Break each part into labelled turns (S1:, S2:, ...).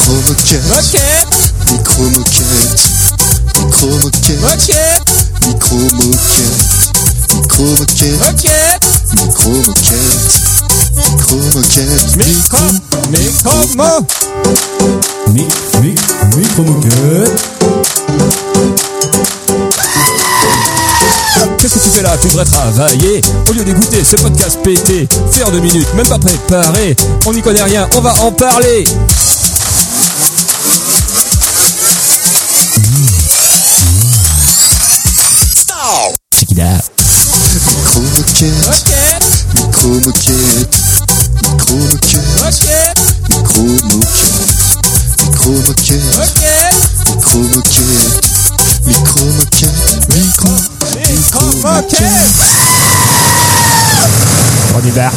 S1: Moquette,
S2: Moquette,
S1: micro moquette, micro moquette,
S2: moquette,
S1: micro moquette, micro moquette,
S2: moquette,
S1: micro moquette, micro moquette,
S2: micro, micro, mo,
S3: Mic, mic, micro moquette.
S4: Qu'est-ce que tu fais là Tu devrais travailler Au lieu d'écouter ce podcast pété Fait en deux minutes, même pas préparé On n'y connaît rien, on va en parler Check it out.
S1: micro moquette,
S2: moquette,
S1: micro moquette, micro moquette,
S2: moquette,
S1: micro moquette, micro moquette,
S2: moquette,
S1: micro moquette, micro moquette, micro,
S2: micro, moquette.
S3: On y va.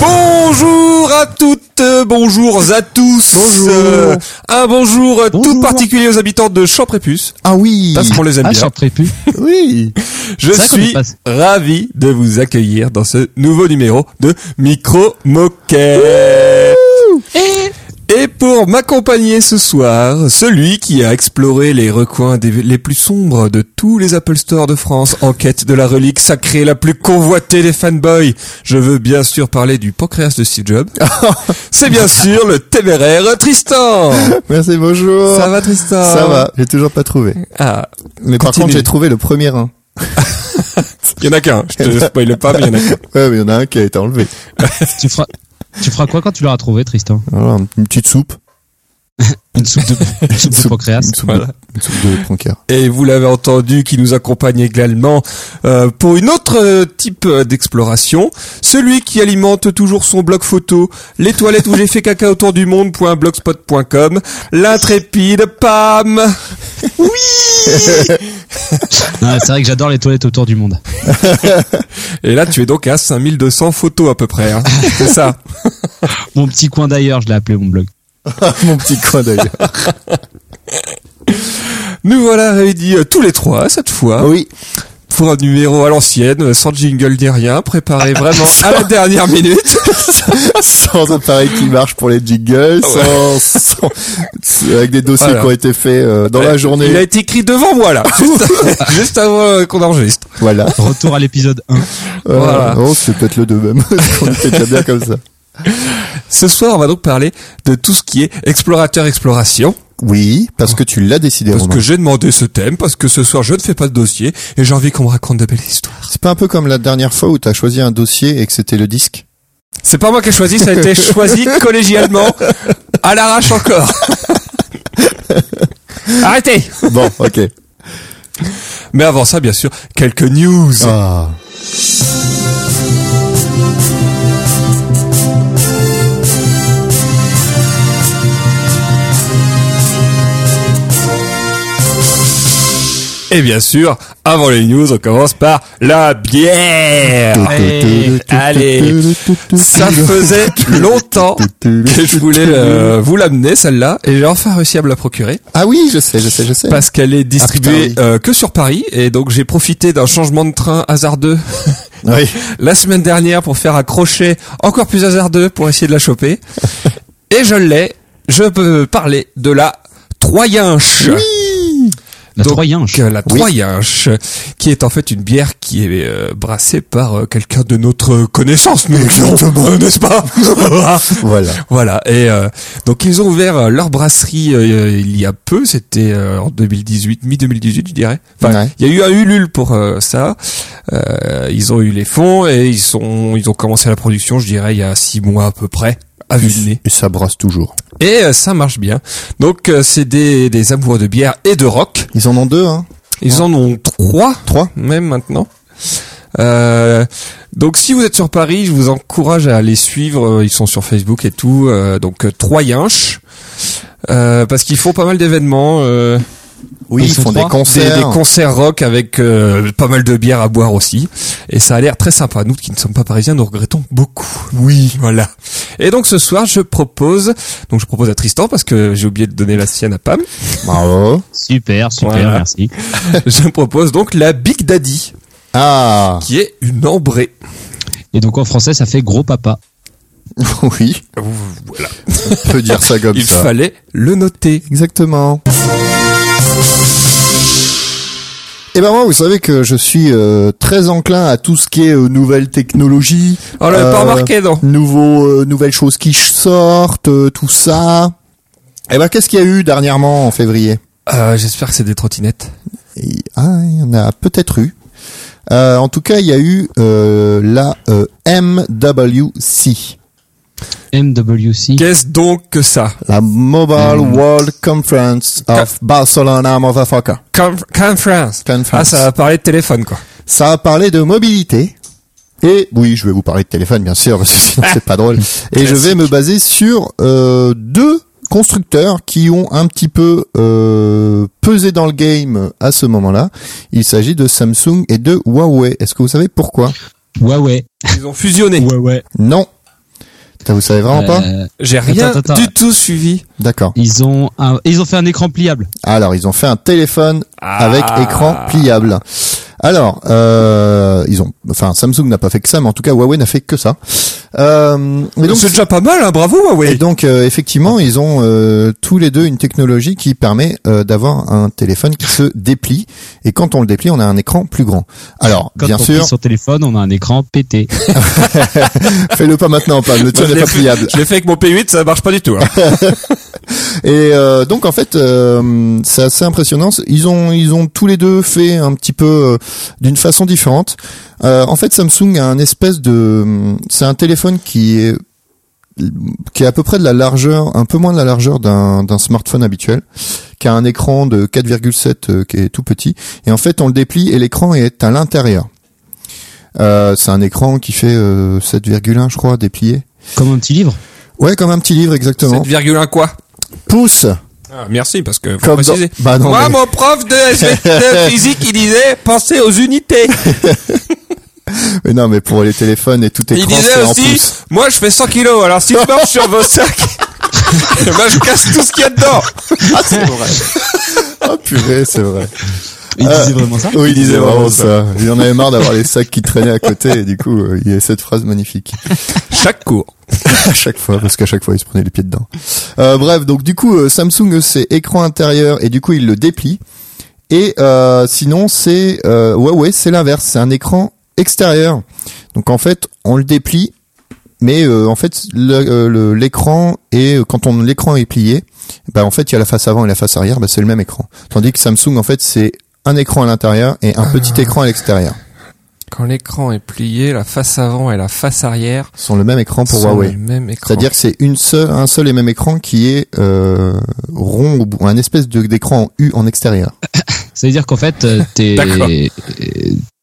S4: Bonjour à toutes, euh, bonjour à tous. Euh,
S1: Bonjour.
S4: un bonjour, euh, tout
S3: Bonjour.
S4: particulier aux habitants de Champrépus,
S1: Ah oui,
S4: parce qu'on les aime
S3: Ah,
S4: bien.
S3: j'en plus.
S1: oui.
S4: Je
S3: c'est vrai qu'on est
S4: suis
S3: pas-
S4: ravi de vous accueillir dans ce nouveau numéro de Micro Moquette. Et pour m'accompagner ce soir, celui qui a exploré les recoins des- les plus sombres de tous les Apple Store de France en quête de la relique sacrée la plus convoitée des fanboys, je veux bien sûr parler du pancréas de Steve Jobs, c'est bien sûr le téméraire Tristan
S1: Merci, bonjour.
S4: Ça va Tristan
S1: Ça va, j'ai toujours pas trouvé.
S4: Ah,
S1: Mais par
S4: Continue.
S1: contre, j'ai trouvé le premier hein. 1.
S4: il y en a qu'un, je te spoil pas, mais il y en a qu'un.
S1: Ouais, mais il y en a un qui a été enlevé.
S3: Tu feras, tu feras quoi quand tu l'auras trouvé, Tristan
S1: Voilà, une petite soupe.
S3: Une soupe de, une soupe de pancréas
S1: Une soupe,
S4: Voilà.
S1: de, une soupe de pancréas.
S4: Et vous l'avez entendu, qui nous accompagne également euh, pour une autre euh, type euh, d'exploration. Celui qui alimente toujours son blog photo, les toilettes où j'ai fait caca autour du monde.blogspot.com, l'intrépide Pam.
S3: Ah, C'est vrai que j'adore les toilettes autour du monde.
S4: Et là, tu es donc à 5200 photos à peu près. hein. C'est ça.
S3: Mon petit coin d'ailleurs, je l'ai appelé mon blog.
S1: Mon petit coin d'ailleurs.
S4: Nous voilà réunis euh, tous les trois cette fois
S1: Ah oui.
S4: pour un numéro à l'ancienne, euh, sans jingle ni rien, préparé vraiment à la dernière minute.
S1: Sans appareil qui marche pour les jingles, sans, sans- c'est- avec des dossiers
S4: Voilà.
S1: qui ont été faits euh, dans la journée.
S4: Il a été écrit devant moi là, juste, juste avant euh, qu'on enregistre.
S1: Voilà.
S3: Retour à l'épisode 1.
S1: Euh,
S4: Voilà.
S1: Non, c'est peut-être le deux même. On était déjà bien comme ça.
S4: Ce soir, on va donc parler de tout ce qui est explorateur-exploration.
S1: Oui, parce que tu l'as décidé,
S4: Parce
S1: Romain.
S4: que j'ai demandé ce thème, parce que ce soir, je ne fais pas de dossier et j'ai envie qu'on me raconte de belles histoires.
S1: C'est pas un peu comme la dernière fois où t'as choisi un dossier et que c'était le disque?
S4: C'est pas moi qui ai choisi, ça a été choisi collégialement, à l'arrache encore. Arrêtez
S1: Bon, ok.
S4: Mais avant ça, bien sûr, quelques news.
S1: Ah.
S4: Et bien sûr, avant les news, on commence par la bière
S1: Allez,
S4: Allez. Ça faisait longtemps que je voulais euh, vous l'amener, celle-là, et j'ai enfin réussi à me la procurer.
S1: Ah oui, je sais, je sais, je sais.
S4: parce qu'elle est distribuée
S1: Ah, putain,
S4: euh, que sur Paris et donc j'ai profité d'un changement de train hasardeux
S1: Ah Oui.
S4: la semaine dernière pour faire un crochet encore plus hasardeux pour essayer de la choper et je l'ai je peux parler de la Troyenche
S3: La
S4: Donc,
S3: Troyenche.
S4: euh, la
S1: Oui.
S4: Troyenche qui est en fait une bière qui est euh, brassée par euh, quelqu'un de notre connaissance nous euh, n'est-ce pas
S1: Voilà.
S4: Voilà. Et euh, donc ils ont ouvert euh, leur brasserie euh, il y a peu. C'était euh, en 2018, mi 2018, je dirais. Enfin,
S1: Ouais.
S4: il y a eu un ulule pour euh, ça. Euh, ils ont eu les fonds et ils sont, ils ont commencé la production, je dirais, il y a six mois à peu près. À vue de nez.
S1: Et ça brasse toujours.
S4: Et euh, ça marche bien. Donc euh, c'est des, des amoureux de bière et de rock.
S1: Ils en ont deux, hein
S4: Ils en ont trois
S1: Trois
S4: même maintenant. Euh, donc si vous êtes sur Paris, je vous encourage à les suivre. euh, Ils sont sur Facebook et tout. Euh, donc euh, Troyenche. Euh, parce qu'ils font pas mal d'événements, euh,
S1: Oui,
S3: Ils
S1: ils
S3: sont
S1: font des
S3: trois.
S4: des, des
S1: concerts.
S4: concerts rock avec euh, pas mal de bières à boire aussi, et ça a l'air très sympa. Nous qui ne sommes pas parisiens, nous regrettons beaucoup. Oui, voilà. Et donc ce soir, je propose, donc je propose à Tristan parce que j'ai oublié de donner la sienne à Pam.
S1: Bravo.
S3: Super, super,
S4: Voilà.
S3: merci.
S4: je propose donc la Big Daddy,
S1: Ah
S4: qui est une ambrée.
S3: Et donc en français, ça fait gros papa.
S1: Oui,
S4: Voilà.
S1: on peut dire ça comme
S4: Il
S1: ça.
S4: fallait le noter.
S1: Exactement. Et ben moi, vous savez que je suis euh, très enclin à tout ce qui est euh, nouvelles technologies,
S4: On l'avait
S1: Euh,
S4: pas remarqué, non
S1: nouveaux, euh, nouvelles choses qui sortent, euh, tout ça. Et ben qu'est-ce qu'il y a eu dernièrement en février
S4: Euh, J'espère que c'est des trottinettes.
S1: Et- Ah, il y en a peut-être eu. Euh, en tout cas, il y a eu euh, la euh, MWC,
S3: MWC.
S4: Qu'est-ce donc que ça
S1: la Mobile
S4: Hmm.
S1: World Conference of Barcelona, motherfucker.
S4: Conf- Conference.
S1: Conference.
S4: Ah, ça va parler de téléphone, quoi.
S1: Ça a parlé de mobilité. Et oui, je vais vous parler de téléphone, bien sûr, parce que sinon c'est pas drôle. Et je vais me baser sur euh, deux constructeurs qui ont un petit peu euh, pesé dans le game à ce moment-là. Il s'agit de Samsung et de Huawei. Est-ce que vous savez pourquoi
S3: Huawei.
S4: Ils ont fusionné.
S3: Huawei.
S1: Non. Putain, Vous savez vraiment pas
S3: Euh,
S4: J'ai rien
S3: Attends, attends,
S4: du
S3: attends.
S4: tout suivi.
S1: D'accord.
S3: ils ont un, ils ont fait un écran pliable.
S1: Alors, ils ont fait un téléphone
S4: Ah.
S1: avec écran pliable. Alors, euh, ils ont, enfin, Samsung n'a pas fait que ça, mais en tout cas, Huawei n'a fait que ça. Euh, et donc,
S4: C'est déjà pas mal, hein, bravo
S1: et
S4: Huawei.
S1: donc, euh, effectivement, ils ont euh, tous les deux une technologie qui permet euh, d'avoir un téléphone qui se déplie. Et quand on le déplie, on a un écran plus grand. Alors,
S3: Quand
S1: bien
S3: on
S1: sûr,
S3: plie son téléphone, on a un écran pété.
S1: fais-le pas maintenant, Pam. Le tien
S4: Moi, je
S1: n'est
S4: l'ai
S1: pas
S4: fait-
S1: pliable.
S4: Je l'ai fait avec mon P8, ça marche pas du tout. hein.
S1: Et euh, donc en fait, euh, c'est assez impressionnant. Ils ont ils ont tous les deux fait un petit peu euh, d'une façon différente. Euh, en fait, Samsung a un espèce de c'est un téléphone qui est qui est à peu près de la largeur, un peu moins de la largeur d'un d'un smartphone habituel, qui a un écran de 4,7 euh, qui est tout petit. Et en fait, on le déplie et l'écran est à l'intérieur. Euh, c'est un écran qui fait euh, 7,1 je crois déplié.
S3: Comme un petit livre.
S1: Ouais, comme un petit livre exactement.
S4: 7,1 quoi
S1: Pouce.
S4: Ah, Merci, parce que faut
S1: Comme dans-
S4: préciser.
S1: Bah non,
S4: Moi,
S1: mais-
S4: mon prof de, SVT de physique, il disait, pensez aux unités.
S1: Mais non, mais pour les téléphones et tout
S4: Il
S1: écran,
S4: disait
S1: c'est en
S4: aussi,
S1: pouce.
S4: moi, je fais 100 kilos, alors si je marche sur vos sacs, moi, je casse tout ce qu'il y a dedans.
S1: Ah, c'est vrai. Ah purée, c'est vrai.
S3: Ils
S1: Euh,
S3: disaient vraiment ça.
S1: Oui, il disait vraiment ça. Il en avait marre d'avoir les sacs qui traînaient à côté et du coup, euh, il y a cette phrase magnifique
S4: Chaque cours.
S1: à chaque fois parce qu'à chaque fois, il se prenait les pieds dedans. Euh, bref, donc du coup, euh, Samsung, eux, c'est écran intérieur et du coup, il le déplie. Et euh, sinon, c'est euh, Huawei, c'est l'inverse, c'est un écran extérieur. Donc en fait, on le déplie, mais euh, en fait, le- euh, le- l'écran est euh, quand on l'écran est plié, bah en fait, il y a la face avant et la face arrière, bah, c'est le même écran. Tandis que Samsung, en fait, c'est un écran à l'intérieur et un petit écran à l'extérieur.
S4: Quand l'écran est plié, la face avant et la face arrière
S1: Ce sont le même écran pour Huawei.
S4: même écran.
S1: C'est-à-dire que c'est une seule, un seul et même écran qui est euh, rond au bout, un espèce de- d'écran en U en extérieur.
S3: Ça veut dire qu'en fait, euh, t'es,
S4: D'accord.
S3: euh,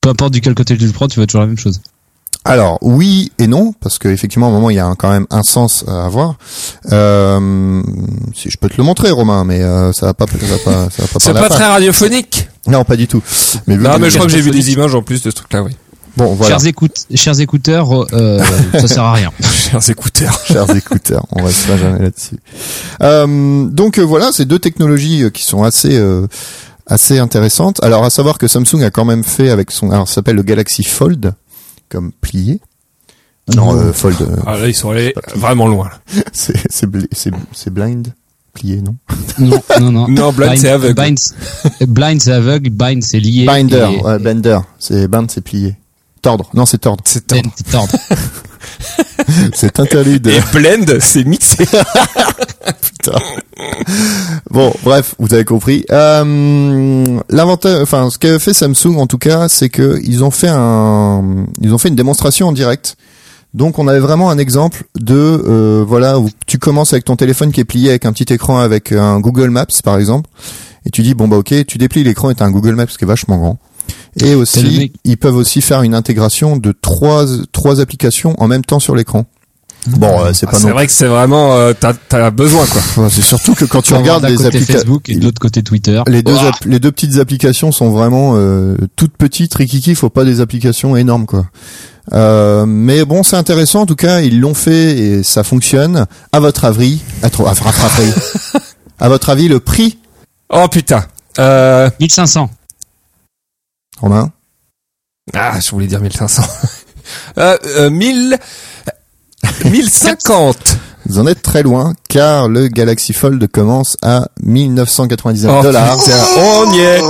S3: peu importe duquel côté tu le prends, tu vas toujours la même chose.
S1: Alors oui et non, parce qu'effectivement, au moment il y a un- quand même un sens à avoir. Euh, si je peux te le montrer, Romain, mais euh, ça va pas, ça va pas, ça va pas
S4: C'est
S1: parler à
S4: pas
S1: Pam.
S4: très radiophonique.
S1: Non, pas du tout. Mais vu
S4: Non,
S1: que-
S4: mais je crois que j'ai vu des
S3: radiophonique.
S4: images en plus de ce truc-là, oui.
S1: Bon, voilà,
S3: Chers, écoute, chers écouteurs, euh, ça sert à rien.
S4: Chers écouteurs.
S1: chers écouteurs, on restera jamais là-dessus. Euh, donc euh, voilà, c'est deux technologies euh, qui sont assez euh, assez intéressantes. Alors à savoir que Samsung a quand même fait avec son, alors ça s'appelle le Galaxy Fold, comme plié. Non, euh, Fold, euh,
S4: Ah là, ils sont allés vraiment loin. là.
S1: c'est c'est bli- c'est c'est blind, plié, non
S3: non, non, non.
S4: Non, blind, c'est aveugle.
S3: Blind, blind, c'est aveugle. Blind, c'est lié.
S1: Binder,
S3: Et-
S1: ouais, ben, bender, c'est bind, c'est plié. Tordre, non c'est tordre.
S4: C'est
S3: Ben, c'est tordre.
S1: C'est interlude.
S4: Et blend, c'est mixé.
S1: Bon, bref, vous avez compris. Euh, L'inventeur, enfin, ce qu'a fait Samsung en tout cas, c'est que ils ont fait un, ils ont fait une démonstration en direct. Donc, on avait vraiment un exemple de, euh, voilà, où tu commences avec ton téléphone qui est plié avec un petit écran avec un Google Maps par exemple, et tu dis bon bah ok, tu déplies l'écran et t'as un Google Maps qui est vachement grand. Et
S3: le
S1: aussi,
S3: mec-
S1: ils peuvent aussi faire une intégration de trois trois applications en même temps sur l'écran. Bon, euh, c'est
S4: Ah,
S1: pas
S4: c'est
S1: non.
S4: vrai que c'est vraiment, euh, t'as, t'as besoin, quoi.
S1: Enfin, C'est surtout que quand tu regardes
S3: d'un
S1: les
S3: côté
S1: applications.
S3: Facebook et de l'autre côté Twitter.
S1: Les deux,
S3: Ouah,
S1: app- les deux petites applications sont vraiment euh, toutes petites, rikiki, faut pas des applications énormes quoi. Euh, mais bon, c'est intéressant en tout cas, ils l'ont fait et ça fonctionne. À votre avis, à, tro- à, à- à- à votre avis, le prix,
S4: Oh putain. Euh,
S3: 1500.
S1: Romain
S4: ah, je voulais dire 1500. euh, euh, 1000, 1050
S1: Vous en êtes très loin, car le Galaxy Fold commence à 1999
S4: Oh,
S1: dollars.
S4: putain, on y est
S1: Je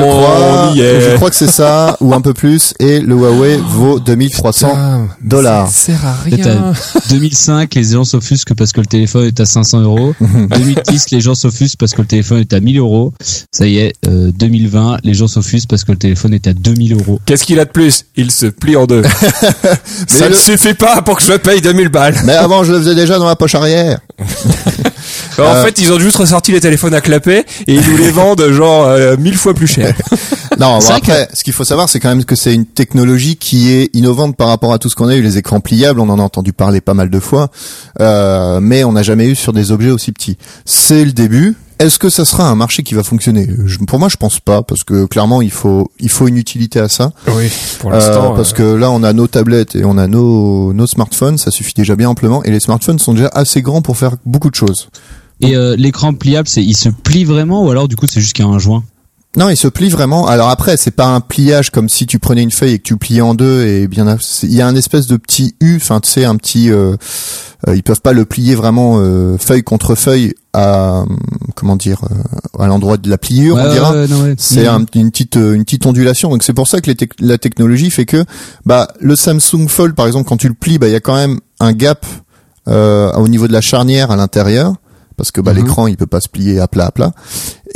S4: On
S1: crois,
S4: y est.
S1: je crois que c'est ça, ou un peu plus, et le Huawei vaut
S4: Ah.
S1: 2300 dollars.
S4: Ça sert à
S3: Peut-être
S4: rien.
S3: à 2005, les gens s'offusquent parce que le téléphone est à 500 euros. 2010, les gens s'offusquent parce que le téléphone est à 1000 euros. Ça y est, euh, 2020, les gens s'offusquent parce que le téléphone est à 2000 euros.
S4: Qu'est-ce qu'il a de plus Il se plie en deux. ça
S1: Mais
S4: ne
S1: le-
S4: suffit pas pour que je me paye 2000 balles.
S1: Mais avant, je le faisais déjà dans la poche arrière.
S4: En
S1: Euh.
S4: fait, ils ont juste ressorti les téléphones à clapet et ils nous les vendent genre euh, 1000 fois plus cher.
S1: Non, bon,
S3: C'est vrai
S1: après, ce qu'il faut savoir, c'est quand même que c'est une technologie qui est innovante par rapport à tout ce qu'on a eu, les écrans pliables, on en a entendu parler pas mal de fois, euh, mais on n'a jamais eu sur des objets aussi petits. C'est le début. Est-ce que ça sera un marché qui va fonctionner Je- Pour moi, je pense pas, parce que clairement, il faut, il faut une utilité à ça.
S4: Oui, pour
S1: Euh, parce que là, on a nos tablettes et on a nos, nos smartphones, ça suffit déjà bien amplement, et les smartphones sont déjà assez grands pour faire beaucoup de choses.
S3: Et euh, l'écran pliable, c'est il se plie vraiment ou alors du coup c'est jusqu'à un joint
S1: Non, il se plie vraiment. Alors après, c'est pas un pliage comme si tu prenais une feuille et que tu pliais en deux et bien c'est- il y a un espèce de petit U, enfin tu sais un petit euh, euh, ils peuvent pas le plier vraiment euh, feuille contre feuille à euh, comment dire euh, à l'endroit de la pliure,
S3: Ouais,
S1: on dira.
S3: ouais, ouais, non, ouais.
S1: C'est
S3: Mmh.
S1: un-
S4: Mm.
S1: une petite euh, une petite ondulation. Donc c'est pour ça que les tec- la technologie fait que bah le Samsung Fold par exemple quand tu le plies, bah il y a quand même un gap euh, au niveau de la charnière à l'intérieur parce que bah
S4: Mm-hmm.
S3: Mhm.
S1: l'écran il peut pas se plier à plat à plat.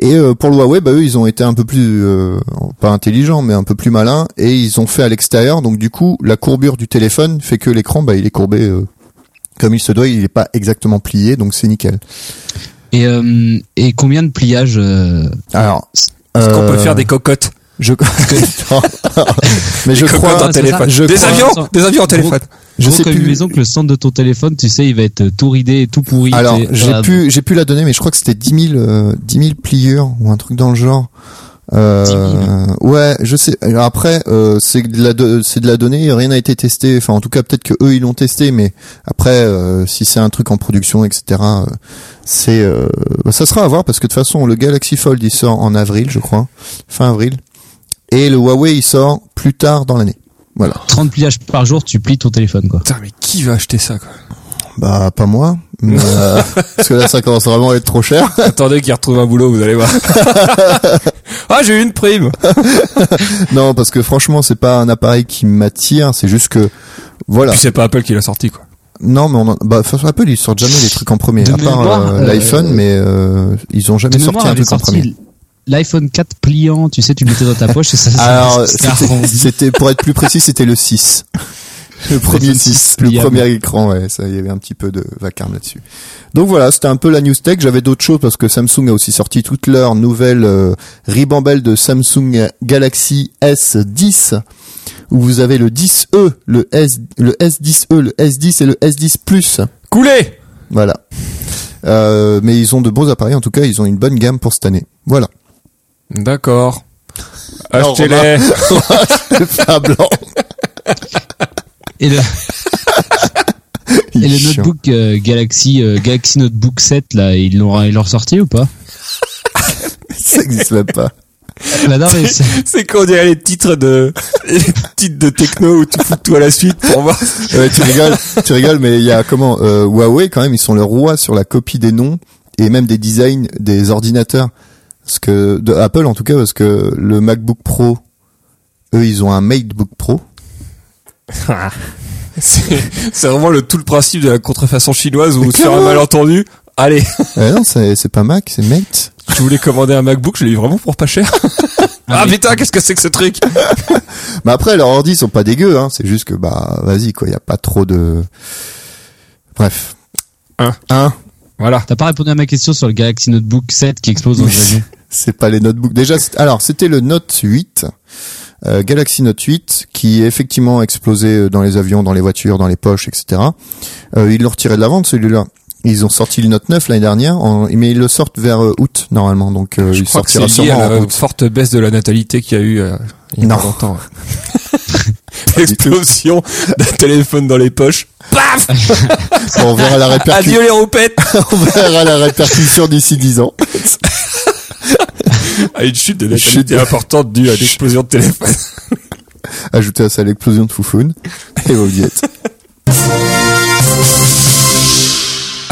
S1: Et euh, pour le Huawei, bah eux ils ont été un peu plus euh, pas intelligents mais un peu plus malins et ils ont fait à l'extérieur. Donc du coup, la courbure du téléphone fait que l'écran bah il est courbé euh, comme il se doit, il est pas exactement plié, donc c'est nickel.
S3: Et, euh, et combien de pliages euh,
S1: Alors,
S4: Est-ce qu'on peut
S1: euh,
S4: faire des cocottes
S1: je mais je
S4: Des cocottes
S1: crois
S4: en
S3: Ah, c'est
S4: téléphone.
S3: ça.
S1: Je
S4: des
S1: crois-
S4: avions
S3: Attends.
S4: Des avions en téléphone.
S1: je
S3: gros
S1: sais
S3: comme une
S1: plus.
S3: maison que le centre de ton téléphone, tu sais, il va être euh, tout ridé et tout pourri.
S1: Alors,
S3: T'es-
S1: j'ai
S3: ah,
S1: pu, j'ai pu la donner, mais je crois que c'était 10 000, euh, 10 000 pliures ou un truc dans le genre. Euh,
S3: 10 000.
S1: ouais, je sais. Alors après, euh, c'est de la, do- c'est de la donnée. Rien n'a été testé. Enfin, en tout cas, peut-être que eux ils l'ont testé, mais après, euh, si c'est un truc en production, etc. euh, c'est, euh, bah, ça sera à voir parce que de toute façon, le Galaxy Fold il sort en avril, je crois, fin avril, et le Huawei il sort plus tard dans l'année. Voilà.
S3: 30 pliages par jour, tu plies ton téléphone quoi.
S4: Putain, mais qui va acheter ça, quoi
S1: Bah pas moi, mais, euh, parce que là ça commence vraiment à être trop cher.
S4: Attendez qu'il retrouve un boulot, vous allez voir. ah, j'ai eu une prime
S1: Non, parce que franchement, c'est pas un appareil qui m'attire, c'est juste que voilà.
S4: Puis c'est pas Apple qui l'a sorti, quoi.
S1: Non, mais on en- bah façon, Apple ils sortent jamais les trucs en premier,
S3: De
S1: à part
S3: mémoire,
S1: euh,
S3: euh,
S1: l'iPhone, mais euh, ils ont jamais
S3: De
S1: sorti
S3: mémoire,
S1: un
S3: elle est
S1: truc en premier.
S3: sortie l'iPhone 4 pliant, tu sais, tu le mettais dans ta poche et ça, ça- ça-
S1: Alors
S3: ça
S1: c'était-
S3: arrondit.
S1: c'était pour être plus précis, c'était le 6. Le premier
S3: iPhone
S1: 6,
S3: 6,
S1: le
S3: pliable.
S1: premier écran, ouais, ça il y avait un petit peu de vacarme là-dessus. Donc voilà, c'était un peu la news tech, j'avais d'autres choses parce que Samsung a aussi sorti toute leur nouvelle euh, ribambelle de Samsung Galaxy S10 où vous avez le 10e, le S le S10e, le S10 et le S10 Plus.
S4: Coulé
S1: Voilà. Euh, mais ils ont de beaux appareils en tout cas, ils ont une bonne gamme pour cette année. Voilà.
S4: D'accord.
S1: Non,
S4: Achetez-les
S1: Ah, blanc.
S3: Et le,
S1: Il
S3: et
S1: est
S3: le
S1: chiant.
S3: notebook euh, Galaxy euh, Galaxy Notebook 7 là, ils l'ont ils l'ont ressorti ou pas
S1: ça existe même pas.
S3: Bah non mais c'est-
S4: C'est qu'on dirait les titres de les titres de techno où tu fous tout à la suite pour voir.
S1: Ouais, tu rigoles, tu rigoles, mais il y a comment euh, Huawei quand même, ils sont le roi sur la copie des noms et même des designs des ordinateurs. Parce que de Apple en tout cas, parce que le MacBook Pro, eux, ils ont un MateBook Pro.
S4: C'est c'est vraiment le tout le principe de la contrefaçon chinoise où
S1: Mais
S4: sur un
S1: clairement.
S4: malentendu. Allez,
S1: Euh, non, c'est c'est pas Mac, c'est Mate.
S4: je voulais commander un MacBook, je l'ai eu vraiment pour pas cher. Ah Bah, putain, qu'est-ce que c'est que ce truc
S1: Mais après, leurs ordi ils sont pas dégueux, hein. C'est juste que bah, vas-y quoi, il y a pas trop de. Bref.
S4: Hein.
S1: Hein.
S4: Voilà.
S3: T'as pas répondu à ma question sur le Galaxy Notebook 7 qui explose dans les avions.
S1: C'est pas les notebooks. Déjà, c'est- alors c'était le Note 8, euh, Galaxy Note 8, qui est effectivement explosé euh, dans les avions, dans les voitures, dans les poches, etc. Euh, ils l'ont retiré de la vente celui-là. Ils ont sorti le Note 9 l'année dernière, en- mais ils le sortent vers euh, août normalement, donc euh,
S4: Je
S1: il
S4: crois que
S1: sortira
S4: c'est lié
S1: sûrement
S4: à
S1: en
S4: la
S1: août.
S4: forte baisse de la natalité qu'il y a eu euh, il y a
S1: Non.
S4: pas longtemps. Explosion d'un téléphone dans les poches. Paf
S1: Bon, on verra la répercu-
S4: Adieu les roupettes
S1: on verra la répercussion d'ici 10 ans.
S4: à Ah, une chute de
S1: Chute
S4: natalité
S1: de-
S4: importante due à l'explosion de téléphone.
S1: Ajoutez à ça l'explosion de foufoune et vos billettes.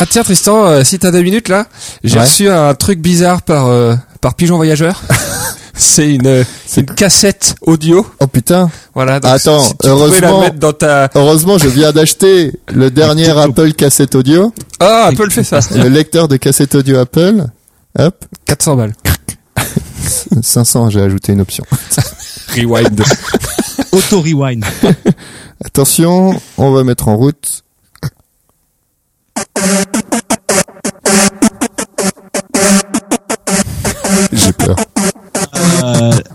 S4: Ah tiens Tristan, euh, si t'as deux minutes là, j'ai
S1: Ouais.
S4: reçu un truc bizarre par euh, par pigeon voyageur. c'est une euh, c'est une cassette audio.
S1: Oh putain.
S4: Voilà. donc
S1: Attends,
S4: si tu pouvais la
S1: heureusement-
S4: mettre dans ta
S1: Heureusement, je viens d'acheter le dernier Apple cassette audio,
S4: ah Apple fait ça.
S1: le lecteur de cassette audio Apple. Hop,
S4: 400 balles.
S1: 500, j'ai ajouté une option.
S4: Rewind.
S3: Auto-rewind.
S1: Attention, on va mettre en route. J'ai peur.
S3: Euh,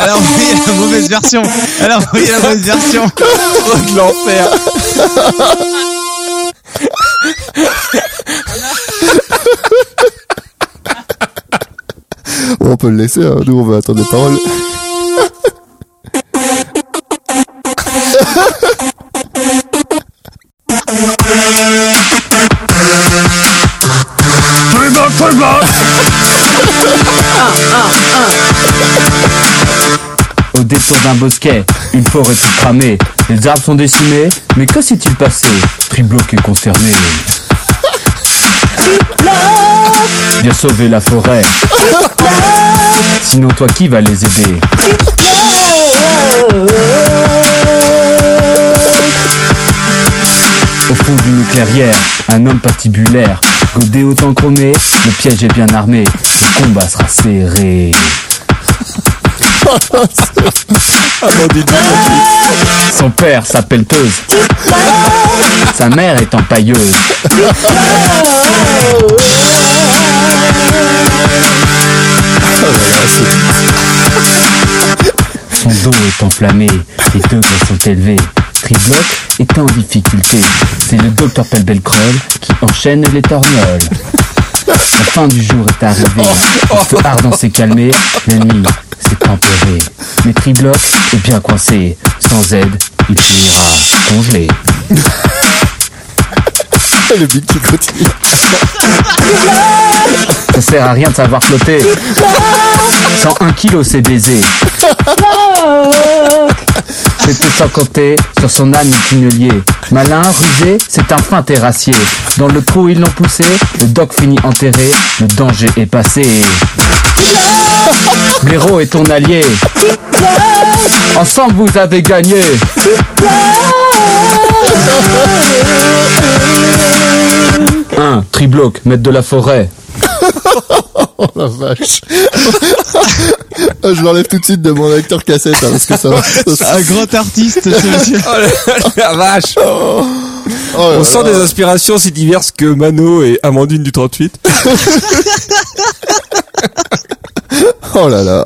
S3: Elle a envoyé la mauvaise version. Elle a envoyé la mauvaise version.
S4: Oh, de l'enfer.
S1: On peut le laisser, hein, nous on va attendre les paroles.
S5: Au détour d'un bosquet, une forêt toute cramée. Les arbres sont décimés, mais que s'est-il passé Tribloc est concerné. Viens sauver la forêt. Sinon toi qui va les aider Au fond d'une clairière, un homme patibulaire, godé autant chromé, le piège est bien armé, le combat sera serré. Son père s'appelle Teuse. Sa mère est empailleuse. Son dos est enflammé, les deux bras sont élevés. Tribloc est en difficulté. C'est le docteur Pelbelcrol qui enchaîne les torgnoles. La fin du jour est arrivée. Le feu ardent s'est calmé. L'ennemi s'est tempéré. Mais Tribloc est bien coincé. Sans aide, il finira congelé.
S1: Le beat qui continue.
S5: Ça sert à rien de savoir flotter. 101 kilos, c'est baisé. C'était sans compter sur son âne tunnelier. Malin, rusé, c'est un fin terrassier. Dans le trou, ils l'ont poussé. Le doc finit enterré. Le danger est passé. Blaireau est ton allié. Ensemble, vous avez gagné. Un, Tribloc, maître de la forêt.
S1: Oh la vache. Je l'enlève tout de suite de mon lecteur cassette, hein, parce que ça va.
S3: Un grand artiste, ce monsieur.
S4: Oh la, la vache.
S1: Oh là
S4: On sent
S1: là.
S4: des inspirations si diverses que Mano et Amandine du 38.
S1: Oh là là.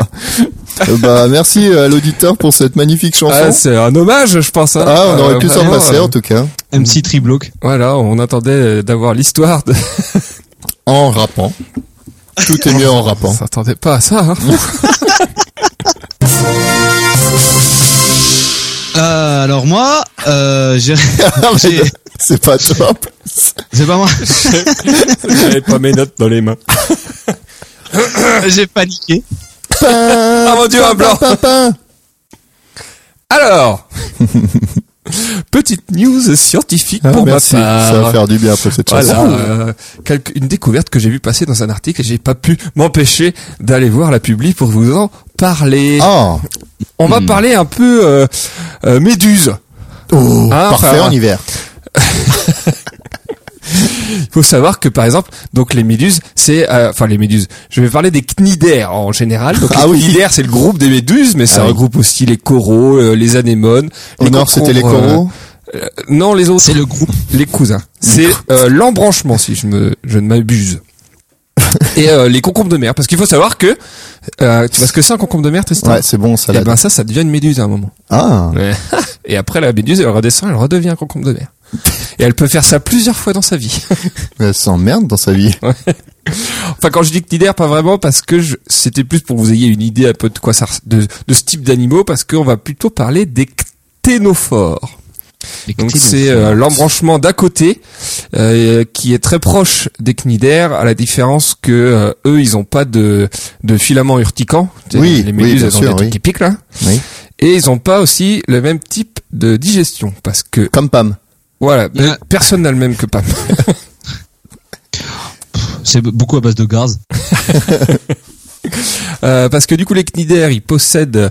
S1: Euh, Bah merci euh, à l'auditeur pour cette magnifique chanson.
S4: Ah, c'est un hommage, je pense. hein.
S1: Ah, on aurait
S4: Euh,
S1: pu s'en
S4: vraiment,
S1: passer
S4: euh,
S1: en tout cas.
S3: MC Tribloc.
S4: Voilà, on attendait euh, d'avoir l'histoire. De...
S1: En rappant. Tout est mieux en
S4: On
S1: rappant.
S4: s'attendait pas à ça. Hein.
S3: Euh, alors moi, euh, j'ai- j'ai-
S1: C'est pas top.
S3: c'est pas moi,
S4: J'avais pas mes notes dans les mains.
S3: j'ai paniqué.
S4: Ah mon dieu, un blanc. Alors, petite news scientifique
S1: Ah,
S4: pour ma
S1: merci. Ça va
S4: part.
S1: faire du bien après cette
S4: Voilà,
S1: chanson.
S4: euh, quelque- une découverte que j'ai vue passer dans un article et j'ai pas pu m'empêcher d'aller voir la publi pour vous en parler.
S1: Ah,
S4: On va parler un peu euh, euh, méduse.
S1: oh,
S4: Ah,
S1: parfait
S4: enfin,
S1: en hiver.
S4: Il faut savoir que par exemple, donc les méduses, c'est euh, enfin les méduses. Je vais parler des cnidaires en général. Donc,
S1: Ah
S4: les
S1: oui.
S4: cnidaires, c'est le groupe des méduses, mais ça
S1: Ah oui.
S4: regroupe aussi les coraux, euh, les anémones.
S1: Au
S4: les
S1: nord, c'était les
S4: concombres,
S1: coraux.
S4: euh, non, les autres,
S3: C'est le groupe.
S4: les cousins. C'est euh, l'embranchement si je me je ne m'abuse. Et euh, les concombres de mer, parce qu'il faut savoir que euh, tu vois ce que c'est un concombre de mer, Tristan.
S1: Ouais, c'est Eh bon,
S4: Et
S1: salade.
S4: ben ça, ça devient une méduse à un moment.
S1: Ah,
S4: Et après la méduse, elle redescend, elle redevient un concombre de mer. Et elle peut faire ça plusieurs fois dans sa vie.
S1: elle s'emmerde dans sa vie.
S4: Enfin, quand je dis cnidaire, pas vraiment, parce que je- c'était plus pour que vous ayez une idée un peu de quoi ça, res- de, de ce type d'animaux, parce qu'on va plutôt parler des cténophores. Donc c'est euh, l'embranchement d'à côté euh, qui est très proche des cnidaires, à la différence que euh, eux, ils ont pas de, de filaments urticants. Tu sais,
S1: Oui,
S4: les
S1: oui,
S4: méduses
S1: bien
S4: elles ont
S1: sûr,
S4: des trucs
S1: oui.
S4: qui piquent là.
S1: Oui.
S4: Et ils ont pas aussi le même type de digestion parce que
S1: Comme Pam.
S4: voilà,
S3: Il y a-
S4: personne n'a le même que Pam.
S3: C'est beaucoup à base de gaz.
S4: Euh, parce que du coup les cnidaires, ils possèdent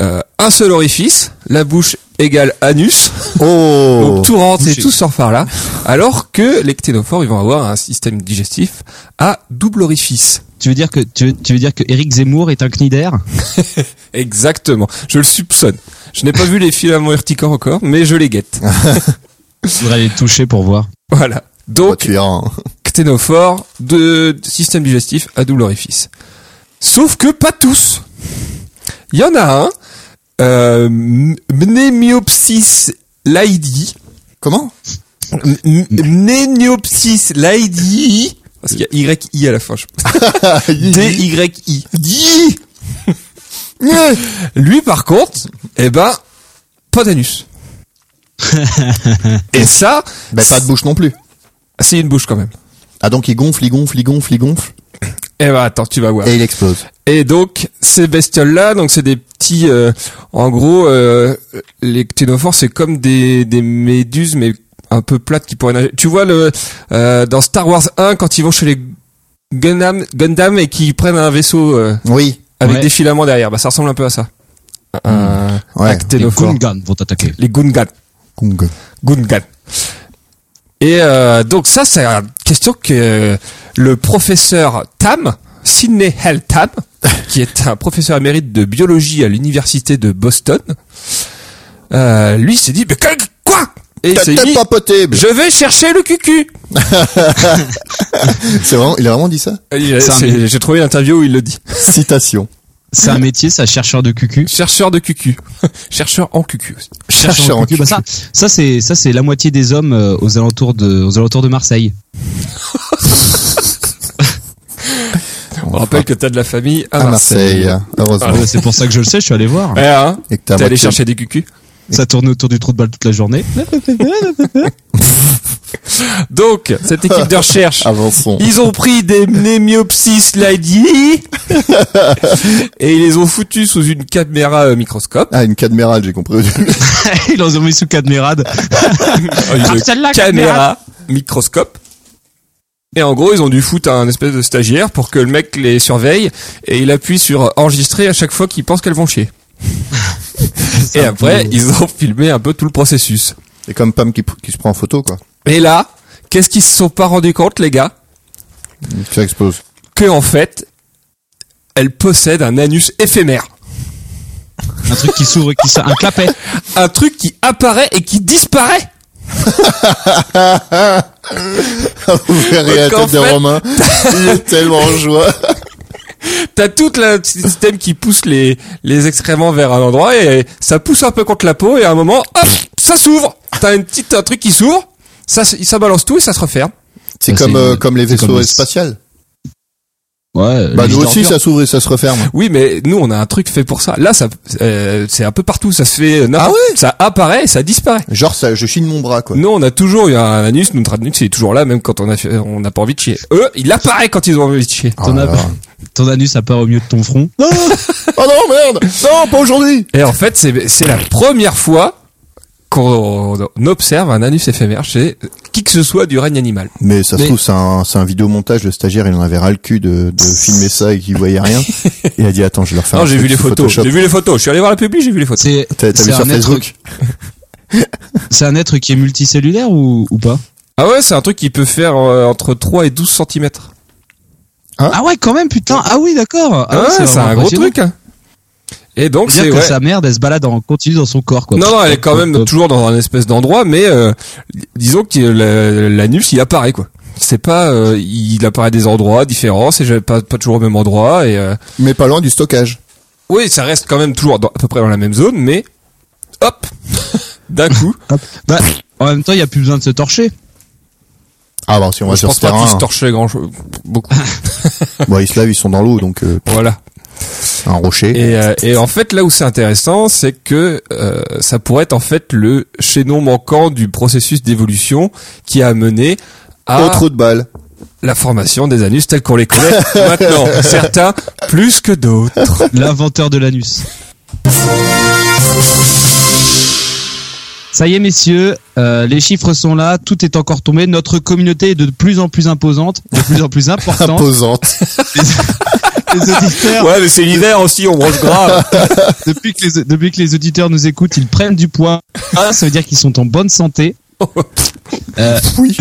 S4: euh, un seul orifice, la bouche égale anus,
S1: Oh
S4: donc tout rentre et
S3: Bouché.
S4: tout sort par là, alors que les cténophores, ils vont avoir un système digestif à double orifice.
S3: Tu veux dire que tu veux, tu veux dire que Eric Zemmour est un cnidaire
S4: Exactement, je le soupçonne. Je n'ai pas vu les filaments urticants encore, mais je les guette.
S3: Je voudrais aller le toucher pour voir.
S4: Voilà.
S1: Bah,
S4: Donc
S1: tu iras, hein.
S4: cténophore de système digestif à double orifice. Sauf que pas tous. Il y en a un, euh, Mnemiopsis laidi.
S1: Comment
S4: Mnemiopsis laidi. Parce qu'il y a YI à la fin. je- D-Y-I. Yi. Lui, par contre, eh ben, pas d'anus. Et ça,
S1: Ben pas de bouche non plus.
S4: c'est une bouche quand même.
S1: Ah donc il gonfle, il gonfle, il gonfle, il gonfle
S4: Eh ben, attends, tu vas voir.
S1: et il explose.
S4: Et donc ces bestioles là, donc c'est des petits, euh, en gros, euh, les cténophores c'est comme des, des méduses mais un peu plates qui pourraient nager. Tu vois le euh, dans Star Wars 1 quand ils vont chez les Gundam, Gundam et qu'ils prennent un vaisseau euh,
S1: Oui.
S4: avec
S3: Ouais.
S4: des filaments derrière, bah ça ressemble un peu à ça. Un-
S1: Ouais.
S4: un
S3: Les
S4: cténophore.
S3: Gungan vont t'attaquer.
S4: Les Gungan.
S1: Kung.
S4: Gungan. Et euh, donc ça, c'est une question que le professeur Tam, Sidney Hell Tam, qui est un professeur émérite de biologie à l'université de Boston, euh, lui s'est dit, mais que- quoi Et il
S1: T'as
S4: s'est
S1: peut-être
S4: dit,
S1: pas poté. mais-
S4: je vais chercher le cucu
S1: C'est vraiment, il a vraiment dit ça
S4: Et
S3: C'est un mythe.
S4: c'est- J'ai trouvé l'interview où il le dit.
S1: Citation.
S3: C'est un métier, ça, chercheur de cucu.
S4: Chercheur de cucu. chercheur en cucu aussi.
S1: Chercheur en
S3: cucu. Bah ça, ça c'est ça c'est la moitié des hommes euh, aux alentours de aux alentours de Marseille.
S4: On rappelle que t'as de la famille à,
S1: à Marseille, heureusement.
S3: Euh, c'est pour ça que je le sais, je suis allé voir.
S4: Ah Ouais, hein
S1: Et que t'as
S4: T'es allé
S1: moitié-
S4: chercher des cucus.
S3: Ça tourne autour du trou de balle toute la journée.
S4: Donc, cette équipe de recherche
S1: Ah Avançons.
S4: Ils ont pris des mnémiopsis lady et ils les ont foutus sous une caméra euh, microscope.
S1: Ah, une cadmérale, j'ai compris.
S3: Ils l'ont mis sous cadmérade.
S4: Une
S3: celle-là,
S4: caméra microscope. Et en gros, ils ont dû foutre un espèce de stagiaire pour que le mec les surveille et il appuie sur enregistrer à chaque fois qu'il pense qu'elles vont chier. et après, ils ont filmé un peu tout le processus.
S1: C'est comme Pam qui, pr- qui se prend en photo, quoi.
S4: Et là, qu'est-ce qu'ils se sont pas rendus compte, les gars
S1: Ça explose.
S4: Que en fait, elle possède un anus éphémère.
S3: Un truc qui s'ouvre, qui s'ouvre, un clapet.
S4: un truc qui apparaît et qui disparaît.
S1: Vous verrez la
S4: Donc, en
S1: tête de
S4: fait-
S1: Romain. Il est tellement en joie.
S4: T'as tout le système qui pousse les, les excréments vers un endroit et ça pousse un peu contre la peau et à un moment, hop, ça s'ouvre. T'as une petite, un truc qui s'ouvre, ça, se- ça balance tout et ça se referme.
S1: C'est
S3: Ça,
S1: comme,
S3: c'est-
S1: euh, comme les
S3: c'est
S1: vaisseaux
S3: comme-
S1: spatiaux.
S3: Ouais.
S1: Bah,
S3: les-
S1: nous aussi,
S4: ordures.
S1: ça s'ouvre et ça se referme.
S4: Oui, mais nous, on a un truc fait pour ça. Là, ça, euh, c'est un peu partout, ça se fait, n'importe- ça apparaît et ça disparaît.
S1: Genre, ça, je chine mon bras, quoi.
S4: Nous, on a toujours eu un anus, notre anus, il est toujours là, même quand on a fait- on n'a pas envie de chier. Eux, il apparaît quand ils ont envie de chier.
S1: Oh,
S3: ton,
S1: là
S3: ab-
S1: là.
S3: ton anus ça part au milieu de ton front.
S4: Ah
S1: Oh non, merde! Non, pas aujourd'hui!
S4: Et en fait, c'est c'est la première fois qu'on observe un anus éphémère chez qui que ce soit du règne animal.
S1: Mais ça se
S4: Mais-
S1: trouve, c'est un, c'est un vidéomontage. Le stagiaire, il en avait ras le cul de, de filmer ça et qu'il voyait rien. Il a dit, attends, je vais leur faire
S4: Non,
S1: un
S4: j'ai
S1: truc
S4: vu les
S1: sous
S4: photos.
S1: Ah, Photoshop.
S4: J'ai vu les photos. Je suis allé voir la publi, j'ai vu les photos.
S3: C'est
S1: T'as t'as
S3: c'est
S1: vu sur
S3: un être-
S1: Facebook?
S3: C'est un être qui est multicellulaire ou, ou pas
S4: Ah ouais, c'est un truc qui peut faire euh, entre 3 et 12 cm.
S3: Ah ouais, quand même, putain. Ah oui, d'accord.
S4: Ah ouais, c'est
S3: vraiment
S4: un gros
S3: impressionnant.
S4: truc. hein. Et donc c'est
S3: C'est-à-dire que
S4: ouais.
S3: sa merde, elle se balade en continu dans son corps, quoi.
S4: Non non, elle est quand même toujours dans un espèce d'endroit mais euh, disons que le- l'anus il apparaît quoi. C'est pas euh, il apparaît à des endroits différents, c'est pas pas toujours au même endroit et euh,
S1: Mais pas loin du stockage.
S4: oui, ça reste quand même toujours dans- à peu près dans la même zone mais hop d'un coup
S3: Bah, en même temps, il y a plus besoin de se torcher.
S1: Ah, bah, si on va
S4: je
S1: sur
S4: pense
S1: ce
S4: pas
S1: terrain.
S4: qu'ils se
S1: hein.
S4: torchaient grand chose. Beaucoup.
S1: Bon, ils se lavent, ils sont dans l'eau, donc, euh,
S4: voilà.
S1: un rocher.
S4: Et, euh, et en fait, là où c'est intéressant, c'est que euh, ça pourrait être en fait le chaînon manquant du processus d'évolution qui a mené à
S1: Au trou de balle.
S4: la formation des anus tels qu'on les connaît maintenant. Certains plus que d'autres.
S3: L'inventeur de l'anus. Ça y est, messieurs, euh, les chiffres sont là, tout est encore tombé. Notre communauté est de plus en plus imposante, de plus en plus importante.
S1: Imposante.
S3: les auditeurs,
S4: Ouais, mais c'est l'hiver aussi, on brosse grave.
S3: depuis, que les, depuis que les auditeurs nous écoutent, ils prennent du poids. Ah, ça veut dire qu'ils sont en bonne santé. Euh,
S1: Oui.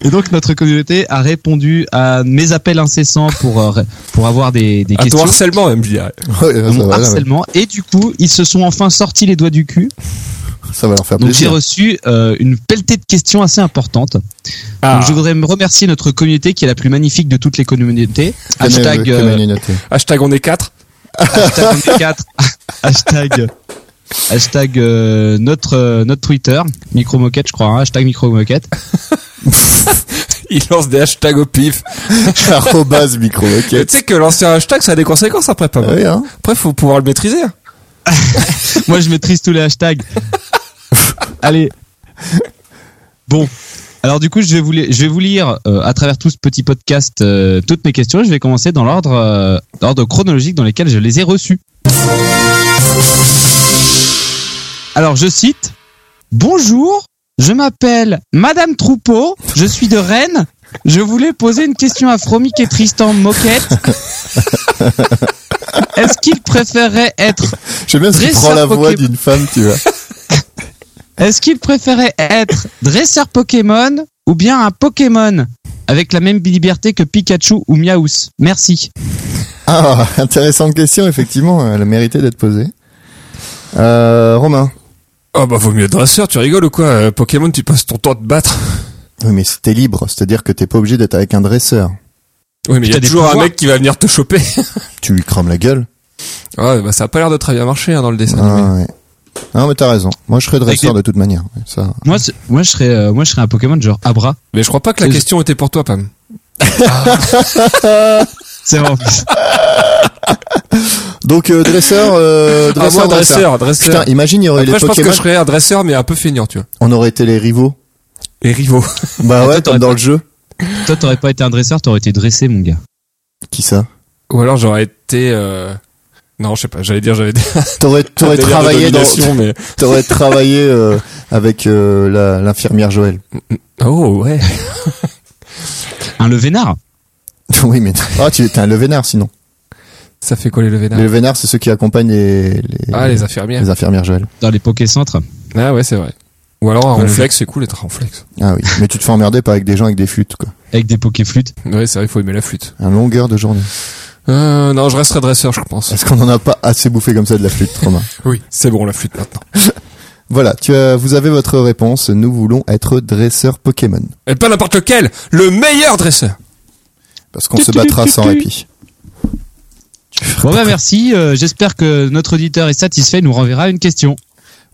S3: Et donc notre communauté a répondu à mes appels incessants pour euh, pour avoir des, des
S4: À ton
S3: questions.
S4: harcèlement même, je dirais.
S1: Ouais, ça,
S3: à mon
S1: va, là, ouais.
S3: harcèlement. Et du coup, ils se sont enfin sortis les doigts du cul.
S1: Ça va leur faire
S3: Donc j'ai
S1: plaisir.
S3: reçu euh, une pelletée de questions assez importantes.
S4: Ah.
S3: Donc, je voudrais me remercier notre communauté qui est la plus magnifique de toutes les communautés. Hashtag, euh,
S1: Ah, Communauté.
S4: Hashtag on est quatre.
S3: hashtag on est quatre. hashtag euh, hashtag euh, notre euh, notre Twitter micro moquette je crois hein. hashtag micro moquette
S4: Il lance des hashtags au pif.
S1: Arrobase
S4: Et
S1: micro-loquette.
S4: tu sais que lancer un hashtag, ça a des conséquences après, pas mal.
S1: Oui, hein.
S4: Après, faut pouvoir le maîtriser.
S3: moi je maîtrise tous les hashtags allez bon alors du coup je vais vous li- je vais vous lire euh, à travers tout ce petit podcast euh, toutes mes questions je vais commencer dans l'ordre euh, l'ordre chronologique dans lesquels je les ai reçues alors je cite bonjour je m'appelle Madame Troupeau je suis de Rennes je voulais poser une question à Fromic et Tristan Moquette. Est-ce qu'ils préféraient être
S1: J'aime bien ce qui
S3: Dresseur
S1: prend la voix
S3: Pokémon.
S1: d'une femme, tu vois.
S3: Est-ce qu'il préférait être dresseur Pokémon ou bien un Pokémon avec la même liberté que Pikachu ou Miaus Merci.
S1: Ah, intéressante question, effectivement. Elle a mérité d'être posée. Euh, Romain.
S4: Ah bah, vaut mieux être dresseur, tu rigoles ou quoi? Euh, Pokémon, tu passes ton temps à te battre.
S1: Oui, mais c'était libre. C'est-à-dire que t'es pas obligé d'être avec un dresseur.
S4: Oui, mais il y
S3: T'as
S4: a
S3: des
S4: toujours un
S3: pouvoirs.
S4: mec qui va venir te choper.
S1: Tu lui crames la gueule.
S4: Ouais, bah, ça a pas l'air de très bien marcher, hein, dans le dessin animé.
S1: Ah, ouais. Non, mais t'as raison. Moi, je serais
S3: Avec
S1: dresseur de toute manière. Ouais, Ça.
S3: Moi, c'est- moi, je serais, euh, moi, je serais un Pokémon genre Abra.
S4: Mais je crois pas que la
S3: C'est-
S4: question était pour toi, Pam.
S3: C'est bon.
S1: Donc, euh, dresseur, euh,
S4: Ah,
S1: dresseur,
S4: moi, dresseur, dresseur.
S1: Putain, imagine, il y aurait
S4: Après,
S1: les
S4: je pense que
S1: Pokémon.
S4: je serais un dresseur, mais un peu feignant, tu vois.
S1: On aurait été les rivaux.
S4: Et rivaux.
S1: Bah
S3: toi,
S1: ouais, comme
S3: t'aurais
S1: dans le jeu.
S3: Toi, t'aurais pas été un dresseur, t'aurais été dressé, mon gars.
S1: Qui ça
S4: Ou alors, j'aurais été, euh... non, je sais pas, j'allais dire, j'avais des
S1: T'aurais, t'aurais
S4: des
S1: travaillé dans,
S4: dominations, mais...
S1: t'aurais travaillé euh, avec euh, la- l'infirmière Joël.
S4: Oh, ouais.
S3: Un levénard.
S1: Oui, mais ah, tu étais un levénard sinon.
S4: Ça fait coller le vénard.
S1: Les levénards, c'est ceux qui accompagnent les, les,
S4: Ah, les infirmières.
S1: les infirmières Joël.
S3: Dans les Pokécentres.
S4: Ah, ouais, c'est vrai. Ou alors, un
S1: Ouais.
S4: ronflex, c'est cool d'être un ronflex.
S1: Ah oui, mais tu te fais emmerder pas avec des gens avec des flûtes quoi.
S3: Avec des Pokéflûtes.
S4: Ouais, c'est vrai, il faut aimer la flûte.
S1: Un longueur de journée.
S4: Euh, non, je resterai dresseur, je pense.
S1: Est-ce qu'on en a pas assez bouffé comme ça de la flûte, Romain
S4: Oui. C'est bon, la flûte, maintenant.
S1: Voilà, tu as, vous avez votre réponse. Nous voulons être dresseurs Pokémon
S4: Et pas n'importe lequel! Le meilleur dresseur!
S1: parce qu'on se battra sans répit.
S3: Bon, bah, merci. euh, J'espère que notre auditeur est satisfait. Il nous renverra une question.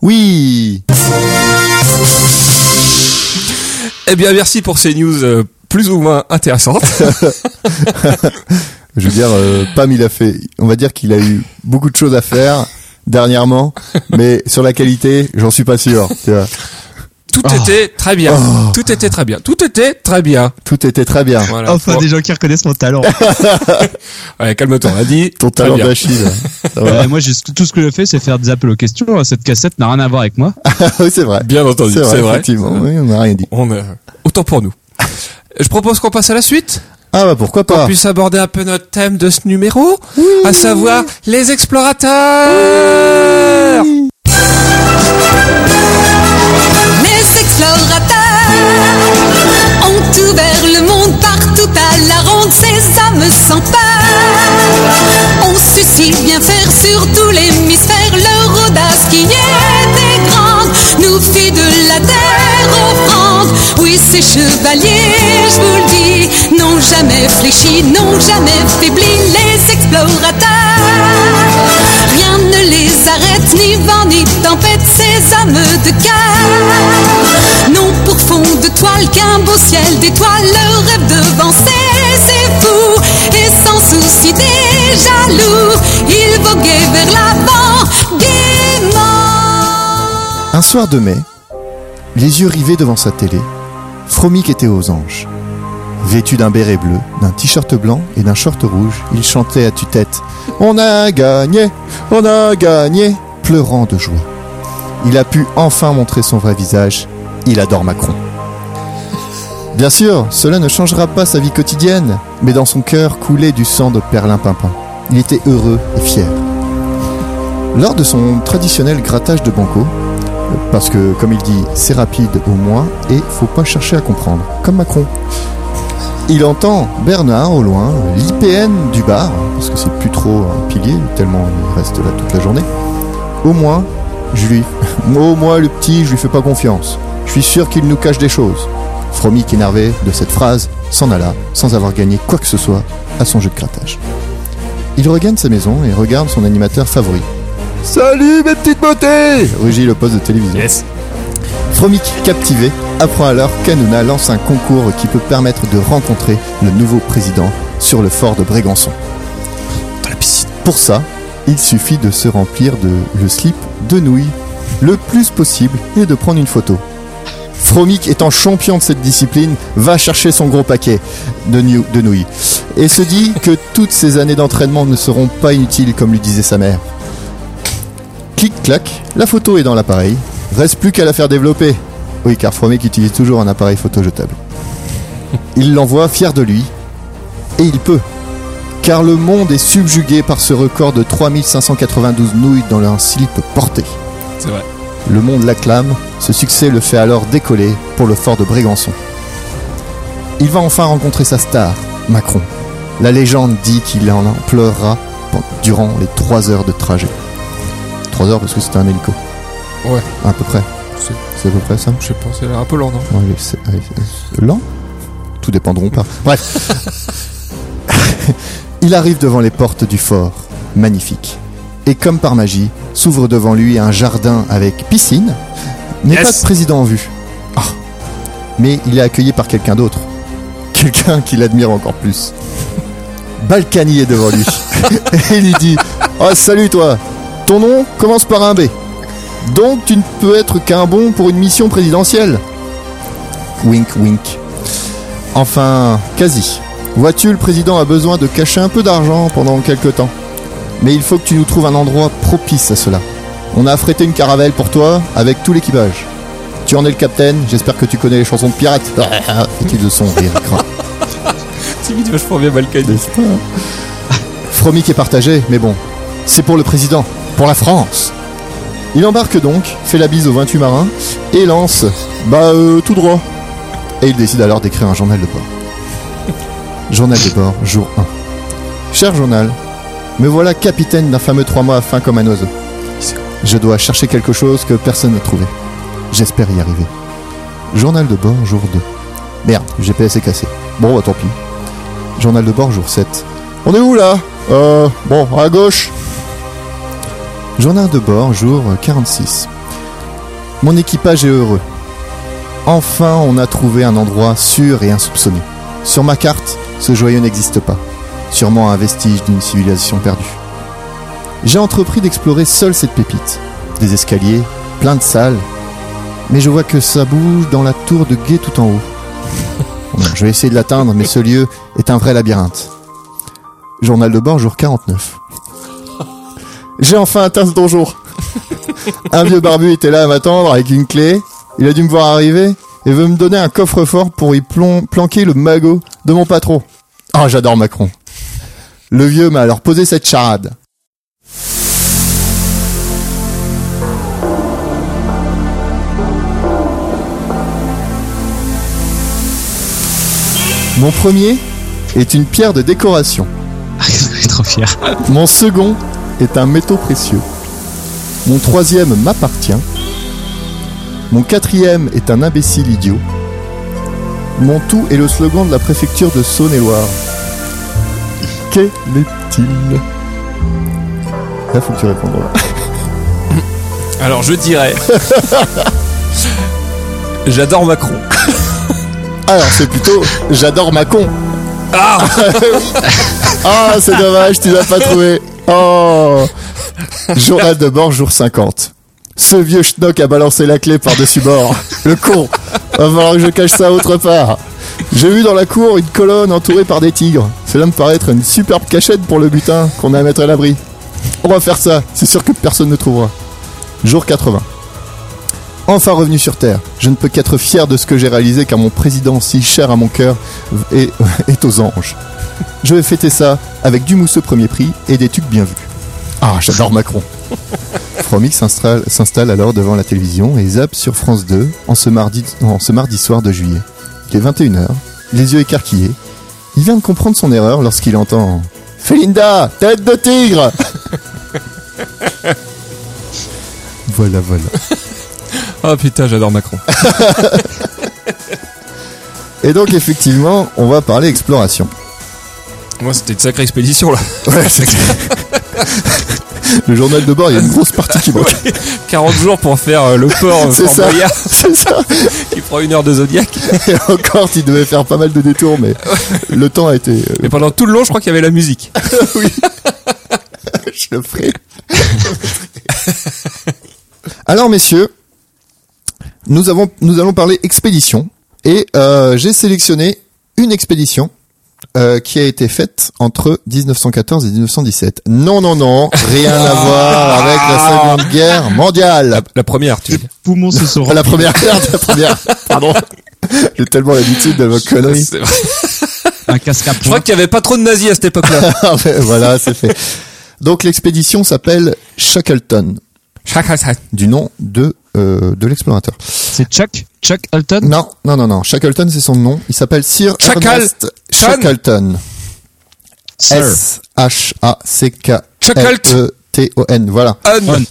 S1: Oui.
S4: Eh bien, merci pour ces news euh, plus ou moins intéressantes.
S1: Je veux dire, euh, Pam, il a fait. On va dire qu'il a eu beaucoup de choses à faire dernièrement, mais sur la qualité, j'en suis pas sûr. Tu vois,
S4: Tout
S1: Ah.
S4: était très bien. Tout était très bien. Tout était très bien.
S1: tout était très bien.
S4: Voilà. Bon.
S3: gens qui reconnaissent mon talent.
S4: Ouais, calme-toi, on a dit.
S1: Ton
S4: très
S1: talent
S4: bien.
S1: d'Achille. Ça va.
S3: moi, j'ai- tout ce que je fais, c'est faire des appels aux questions. Cette cassette n'a rien à voir avec moi.
S1: oui, c'est vrai.
S4: Bien entendu,
S1: C'est vrai,
S4: c'est vrai.
S1: effectivement. Oui, on n'a rien dit.
S4: On, euh, autant pour nous. Je propose qu'on passe à la suite,
S1: Ah bah pourquoi
S4: qu'on
S1: pas
S4: puisse aborder un peu notre thème de ce numéro, à savoir les explorateurs.
S6: Les explorateurs ont ouvert le monde partout à la ronde, ces âmes sans peur ont su si bien faire sur tout l'hémisphère. Leur audace qui était grande nous fit de la terre offrande. Oui, ces chevaliers, je vous le dis, n'ont jamais fléchi, n'ont jamais faibli les explorateurs. Rien ne les arrête, ni vent, ni tempête, ces âmes de cœur. Non pour fond de toile qu'un beau ciel d'étoiles, le rêve devancé, c'est fou. Et sans souci des jaloux, ils voguaient vers l'avant, gaiement.
S1: Un soir de mai, les yeux rivés devant sa télé, Fromic était aux anges. Vêtu d'un béret bleu, d'un t-shirt blanc et d'un short rouge, il chantait à tue-tête On a gagné On a gagné pleurant de joie. il a pu enfin montrer son vrai visage. Il adore Macron. Bien sûr, cela ne changera pas sa vie quotidienne, mais dans son cœur coulait du sang de Perlimpinpin. Il était heureux et fier. Lors de son traditionnel grattage de banco, parce que comme il dit, c'est rapide au moins et faut pas chercher à comprendre, comme Macron. Il entend Bernard au loin, l'IPN du bar, parce que c'est plus trop un pilier, tellement il reste là toute la journée. Au moins, je lui. Au moins, le petit, je lui fais pas confiance. Je suis sûr qu'il nous cache des choses. Fromic énervé de cette phrase s'en alla sans avoir gagné quoi que ce soit à son jeu de grattage. Il regagne sa maison et regarde son animateur favori,
S4: Salut mes petites beautés
S1: rugit le poste de télévision.
S4: Yes.
S1: Fromic, captivé, apprend alors qu'Anouna lance un concours qui peut permettre de rencontrer le nouveau président sur le fort de Brégançon.
S4: Dans la piscine.
S1: Pour ça, il suffit de se remplir de le slip de nouilles le plus possible et de prendre une photo. Fromic étant champion de cette discipline, va chercher son gros paquet de, niou- de nouilles et se dit que toutes ces années d'entraînement ne seront pas inutiles comme lui disait sa mère. Clic-clac, la photo est dans l'appareil. Reste plus qu'à la faire développer. Oui, car Fromic utilise toujours un appareil photo jetable. Il l'envoie fier de lui. Et il peut. Car le monde est subjugué par ce record de 3592 nouilles dans un slip porté.
S4: C'est vrai.
S1: Le monde l'acclame, ce succès le fait alors décoller pour le fort de Brégançon. Il va enfin rencontrer sa star, Macron. La légende dit qu'il en pleurera pen- durant les 3 heures de trajet. 3 heures parce que c'était un hélico.
S4: Ouais.
S1: À peu près.
S4: C'est-
S1: C'est à peu près ça
S4: Je sais pas, ça a l'air un peu hein. lent, non
S1: Ouais, c'est- ouais, c'est- lent Tout dépendront pas. Bref. Il arrive devant les portes du fort, magnifique. Et comme par magie, s'ouvre devant lui un jardin avec piscine. N'est
S4: Yes.
S1: pas de président en vue. Ah. Mais il est accueilli par quelqu'un d'autre. Quelqu'un qu'il admire encore plus. Balkany est devant lui. et il lui dit Oh, salut toi Ton nom commence par un B. Donc tu ne peux être qu'un bon pour une mission présidentielle. Wink wink. Enfin, quasi. Vois-tu, le président a besoin de cacher un peu d'argent pendant quelques temps. Mais il faut que tu nous trouves un endroit propice à cela. On a affrété une caravelle pour toi avec tout l'équipage. Tu en es le capitaine, j'espère que tu connais les chansons de pirates. Ah, Fait-il de son rire gras.
S4: Timide vachement bien Balkany.
S1: N'est-ce pas Fromic est partagé, mais bon, c'est pour le président, pour la France. Il embarque donc, fait la bise aux 28 marins, et lance Bah, euh, tout droit. Et il décide alors d'écrire un journal de bord. Journal de bord, jour 1. Cher journal, me voilà capitaine d'un fameux trois mois à faim comme un oiseau. Je dois chercher quelque chose que personne n'a trouvé. J'espère y arriver. Journal de bord, jour 2. Merde, le GPS est cassé. Bon, bah tant pis. Journal de bord, jour 7. On est où là Euh. Bon, à gauche. Journal de bord, jour 46. Mon équipage est heureux. Enfin, on a trouvé un endroit sûr et insoupçonné. Sur ma carte, ce joyau n'existe pas. Sûrement un vestige d'une civilisation perdue. J'ai entrepris d'explorer seul cette pépite. Des escaliers, plein de salles. Mais je vois que ça bouge dans la tour de guet tout en haut. Bon, je vais essayer de l'atteindre, mais ce lieu est un vrai labyrinthe. Journal de bord, jour 49. J'ai enfin atteint ce donjon. un vieux barbu était là à m'attendre avec une clé. Il a dû me voir arriver et veut me donner un coffre-fort pour y plon- planquer le magot de mon patron. Ah, j'adore Macron. Le vieux m'a alors posé cette charade. Mon premier est une pierre de décoration.
S3: Je suis trop fier.
S1: Mon second est un métaux précieux. Mon troisième m'appartient. Mon quatrième est un imbécile idiot. Mon tout est le slogan de la préfecture de Saône-et-Loire. Quel est-il Là, faut que tu répondes. là.
S4: Alors je dirais. J'adore Macron.
S1: Alors, c'est plutôt J'adore ma con.
S4: Ah
S1: Ah, c'est dommage, tu l'as pas trouvé. Oh Journal de bord, jour 50. Ce vieux schnock a balancé la clé par-dessus bord. Le con Va falloir que je cache ça autre part. J'ai vu dans la cour une colonne entourée par des tigres. Cela me paraît être une superbe cachette pour le butin qu'on a à mettre à l'abri. On va faire ça, c'est sûr que personne ne trouvera. Jour 80. enfin revenu sur Terre. Je ne peux qu'être fier de ce que j'ai réalisé car mon président, si cher à mon cœur, est, est aux anges. Je vais fêter ça avec du mousseux premier prix et des tubes bien vus. Ah, j'adore Macron. Fromic s'installe s'installe alors devant la télévision et zappe sur France 2 en ce mardi, en ce mardi soir de juillet. Il est 21h, les yeux écarquillés. Il vient de comprendre son erreur lorsqu'il entend Félinda, tête de tigre Voilà, voilà.
S4: Oh putain, j'adore Macron.
S1: Et donc, effectivement, on va parler exploration.
S4: Moi, c'était une sacrée expédition là.
S1: Le journal de bord, il y a une grosse partie qui manque.
S4: 40 jours pour faire euh, le port euh,
S1: C'est
S4: Fort
S1: ça.
S4: Boyard,
S1: C'est ça
S4: qui prend une heure de Zodiac.
S1: Et encore, il devait faire pas mal de détours, mais le temps a été. euh,
S4: Mais pendant tout le long, je crois qu'il y avait la musique.
S1: je le ferai. Alors, messieurs, nous, avons, nous allons parler expédition. Et euh, j'ai sélectionné une expédition euh, qui a été faite entre 1914 et 1917. Non, non, non, rien à voir avec la Seconde Guerre mondiale.
S4: La première, tu dis.
S3: Poumons se sont
S1: Pas la première guerre, la première. Pardon. J'ai tellement l'habitude de ma connerie.
S4: C'est vrai.
S3: un casque à
S4: Je crois
S3: pointe.
S4: qu'il y avait pas trop de nazis à cette époque-là.
S1: Ah, ben, voilà, c'est fait. Donc l'expédition s'appelle Shackleton, du nom de euh, de l'explorateur.
S3: C'est Chuck, Chuck Alton.
S1: Non, non, non, non. Shackleton, c'est son nom. Il s'appelle Sir
S4: Chacal-
S1: Ernest Shackleton.
S3: Sir.
S1: S H A C K
S4: Shacklet.
S1: E T O N. Voilà.
S4: Anne.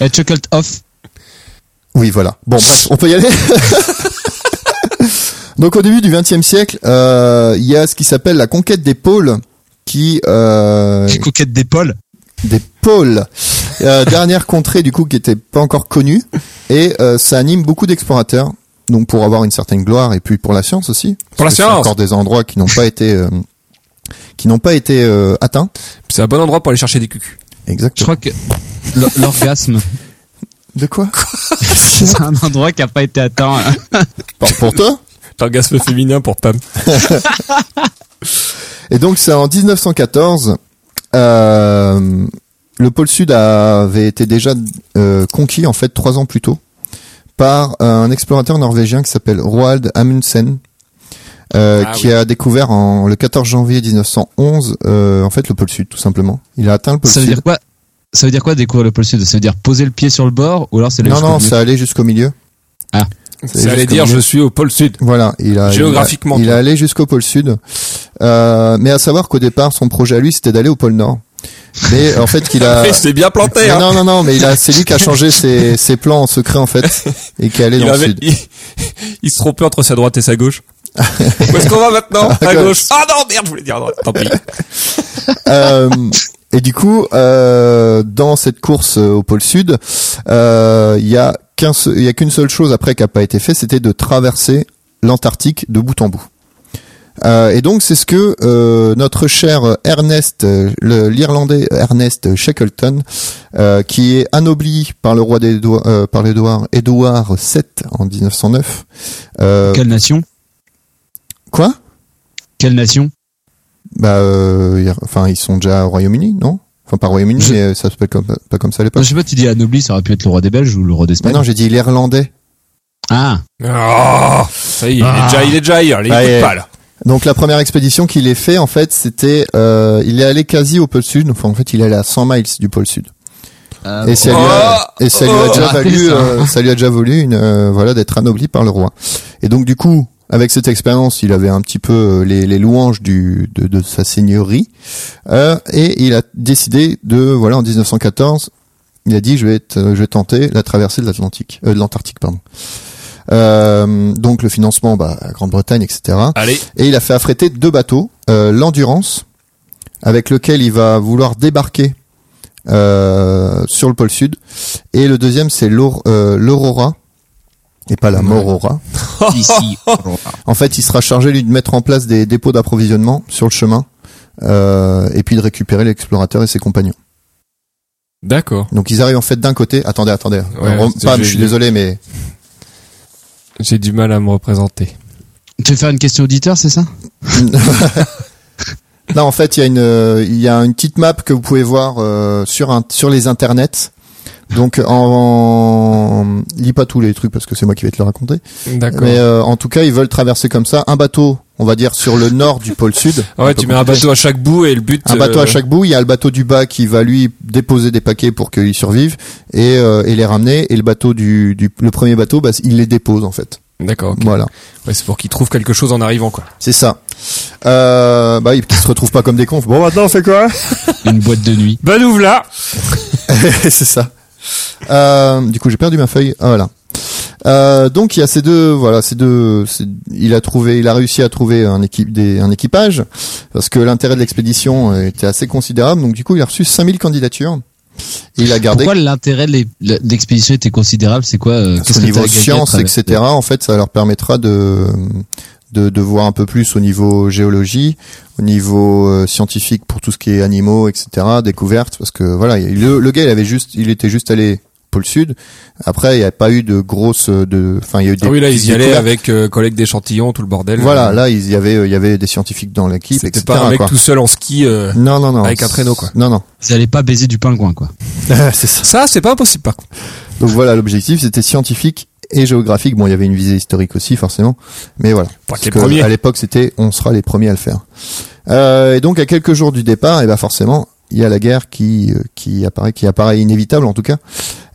S3: Et Euh, Chuck Alt off.
S1: Oui, voilà. Bon, bref, on peut y aller. Donc au début du XXe siècle, euh, il y a ce qui s'appelle la conquête des pôles, qui euh,
S3: Qui coquette d'épaule.
S1: des pôles. Euh, dernière contrée du coup qui était pas encore connue et euh, ça anime beaucoup d'explorateurs. Donc pour avoir une certaine gloire et puis pour la science aussi.
S4: Pour la
S1: Parce que c'est
S4: science.
S1: encore des endroits qui n'ont pas été euh, qui n'ont pas été euh, atteints.
S4: C'est un bon endroit pour aller chercher des cucus.
S3: Je crois
S1: Exactement.
S3: que l'or- l'orgasme,
S1: De quoi
S3: c'est un endroit qui a pas été atteint.
S1: Parle pour toi.
S4: L'orgasme féminin pour Pam.
S1: Et donc c'est en 1914 euh, le pôle sud avait été déjà euh, conquis en fait trois ans plus tôt par un explorateur norvégien qui s'appelle Roald Amundsen. euh,
S4: Ah
S1: qui a découvert en, le 14 janvier 1911 euh, en fait le pôle sud tout simplement. Il a atteint le pôle
S3: Ça veut
S1: sud.
S3: dire quoi Ça veut dire quoi découvrir le pôle sud Ça veut dire poser le pied sur le bord ou alors c'est le
S1: non non, ça allait jusqu'au milieu.
S3: Ah.
S4: C'est aller dire, je suis au pôle sud.
S1: Voilà, il a
S4: Géographiquement,
S1: Il, a- il
S4: quoi.
S1: est allé jusqu'au pôle sud, Euh, mais à savoir qu'au départ son projet à lui c'était d'aller au pôle nord. Mais en fait qu'il a
S4: Et c'est bien planté,
S1: Mais
S4: hein.
S1: Non, non, non, mais il a, c'est lui qui a changé ses, ses plans en secret, en fait, et qui est allé
S4: Il,
S1: dans
S4: avait-
S1: le sud.
S4: il, il se trompait entre sa droite et sa gauche. Où est-ce qu'on va maintenant À gauche. Ah non, merde, je voulais dire à droite. Tant pis.
S1: Euh, et du coup, euh, dans cette course euh, au pôle sud, euh, il y a qu'un se- il y a qu'une seule chose après qui n'a pas été fait, c'était de traverser l'Antarctique de bout en bout. Euh, et donc c'est ce que euh, notre cher Ernest, euh, le- l'Irlandais Ernest Shackleton, euh, qui est anobli par le roi d'Édouard, euh, par l'Édouard Édouard VII en 1909. Euh,
S3: Quelle nation
S1: Quoi
S3: Quelle nation
S1: Bah, euh, y a- enfin, ils sont déjà au Royaume-Uni, non Enfin, pas Royaume-Uni,
S3: Je-
S1: mais euh, ça s'appelle comme, pas comme ça à
S3: Non,
S1: l'époque.
S3: Je sais pas, tu dis Anobli, ça aurait pu être le roi des Belges ou le roi
S1: Mais
S3: d'Espagne.
S1: non, j'ai dit l'Irlandais.
S3: Ah,
S4: Ah, ça y est, il est déjà, il est déjà ailleurs. Il
S1: Ah,
S4: écoute
S1: et-
S4: pas, là.
S1: Donc la première expédition qu'il ait fait, en fait, c'était, euh, il est allé quasi au pôle sud. Enfin, en fait, il est allé à 100 miles du pôle sud.
S3: Ah,
S1: Et ça lui a, et ça lui a
S4: oh,
S1: déjà
S3: raté,
S1: valu,
S3: ça.
S1: euh, ça lui a déjà valu une, euh, voilà, d'être anobli par le roi. Et donc du coup, avec cette expérience, il avait un petit peu euh, les, les louanges du, de, de sa seigneurie, euh, et il a décidé de, voilà, en 1914, il a dit, je vais, être, euh, je vais tenter la traversée de l'Atlantique, euh, de l'Antarctique, pardon. Euh, donc le financement, bah, à Grande-Bretagne, etc.
S4: Allez.
S1: Et il a fait affréter deux bateaux, euh, l'Endurance, avec lequel il va vouloir débarquer euh, sur le pôle sud, et le deuxième c'est l'Aur- euh, l'Aurora, et pas la Morora.
S3: ici.
S1: En fait, il sera chargé lui de mettre en place des dépôts d'approvisionnement sur le chemin, euh, et puis de récupérer l'explorateur et ses compagnons.
S4: D'accord.
S1: Donc ils arrivent en fait d'un côté. Attendez, attendez.
S4: Ouais,
S1: Rome-
S4: c'est-
S1: Pam,
S4: j'ai-
S1: je suis désolé, mais
S4: J'ai du mal à me représenter.
S3: Tu veux faire une question auditeur, c'est ça
S1: Non, en fait, il y a une euh, il y a une petite map que vous pouvez voir euh, sur un, sur les internets Donc, en, en- lis pas tous les trucs parce que c'est moi qui vais te les raconter.
S4: D'accord.
S1: Mais euh, en tout cas, ils veulent traverser comme ça un bateau, on va dire sur le nord du pôle sud.
S4: ouais, tu mets un bateau à chaque bout et le but.
S1: Un bateau
S4: euh,
S1: à chaque bout, il y a le bateau du bas qui va lui déposer des paquets pour qu'ils survivent et, euh, et les ramener. Et le bateau du, du le premier bateau, bah, il les dépose en fait.
S4: D'accord. ok.
S1: Voilà,
S4: Ouais, c'est pour qu'il trouve quelque chose en arrivant, quoi.
S1: c'est ça. Euh, bah, ils se retrouvent pas comme des cons. Bon, maintenant on fait quoi
S3: Une boîte de nuit.
S4: Ben ouvre là.
S1: c'est ça. Euh, du coup, j'ai perdu ma feuille. Ah, voilà. Euh, donc il y a ces deux, voilà, ces deux. ces- il a trouvé, il a réussi à trouver un équipe, des, un équipage, parce que l'intérêt de l'expédition euh, était assez considérable. Donc du coup, il a reçu 5000 candidatures. Et il a gardé
S3: Pourquoi l'intérêt de l'é- de l'expédition était considérable C'est quoi euh,
S1: au
S3: qu'est-ce que
S1: niveau
S3: t'as gagné à
S1: science,
S3: travers-
S1: etc. En fait, ça leur permettra de de, de voir un peu plus au niveau géologie, au niveau euh, scientifique pour tout ce qui est animaux, etc. Découverte, parce que voilà, il- le, le gars, il avait juste, il était juste allé pôle sud. Après, il n'y a pas eu de grosses, de, enfin, il y a eu des.
S4: Ah oui, là, ils y allaient
S1: découvertes.
S4: avec euh, collecte d'échantillons, tout le bordel.
S1: Voilà, là, il y avait, euh, il y avait des scientifiques dans l'équipe,
S4: C'était
S1: etc.
S4: pas un mec
S1: quoi.
S4: tout seul en ski. euh,
S1: Non, non, non.
S4: avec un traîneau, quoi.
S1: Non, non.
S3: Vous allez pas baiser du pingouin, quoi.
S1: C'est ça.
S4: Ça, c'est pas impossible, par contre.
S1: Donc voilà, l'objectif, c'était scientifique et géographique. Bon, il y avait une visée historique aussi, forcément. Mais voilà.
S4: Pour être
S1: Parce
S4: les
S1: que
S4: premiers.
S1: à l'époque, c'était on sera les premiers à le faire. Euh, et donc à quelques jours du départ, et ben forcément, il y a la guerre qui euh, qui apparaît, qui apparaît inévitable en tout cas.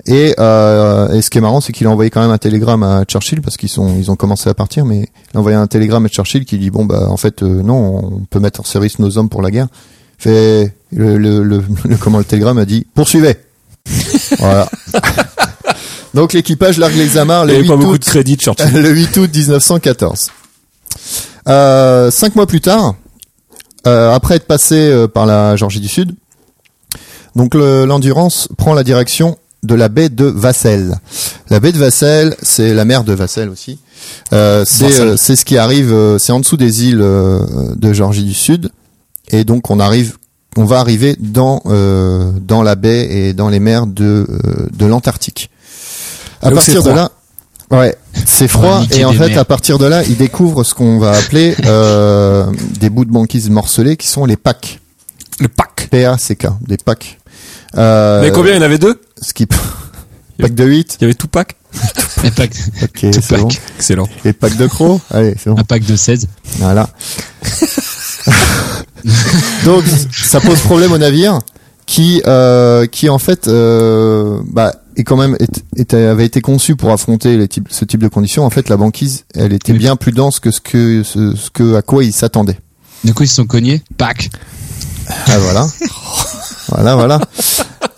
S1: Et, euh, et ce qui est marrant, c'est qu'il a envoyé quand même un télégramme à Churchill parce qu'ils sont ils ont commencé à partir, mais il a envoyé un télégramme à Churchill qui dit bon bah en fait euh, non, on peut mettre en service nos hommes pour la guerre. Fait le le, le, le- comment le télégramme a dit poursuivez. voilà. Donc l'équipage largue les amarres
S4: Il
S1: le
S4: avait
S1: 8
S4: pas beaucoup
S1: août
S4: de crédit, Churchill.
S1: le 8 août 1914. Euh, cinq mois plus tard, euh, après être passé euh, par la Géorgie du Sud, donc le- l'Endurance prend la direction de la baie de Vassel. La baie de Vassel, c'est la mer de Vassel aussi. Euh, c'est
S4: Vassel.
S1: euh, c'est ce qui arrive, euh, c'est en dessous des îles euh, de Géorgie du Sud, et donc on arrive, on va arriver dans euh, dans la baie et dans les mers de euh, de l'Antarctique. À
S4: Là où c'est
S1: partir de
S4: froid.
S1: là, ouais, c'est
S3: Oh,
S1: froid
S3: niquer
S1: et en
S3: des
S1: fait
S3: mers.
S1: à partir de là, il découvre ce qu'on va appeler euh, des bouts de banquise morcelés qui sont les packs,
S4: Le pack.
S1: P-A-C-K, des packs. Euh,
S4: Mais combien Il y en avait deux
S1: Skip. Pack de 8
S4: Il y avait tout pack.
S3: Un pack,
S1: Ok, c'est
S3: pack.
S1: bon.
S4: Excellent.
S1: Et pack de crocs Allez, c'est bon.
S3: un pack de 16.
S1: Voilà. Donc ça pose problème au navire qui euh, qui en fait euh, bah est quand même est- était- avait été conçu pour affronter les types, ce type de conditions. En fait, la banquise, elle était
S3: Oui.
S1: bien plus dense que ce que ce, ce que à quoi il s'attendait.
S3: Du coup, ils se sont cognés. Pack.
S1: Ah voilà. Voilà, voilà.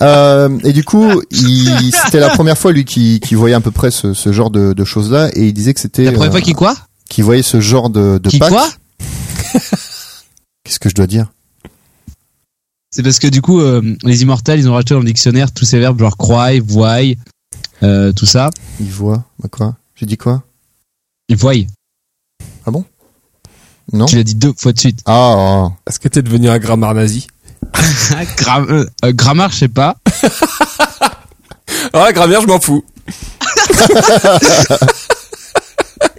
S1: Euh, et du coup, il- c'était la première fois lui qui, qui voyait à peu près ce, ce genre de, de choses là, et il disait que c'était
S3: La première
S1: euh,
S3: fois qu'ils quoi
S1: qu'il voyait ce genre de, de
S3: Qui
S1: pacte.
S3: quoi
S1: Qu'est-ce que je dois dire
S3: C'est parce que du coup, euh, les immortels, ils ont rajouté dans le dictionnaire tous ces verbes genre croient, voient, euh, tout ça.
S1: Il voit bah, quoi J'ai dit quoi
S3: Ils voient.
S1: Non
S3: Tu l'as dit deux fois de suite.
S1: Ah, ah.
S4: Est-ce que t'es devenu un grammaire nazi
S3: Ah, gra- euh, euh, grammaire, je sais pas.
S4: Ah, grammaire, je m'en fous.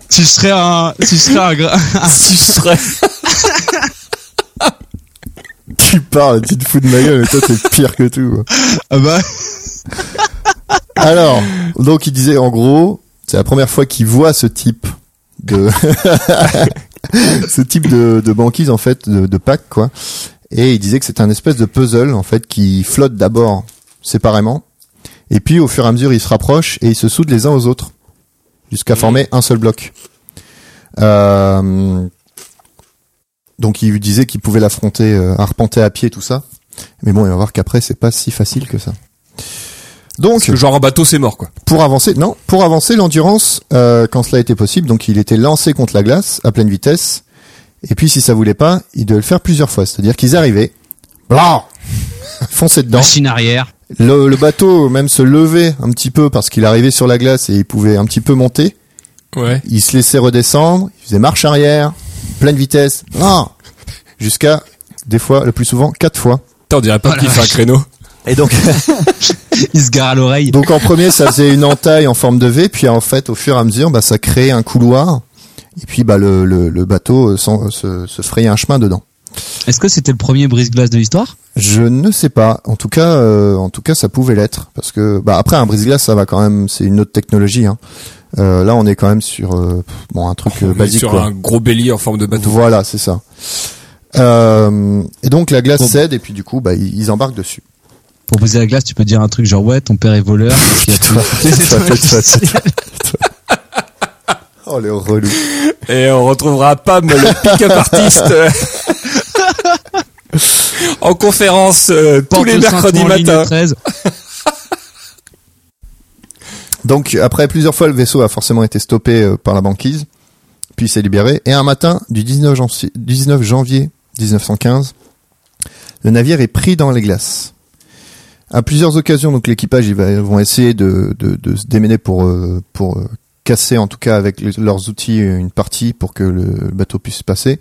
S3: Si je serais un, si je serais un, gra-
S4: Si je serais.
S1: tu parles, tu te fous de ma gueule, mais toi t'es pire que tout. quoi.
S3: ah bah,
S1: Alors, donc il disait en gros, c'est la première fois qu'il voit ce type de ce type de, de banquise en fait, de, de pack quoi. Et il disait que c'est un espèce de puzzle en fait qui flotte d'abord séparément, et puis au fur et à mesure ils se rapprochent et ils se soudent les uns aux autres jusqu'à former un seul bloc. Euh, donc il lui disait qu'il pouvait l'affronter, euh, arpenter à pied tout ça. Mais bon, il va voir qu'après c'est pas si facile que ça. Donc,
S4: Parce que genre un bateau, c'est mort, quoi.
S1: pour avancer, non, pour avancer, l'endurance, euh, quand cela était possible, donc il était lancé contre la glace à pleine vitesse. Et puis, si ça voulait pas, il devait le faire plusieurs fois. C'est-à-dire qu'ils arrivaient, blah, foncer dedans.
S3: machine arrière.
S1: Le, le bateau même se levait un petit peu parce qu'il arrivait sur la glace et il pouvait un petit peu monter.
S4: Ouais.
S1: Il se laissait redescendre, il faisait marche arrière, pleine vitesse, blah, jusqu'à des fois, le plus souvent, quatre fois.
S4: Putain, on dirait pas
S3: Oh la
S4: qu'il fait un
S3: vache.
S4: créneau.
S1: Et donc,
S3: Il se gare à l'oreille.
S1: Donc en premier, ça faisait une entaille en forme de V, puis en fait, au fur et à mesure, bah, ça créait un couloir, et puis bah, le, le, le bateau euh, s'en- se, se frayait un chemin dedans.
S3: Est-ce que c'était le premier brise-glace de l'histoire
S1: Je ne sais pas. En tout cas, euh, en tout cas, ça pouvait l'être parce que bah après un brise-glace, ça va quand même. C'est une autre technologie. Hein. Euh, là, on est quand même sur euh, pff, bon un truc euh,
S4: On est
S1: basique.
S4: sur
S1: quoi.
S4: un gros bélier en forme de bateau.
S1: Voilà, c'est ça. Euh, et donc la glace
S3: Bon.
S1: cède et puis du coup, bah ils ils embarquent dessus.
S3: Pour briser la glace, tu peux dire un truc genre ouais, ton père est voleur. et puis après-
S1: Tais-toi, tais-toi, tais-toi. Oh le relou.
S4: Et on retrouvera Pam, le pick-up artiste, euh, en conférence euh, tous
S3: Porte
S4: les mercredis
S3: Saint-Ouen, ligne
S4: matins.
S3: 13.
S1: Donc après plusieurs fois, le vaisseau a forcément été stoppé euh, par la banquise, puis s'est libéré. Et un matin du 19, janvier- 19 janvier 1915, le navire est pris dans les glaces. À plusieurs occasions, donc l'équipage ils va- ils vont essayer de, de- de se démêler pour euh, pour euh, casser en tout cas avec le- leurs outils euh, une partie pour que le bateau puisse passer,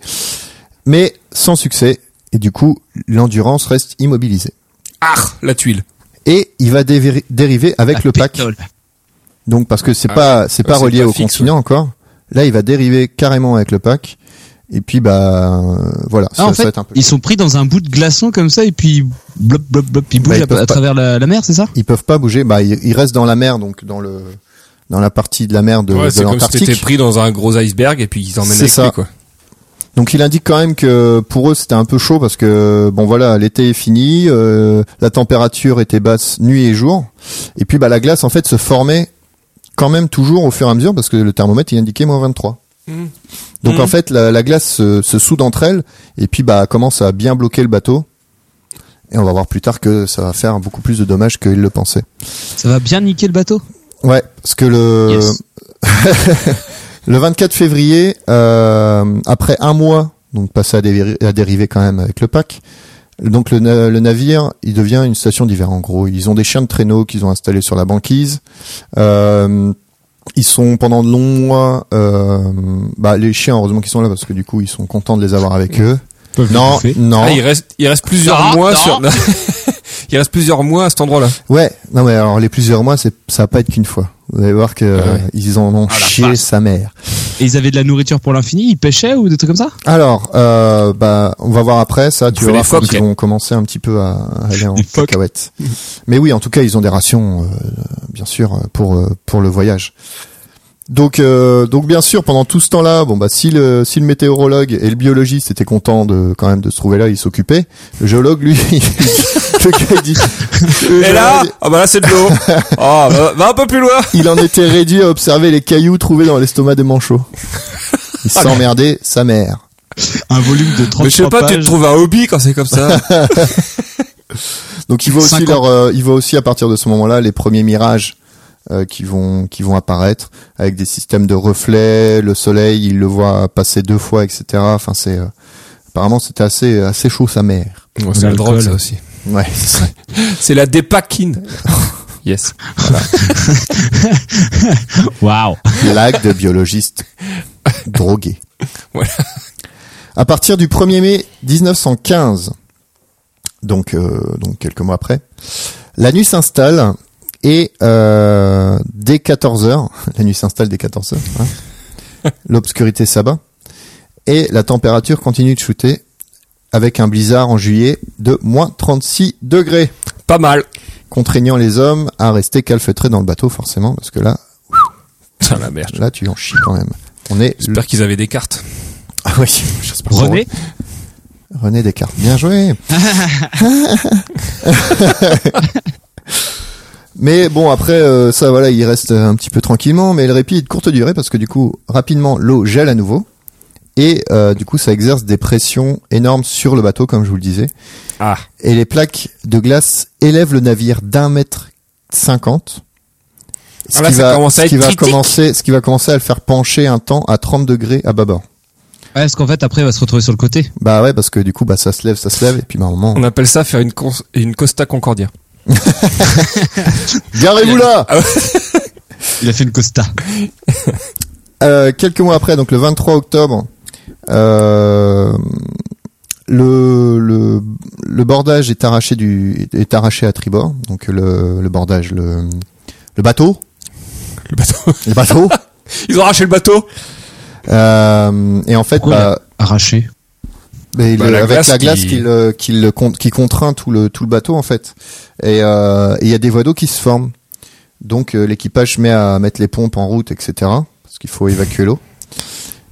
S1: mais sans succès. Et du coup, l'endurance reste immobilisée.
S4: Ah, la tuile.
S1: Et il va dévi- dériver avec
S3: Ah,
S1: le pack.
S3: pétole.
S1: Donc parce que c'est
S4: Ah,
S1: pas c'est
S4: ouais,
S1: pas
S4: c'est
S1: relié
S4: pas
S1: au
S4: fixe,
S1: continent encore. Là, il va dériver carrément avec le pack. Et puis bah euh, voilà,
S3: Ah,
S1: ça,
S3: en
S1: ça va
S3: fait,
S1: être un peu.
S3: ils sont pris dans un bout de glaçon comme ça et puis blop blop blop, ils
S1: Bah,
S3: bougent
S1: ils
S3: à-
S1: peuvent
S3: à,
S1: pas.
S3: travers la, la mer, c'est ça
S1: Ils peuvent pas bouger. Bah ils, ils restent dans la mer donc dans le dans la partie de la mer de,
S4: ouais,
S1: de
S4: c'est comme si t'étais
S1: l'Antarctique.
S4: pris dans un gros iceberg et puis ils t'emmènent
S1: C'est
S4: avec
S1: ça.
S4: lui, quoi.
S1: donc il indique quand même que pour eux c'était un peu chaud parce que bon voilà l'été est fini, euh, la température était basse nuit et jour. Et puis bah la glace en fait se formait quand même toujours au fur et à mesure parce que le thermomètre il indiquait moins 23. Donc
S4: Mhm.
S1: en fait, la, la glace se, se soude entre elles et puis bah commence à bien bloquer le bateau. Et on va voir plus tard que ça va faire beaucoup plus de dommages qu'il le pensait.
S3: Ça va bien niquer le bateau.
S1: Ouais, parce que le
S3: Yes.
S1: le 24 février, euh, après un mois, donc passé à, dévir- à dériver quand même avec le pack, donc le, na- le navire, il devient une station d'hiver en gros. Ils ont des chiens de traîneau qu'ils ont installés sur la banquise. Euh, ils sont pendant de longs mois, euh, bah les chiens heureusement qu'ils sont là parce que du coup ils sont contents de les avoir avec eux. Non,
S3: bouffer.
S1: non.
S4: Ah, il reste, il reste plusieurs
S3: Non,
S4: mois
S3: non.
S4: sur, il reste plusieurs mois à cet endroit-là.
S1: Ouais, non mais alors les plusieurs mois, c'est ça va pas être qu'une fois. Vous allez voir que
S4: ouais.
S1: euh, ils en ont
S3: Ah, la
S1: chié
S3: vache.
S1: sa mère.
S3: Et ils avaient de la nourriture pour l'infini, ils pêchaient ou des trucs comme ça
S1: Alors, euh, bah, on va voir après ça. Tu
S4: Fais
S1: vas
S4: les
S1: voir quand
S4: phoques,
S1: ils
S4: hein.
S1: vont commencer un petit peu à, à aller en
S3: Les phoques.
S1: cacahuète. Mais oui, en tout cas, ils ont des rations, euh, bien sûr, euh, pour euh, pour le voyage. Donc, euh, donc bien sûr, pendant tout ce temps-là, bon bah si le si le météorologue et le biologiste étaient contents de quand même de se trouver là, ils s'occupaient. Le géologue, lui, le gars, il dit. euh, le
S4: Et là,
S1: géologue,
S4: ah bah là c'est de l'eau. Ah, bah, va un peu plus loin.
S1: il en était réduit à observer les cailloux trouvés dans l'estomac des manchots.
S4: Ah,
S1: Il s'emmerdait sa mère.
S3: Un volume de 33
S4: Mais je sais pas, tu
S3: pages.
S4: te trouves un hobby quand c'est comme ça.
S1: Donc il voit aussi
S3: 50.
S1: leur, euh, il voit aussi à partir de ce moment-là les premiers mirages euh, qui vont qui vont apparaître avec des systèmes de reflets, le soleil, il le voit passer deux fois, etc. Enfin c'est euh, apparemment c'était assez assez chaud sa mère.
S4: Bon,
S3: c'est la drogue, ça
S4: aussi.
S1: Ouais.
S4: C'est la dépakine. yes.
S3: Waouh.
S1: Blague de biologiste drogué.
S4: Voilà.
S1: À partir du 1er mai 1915, donc, euh, donc quelques mois après, la nuit s'installe et euh, dès 14h, la nuit s'installe dès 14h, hein, l'obscurité s'abat et la température continue de shooter avec un blizzard en juillet de moins 36 degrés
S4: Pas mal.
S1: contraignant les hommes à rester calfeutrés dans le bateau forcément parce que là
S4: Putain Ah, la merde.
S1: là tu en chies quand même on est
S4: J'espère qu'ils avaient des cartes.
S1: ah oui j'espère pour
S3: René,
S1: eux. René Descartes bien joué mais bon après euh, ça voilà il reste un petit peu tranquillement mais le répit est de courte durée parce que du coup rapidement l'eau gèle à nouveau et euh, du coup ça exerce des pressions énormes sur le bateau comme je vous le disais
S4: Ah.
S1: et les plaques de glace élèvent le navire d'un mètre cinquante. Ce
S4: Ah là,
S1: qui,
S4: ça
S1: va,
S4: commence à
S1: ce, qui
S4: être
S1: va
S4: critique.
S1: commencer, ce qui va commencer à le faire pencher un temps à 30 degrés à bâbord.
S3: Ouais, est-ce qu'en fait après il va se retrouver sur le côté
S1: Bah ouais, parce que du coup, bah ça se lève, ça se lève, et puis bah, à un moment...
S4: On appelle ça faire une, cons- une Costa Concordia.
S1: Garez-vous là
S3: Il a fait une costa.
S1: Euh, Quelques mois après, donc le 23 octobre, euh, le, le, le bordage est arraché, du, est arraché à tribord. Donc le, le bordage, le, le bateau.
S4: Le bateau.
S1: Le bateau.
S4: Ils ont arraché le bateau.
S1: Euh, et en fait,
S3: Pourquoi il
S1: bah,
S3: a Arraché.
S1: Mais il,
S4: Bah, la
S1: avec
S4: glace
S1: la glace
S4: qui-
S1: qui, le- qui, le con- qui contraint tout le, tout le bateau en fait. Et euh, et il y a des voies d'eau qui se forment. Donc euh, l'équipage se met à mettre les pompes en route, etc. Parce qu'il faut évacuer l'eau.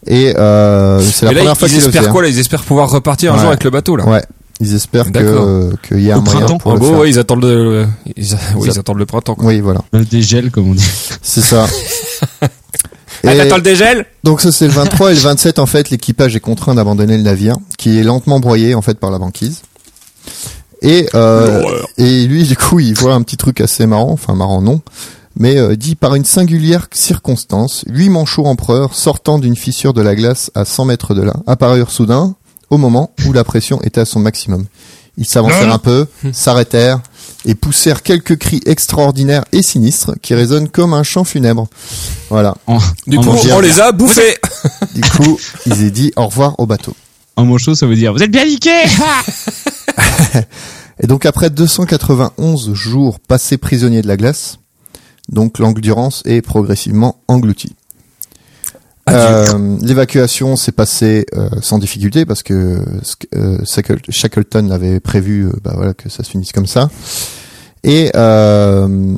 S1: Et euh, c'est la
S4: Mais là,
S1: première
S4: ils
S1: fois qu'ils le
S4: espèrent
S1: font.
S4: quoi là Ils espèrent pouvoir repartir un
S1: Ouais.
S4: jour avec le bateau là.
S1: Ouais, ils espèrent que
S4: D'accord. Ah
S1: euh, qu'il y a
S3: Au
S1: un moyen
S3: printemps.
S1: pour
S4: en
S1: le
S4: gros,
S1: faire.
S4: ouais, ils attendent le, ils, ouais,
S1: Ils
S4: ils attendent le printemps. Quoi.
S1: Oui, voilà,
S3: Le dégel, Euh, comme on dit.
S1: c'est ça.
S4: Ah,
S1: Et-
S4: t'attends le dégel
S1: Donc ça c'est le 23 et le 27 en fait l'équipage est contraint d'abandonner le navire qui est lentement broyé en fait par la banquise. Et euh, et lui du coup il voit un petit truc assez marrant, enfin marrant non, mais euh, dit par une singulière circonstance, huit manchots empereurs sortant d'une fissure de la glace à 100 mètres de là apparurent soudain au moment où la pression était à son maximum. Ils s'avancèrent un peu, s'arrêtèrent et poussèrent quelques cris extraordinaires et sinistres qui résonnent comme un chant funèbre. Voilà.
S3: En,
S4: Du
S3: en
S4: coup,
S3: manchot-
S4: on les a bouffés.
S1: Du coup, ils aient dit au revoir au bateau.
S3: en manchot, ça veut dire, vous êtes bien niqués!
S1: Et donc après 291 jours passés prisonniers de la glace, donc l'endurance est progressivement engloutie.
S4: Ah,
S1: Euh, L'évacuation s'est passée euh, sans difficulté parce que euh, Shackle- Shackleton avait prévu euh, bah voilà, que ça se finisse comme ça. Et, euh,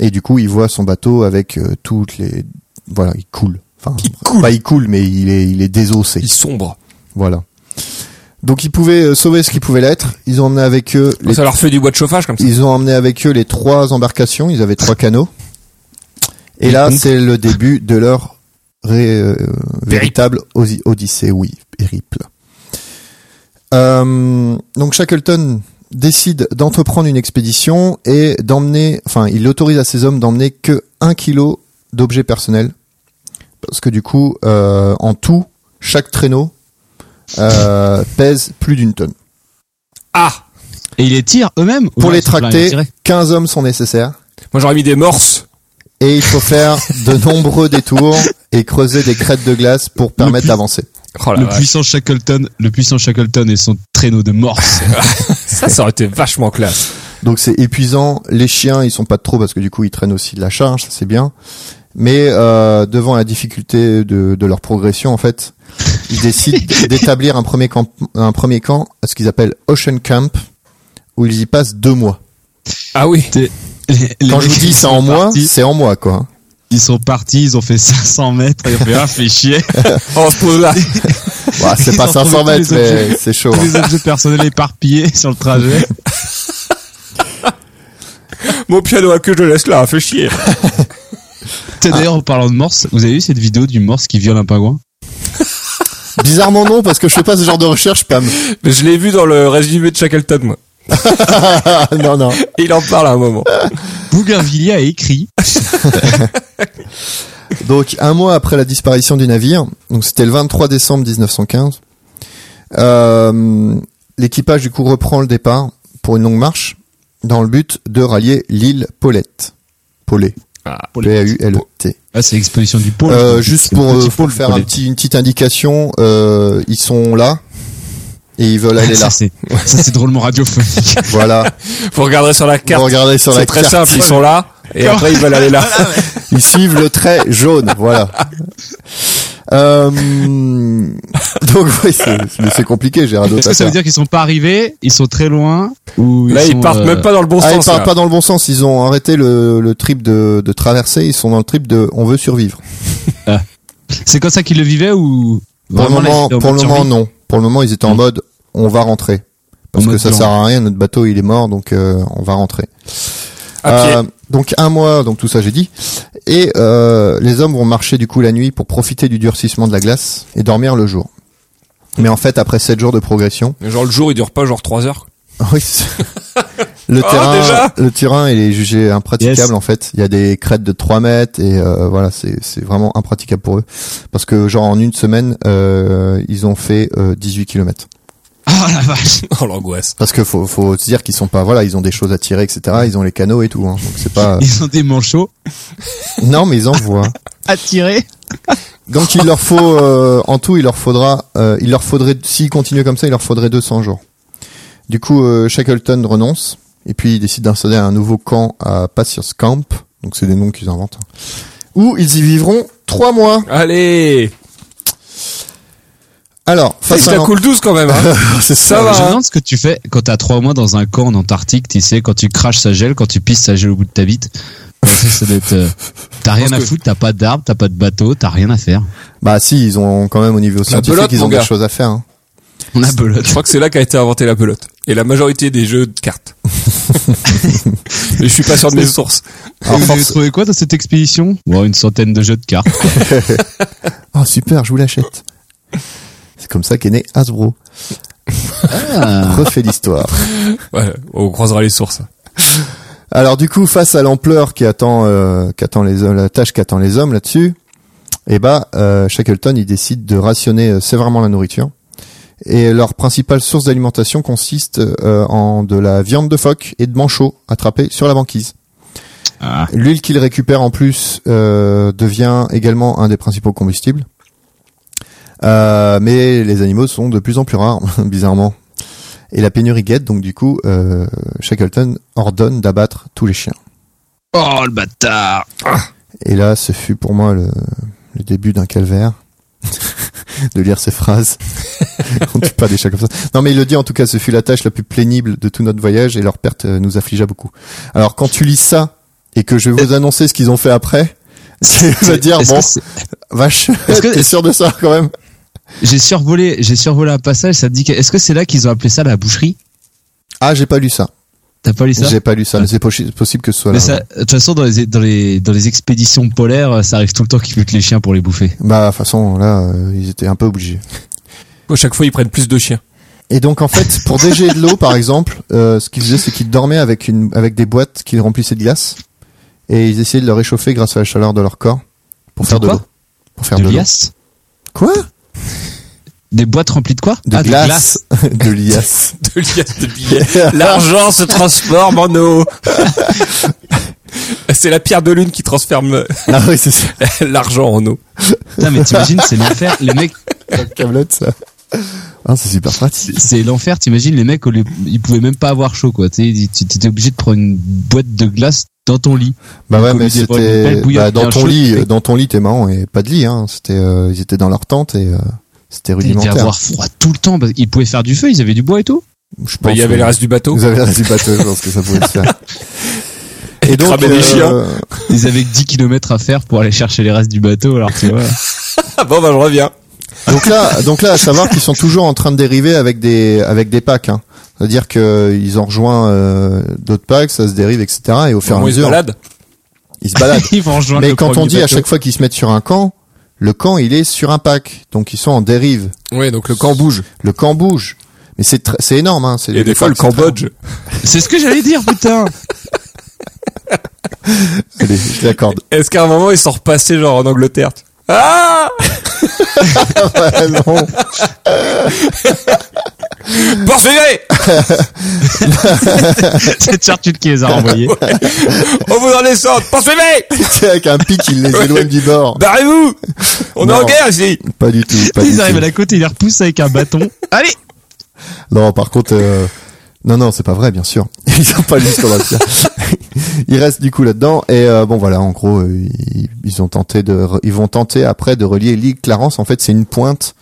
S1: et du coup, il voit son bateau avec euh, toutes les... Voilà, il coule. Enfin,
S4: Il coule.
S1: Pas il coule, mais il est, il est désossé.
S4: Ils sombrent.
S1: Voilà. Donc ils pouvaient euh, sauver ce qu'ils pouvaient l'être. Ils ont emmené avec eux les,
S4: Ça leur fait du bois de chauffage comme ça.
S1: ils ont emmené avec eux les trois embarcations. Ils avaient trois canots. Et là, c'est le début de leur ré- euh, véritable osi- odyssée, oui, périple. Euh, donc Shackleton décide d'entreprendre une expédition et d'emmener, enfin, il autorise à ses hommes d'emmener que un kilo d'objets personnels, parce que du coup, euh, en tout, chaque traîneau euh, pèse plus d'une tonne.
S4: Ah
S3: Et ils les tirent eux-mêmes.
S1: Pour
S3: Ouais,
S1: les
S3: ils sont pleins, ils
S1: tracter,
S3: tiraient.
S1: 15 hommes sont nécessaires.
S4: Moi j'aurais mis des morses.
S1: Et il faut faire de nombreux détours et creuser des crêtes de glace pour permettre
S3: puits.
S1: d'avancer.
S4: Oh la
S3: le
S4: vache.
S3: puissant Shackleton, le puissant Shackleton et son traîneau de morse.
S4: Ça, ça aurait été vachement classe.
S1: Donc c'est épuisant. Les chiens, ils sont pas de trop parce que du coup, ils traînent aussi de la charge, ça c'est bien. Mais euh, devant la difficulté de, de leur progression, en fait, ils décident d'établir un premier camp, un premier camp, ce qu'ils appellent Ocean Camp, où ils y passent deux mois.
S4: Ah oui.
S1: Quand je vous dis c'est en mois,
S3: moi
S1: c'est en mois quoi.
S3: Ils sont partis, ils ont fait 500 mètres, ils ont fait, ah, fait chier.
S4: On se Oh, pose là.
S1: Ouah, Bah, c'est
S3: Ils
S1: pas
S3: ont
S1: 500
S3: trouvé
S1: mètres,
S3: tous les
S1: mais
S3: objets.
S1: c'est chaud.
S3: Tous
S1: hein.
S3: les objets personnels éparpillés sur le trajet.
S4: Mon piano à queue, je le laisse là, fait chier.
S3: Tiens,
S1: Ah.
S3: D'ailleurs, en parlant de morse, vous avez vu cette vidéo du morse qui viole un pingouin?
S1: Bizarrement non, parce que je fais pas ce genre de recherche, Pam.
S4: Mais je l'ai vu dans le résumé de Shackleton, moi.
S1: non, non.
S4: Il en parle à un moment.
S3: Bougainvillia a écrit.
S1: Donc un mois après la disparition du navire, donc c'était le 23 décembre 1915, euh, l'équipage du coup reprend le départ pour une longue marche dans le but de rallier l'île Paulette. Paulet. P-A-U-L-E-T.
S3: Ah, c'est l'exposition du pôle.
S1: E Euh, juste
S3: C'est le
S1: pour,
S3: petit
S1: euh,
S3: pôle,
S1: faire
S3: pour
S1: un
S3: les-
S1: petit, une petite indication, euh, ils sont là et ils veulent aller là.
S3: Ça, c'est, ça, c'est drôlement radiophonique.
S1: voilà.
S4: Vous regarderez sur la
S1: Vous
S4: carte.
S1: regardez sur la
S4: C'est très
S1: carte.
S4: simple, ils sont là. Et après, ils veulent aller là.
S1: Ils suivent le trait jaune, voilà. Euh, donc oui, c'est mais c'est compliqué, Gérard.
S3: Est-ce que ça veut dire qu'ils sont pas arrivés, ils sont très loin, ou ils
S4: Là, ils
S3: sont,
S4: partent
S3: euh,
S4: même pas dans le bon
S1: Ah, ils
S4: sens.
S1: partent
S4: là.
S1: pas dans le bon sens. Ils ont arrêté le, le trip de, de traverser. Ils sont dans le trip de on veut survivre.
S3: C'est comme ça qu'ils le vivaient ou
S1: Pour
S3: Vraiment,
S1: le
S3: là, ils
S1: moment,
S3: étaient en
S1: pour
S3: mode
S1: le moment,
S3: survie
S1: non. Pour le moment, ils étaient en
S3: Mm.
S1: mode on va rentrer parce que
S3: mode
S1: ça
S3: plan.
S1: sert à rien. Notre bateau, il est mort, donc euh, on va rentrer.
S4: À pied.
S1: Euh, donc un mois, donc tout ça j'ai dit. Et euh, les hommes vont marcher du coup la nuit pour profiter du durcissement de la glace et dormir le jour. Mais en fait, après sept jours de progression,
S4: Genre, le jour, il dure pas genre 3 heures.
S1: oui, c'est- le
S4: Oh,
S1: terrain,
S4: déjà
S1: le terrain, il est jugé impraticable
S3: Yes.
S1: en fait. Il y a des crêtes de 3 mètres et euh, voilà, c'est c'est vraiment impraticable pour eux parce que genre en une semaine, euh, ils ont fait euh, 18 kilomètres.
S3: Ah la vache.
S4: Oh, l'angoisse.
S1: Parce que faut faut se dire qu'ils sont pas voilà, ils ont des choses à tirer, etc. Ils ont les canaux et tout. Hein, donc c'est pas.
S3: Ils ont des manchots
S1: non, mais ils en voient.
S3: attirés.
S1: Donc il leur faut euh, en tout, il leur faudra, euh, il leur faudrait, s'ils continuent comme ça, il leur faudrait 200 jours. Du coup, euh, Shackleton renonce et puis il décide d'installer un nouveau camp à Patience Camp. Donc c'est des noms qu'ils inventent. hein, Où ils y vivront trois mois.
S4: Allez.
S1: Alors,
S4: C'est que
S1: face
S4: je
S1: à
S4: la
S1: l'en-
S4: coule douce quand même. hein.
S1: C'est
S4: Ça
S1: ça.
S4: va.
S3: Je me
S4: hein.
S3: demande ce que tu fais quand t'as trois mois dans un camp en Antarctique, tu sais, quand tu craches ça gèle, quand tu pisses ça gèle au bout de ta bite. ça doit être, euh, t'as rien
S4: pense
S3: à
S4: que-
S3: foutre, t'as pas d'arbre, t'as pas de bateau, t'as rien à faire.
S1: Bah si, ils ont quand même au niveau scientifique,
S4: pelote,
S1: ils
S4: mon
S1: ont des
S4: gars.
S1: choses à faire. hein.
S3: On a belote.
S4: Je crois que c'est là qu'a été inventée la pelote. Et la majorité des jeux de cartes. Mais je suis pas sûr de mes sources.
S3: Et vous avez trouvé quoi dans cette expédition Bon, Une centaine de jeux de cartes.
S1: Oh super, je vous l'achète. C'est comme ça qu'est né Hasbro.
S4: Ah.
S3: Ah.
S1: Refait l'histoire.
S4: Ouais, on croisera les sources.
S1: Alors du coup, face à l'ampleur qui attend, euh, qu'attend les hommes, la tâche qu'attend les hommes là-dessus, eh ben, euh, Shackleton il décide de rationner euh, sévèrement la nourriture. Et leur principale source d'alimentation consiste euh, en de la viande de phoque et de manchots attrapés sur la banquise.
S3: Ah.
S1: L'huile qu'ils récupèrent en plus euh, devient également un des principaux combustibles. Euh, mais les animaux sont de plus en plus rares, bizarrement. Et la pénurie guette, donc du coup, euh, Shackleton ordonne d'abattre tous les chiens.
S3: Oh le bâtard
S1: Et là, ce fut pour moi le, le début d'un calvaire de lire ces phrases. On ne tue pas des chats comme ça. Non, mais il le dit en tout cas, ce fut la tâche la plus pénible de tout notre voyage et leur perte euh, nous affligea beaucoup. Alors quand tu lis ça et que je vais vous annoncer ce qu'ils ont fait après, tu vas dire
S3: Est-ce que
S1: bon,
S3: c'est-
S1: vache,
S3: est-ce que-
S1: t'es sûr de ça quand même
S3: J'ai survolé, j'ai survolé un passage. Ça te dit que est-ce que c'est là qu'ils ont appelé ça la boucherie
S1: Ah, j'ai pas lu ça.
S3: T'as pas lu ça
S1: J'ai pas lu ça. Mais c'est pochi- possible que ce soit
S3: Mais
S1: là.
S3: ça, de toute façon, dans les, dans les dans les expéditions polaires, ça arrive tout le temps qu'ils butent les chiens pour les bouffer.
S1: Bah, de toute façon, là, euh, ils étaient un peu obligés.
S4: À chaque fois, ils prennent plus de chiens.
S1: Et donc en fait, pour des jets de l'eau par exemple, euh, ce qu'ils faisaient c'est qu'ils dormaient avec une avec des boîtes qu'ils remplissaient de glace et ils essayaient de le réchauffer grâce à la chaleur de leur corps pour
S3: De
S1: faire de
S3: quoi
S1: l'eau. Pour faire
S3: de
S1: de, l'eau.
S3: liasses
S1: Quoi
S3: Des boîtes remplies de quoi
S1: De
S3: Ah, de glace.
S1: glace. de liasse.
S4: De liasses de billets. L'argent se transforme en eau. C'est la pierre de lune qui transforme
S1: Ah oui, c'est ça.
S4: l'argent en eau.
S3: Putain, mais t'imagines, c'est l'enfer. Les mecs,
S1: Camelot ça. Ah, c'est super pratique.
S3: c'est l'enfer. T'imagines, les mecs, au lieu- ils pouvaient même pas avoir chaud, quoi. Tu sais, tu- t'étais obligé de prendre une boîte de glace dans ton lit.
S1: Bah ouais,
S3: Comme
S1: mais
S3: il dit, une
S1: c'était
S3: belle bouillotte
S1: bah, dans
S3: bien
S1: ton
S3: chaude,
S1: lit,
S3: mec.
S1: dans ton lit t'es marrant et pas de lit hein, c'était euh, ils étaient dans leur tente et euh, c'était
S3: Ils devaient
S1: rudimentaire.
S3: avoir froid tout le temps. parce qu'ils pouvaient faire du feu. Ils avaient du bois et tout.
S1: Je
S4: Bah, il y
S1: pense
S4: avait
S1: que-
S4: le reste du bateau.
S1: Vous avez le résultat, je pense que ça pouvait se faire. Et donc, euh,
S4: cramer des chiens.
S3: Ils avaient que 10 km à faire pour aller chercher les restes du bateau. Alors tu vois.
S4: Ah bon, bah je reviens.
S1: Donc là, donc là, à savoir qu'ils sont toujours en train de dériver avec des avec des packs. Hein. C'est-à-dire que ils ont rejoint euh, d'autres packs, ça se dérive, etc. Et au fur et à
S4: Au moins, ils se
S1: mesure,
S4: baladent.
S1: ils se baladent.
S3: Ils vont rejoindre
S1: Ah Mais
S3: le
S1: quand
S3: premier
S1: on dit à
S3: bateau.
S1: chaque fois qu'ils se mettent sur un camp, le camp il est sur un pack, donc ils sont en dérive.
S4: Ouais, donc le camp bouge.
S1: Le camp bouge, mais c'est tr- c'est énorme. Hein. C'est-
S4: Et des fois, le
S1: packs, c'est
S4: Cambodge.
S3: C'est ce que j'allais dire, putain.
S1: très- Allez, je l'accorde.
S4: Est-ce qu'à un moment, ils sont repassés genre en Angleterre tu- Ah
S1: Ah, non.
S4: Poursuivez
S3: C'est Churchill qui
S1: Ah,
S3: les a renvoyés.
S4: On vous en descend Poursuivez
S1: C'est avec un pic, il les éloigne du bord.
S4: Barrez-vous On est
S1: Non.
S4: en guerre ici
S1: Pas du tout. Pas du
S3: Ils
S1: tout.
S3: arrivent à la côte et ils les repoussent avec un bâton. Allez
S1: Non, par contre, euh, non, non, c'est pas vrai, bien sûr. Ils ont pas lu ce qu'on va dire. Ils restent du coup là-dedans et euh, bon voilà, en gros, euh, ils, ils ont tenté de, re- ils vont tenter après de relier l'île Clarence. En fait, c'est une pointe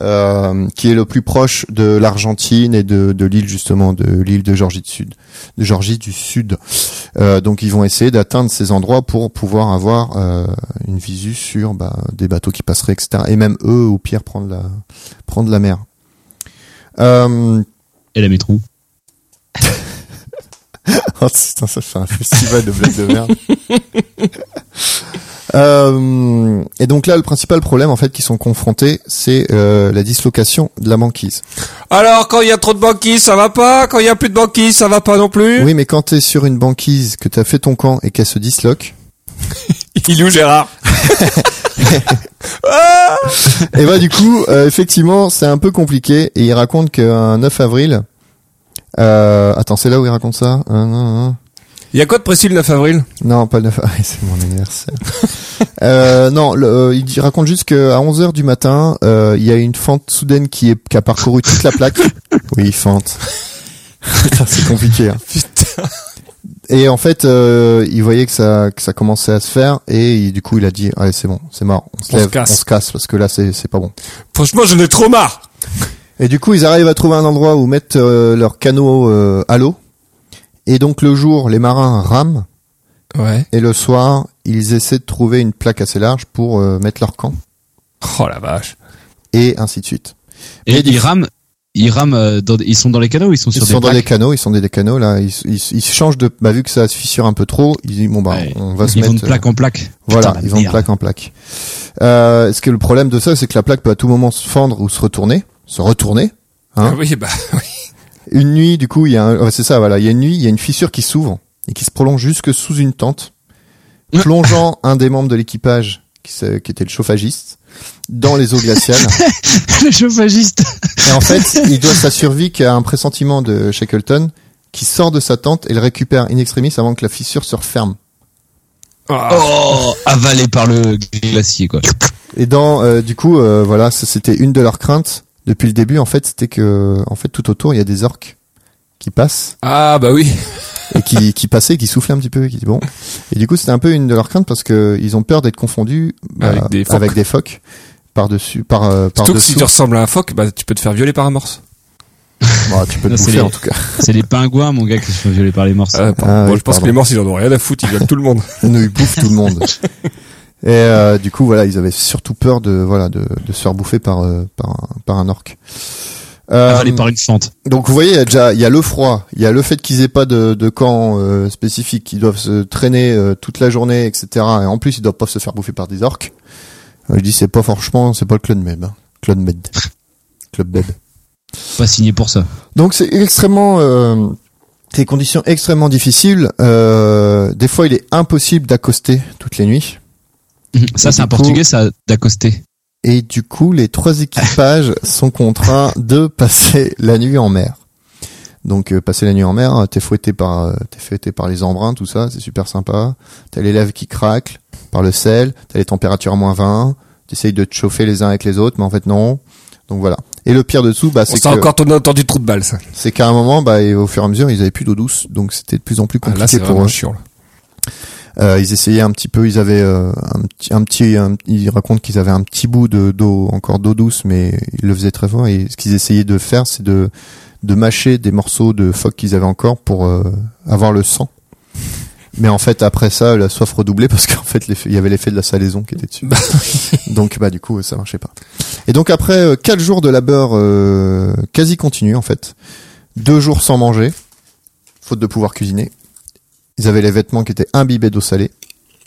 S1: euh, qui est le plus proche de l'Argentine et de, de l'île justement de l'île de Georgie du Sud, de Georgie du Sud. Euh, donc, ils vont essayer d'atteindre ces endroits pour pouvoir avoir euh, une visu sur bah, des bateaux qui passeraient, etc. Et même eux, au pire, prendre la prendre la mer. Euh,
S3: Et la métro.
S1: Oh putain, ça fait un festival de blagues de merde. Euh, et donc là, le principal problème en fait qu'ils sont confrontés, c'est euh, la dislocation de la banquise.
S4: Alors, quand il y a trop de banquise, ça va pas Quand il y a plus de banquise, ça va pas non plus
S1: Oui, mais quand t'es sur une banquise, que t'as fait ton camp et qu'elle se disloque,
S4: Il est où, Gérard
S1: et bah du coup, euh, effectivement, c'est un peu compliqué. Et il raconte qu'un 9 avril, euh, attends, c'est là où il raconte ça Euh, non, non.
S4: Il y a quoi de précis le 9 avril
S1: Non, pas le 9 avril, c'est mon anniversaire. euh, non, le, euh, il dit- raconte juste qu'à 11h du matin, euh, il y a une fente soudaine qui, est, qui a parcouru toute la plaque. oui, fente. Putain, c'est compliqué. Hein.
S4: Putain
S1: Et en fait, euh, il voyait que ça, que ça commençait à se faire, et il- du coup, il a dit, allez, c'est bon, c'est mort, on se
S4: On
S1: lève,
S4: se casse.
S1: on se casse, parce que là, c'est c'est pas bon.
S4: Franchement, j'en ai trop marre.
S1: Et du coup, ils arrivent à trouver un endroit où mettre euh, leur canot euh, à l'eau. Et donc, le jour, les marins rament,
S4: Ouais.
S1: et le soir, ils essaient de trouver une plaque assez large pour euh, mettre leur camp,
S4: Oh la vache.
S1: et ainsi de suite.
S3: Et ils rament, ils rament, euh, dans- ils sont dans les canaux, ou ils sont
S1: Ils
S3: sur des
S1: sont dans
S3: plaques
S1: des canaux, ils sont dans des canaux, là, ils, ils, ils changent de... Bah, vu que ça se fissure un peu trop, ils disent, bon, bah,
S3: Ouais.
S1: on va se
S3: Ils vont
S1: mettre... euh,
S3: de plaque en plaque.
S1: Voilà,
S3: Putain, la
S1: ils vont de
S3: merde.
S1: plaque en plaque. Euh, ce que le problème de ça, c'est que la plaque peut à tout moment se fendre ou se retourner, se retourner. Hein
S4: Ah oui, bah oui.
S1: Une nuit, du coup, il y a, un- ouais, c'est ça, voilà, il y a une nuit, il y a une fissure qui s'ouvre et qui se prolonge jusque sous une tente, plongeant un des membres de l'équipage qui, se- qui était le chauffagiste dans les eaux glaciales.
S3: Le chauffagiste.
S1: Et en fait, il doit sa survie qu'à un pressentiment de Shackleton qui sort de sa tente et le récupère in extremis avant que la fissure se referme.
S4: Ah.
S3: Oh, avalé par le glacier, quoi.
S1: Et dans, euh, du coup, euh, voilà, ça, c'était une de leurs craintes depuis le début. En fait, c'était que, en fait, tout autour, il y a des orques qui passent
S4: Ah, bah oui.
S1: et qui, qui passaient, et qui soufflaient un petit peu, et qui disent bon. Et du coup, c'était un peu une de leurs craintes parce que ils ont peur d'être confondus bah,
S4: Avec des phoques.
S1: phoques par dessus, par euh, par
S4: Surtout que si
S1: dessous.
S4: tu ressembles à un phoque, bah tu peux te faire violer par un morse.
S1: Bah, tu peux te
S3: Non, c'est
S1: bouffer
S3: les-
S1: en tout cas.
S3: C'est les pingouins, mon gars, qui se font violer par les morses.
S4: Ah,
S1: Ah,
S4: bon,
S1: oui,
S4: je pense
S1: pardon.
S4: que les morses, ils en ont rien à foutre, ils violent tout le monde.
S1: Nous, ils bouffent tout le monde. Et euh, du coup, voilà, ils avaient surtout peur de voilà de, de se faire bouffer par euh, par un, par un orque. Euh,
S3: avalé Ah, par une fente.
S1: Donc vous voyez, il y a déjà, il y a le froid, il y a le fait qu'ils aient pas de, de camp euh, spécifique, qu'ils doivent se traîner euh, toute la journée, etc. Et en plus, ils doivent pas se faire bouffer par des orques. Euh, je dis, c'est pas franchement, c'est pas le Club Med, hein. Club Med, Club Med.
S3: Pas signé pour ça.
S1: Donc c'est extrêmement, euh, des conditions extrêmement difficiles. Euh, des fois, il est impossible d'accoster toutes les nuits.
S3: Ça, c'est un
S1: Du coup-
S3: portugais, ça, d'accoster.
S1: Et du coup, les trois équipages sont contraints de passer la nuit en mer. Donc, euh, passer la nuit en mer, euh, t'es fouetté par, euh, t'es fouetté par les embruns, tout ça, c'est super sympa. T'as les lèvres qui craquent par le sel, t'as les températures à moins 20, t'essayes de te chauffer les uns avec les autres, mais en fait non. Donc voilà. Et le pire de tout, bah,
S4: On
S1: c'est
S4: s'est
S1: que,
S4: encore tourné autour du trou de balle, ça.
S1: c'est qu'à un moment, bah, et au fur et à mesure, ils avaient plus d'eau douce, donc c'était de plus en plus
S4: Ah,
S1: compliqué
S4: là, c'est
S1: pour
S4: vraiment
S1: eux.
S4: chiant. là.
S1: Euh, ils essayaient un petit peu, ils avaient euh, un petit, un petit, un- ils racontent qu'ils avaient un petit bout de d'eau, encore d'eau douce, mais ils le faisaient très fort. Et ce qu'ils essayaient de faire, c'est de de mâcher des morceaux de phoque qu'ils avaient encore pour euh, avoir le sang. Mais en fait, après ça, la soif redoublait parce qu'en fait, l'effet- il y avait l'effet de la salaison qui était dessus. donc, bah du coup, ça marchait pas. Et donc après euh, quatre jours de labeur euh, quasi continu, en fait, deux jours sans manger, faute de pouvoir cuisiner. Ils avaient les vêtements qui étaient imbibés d'eau salée.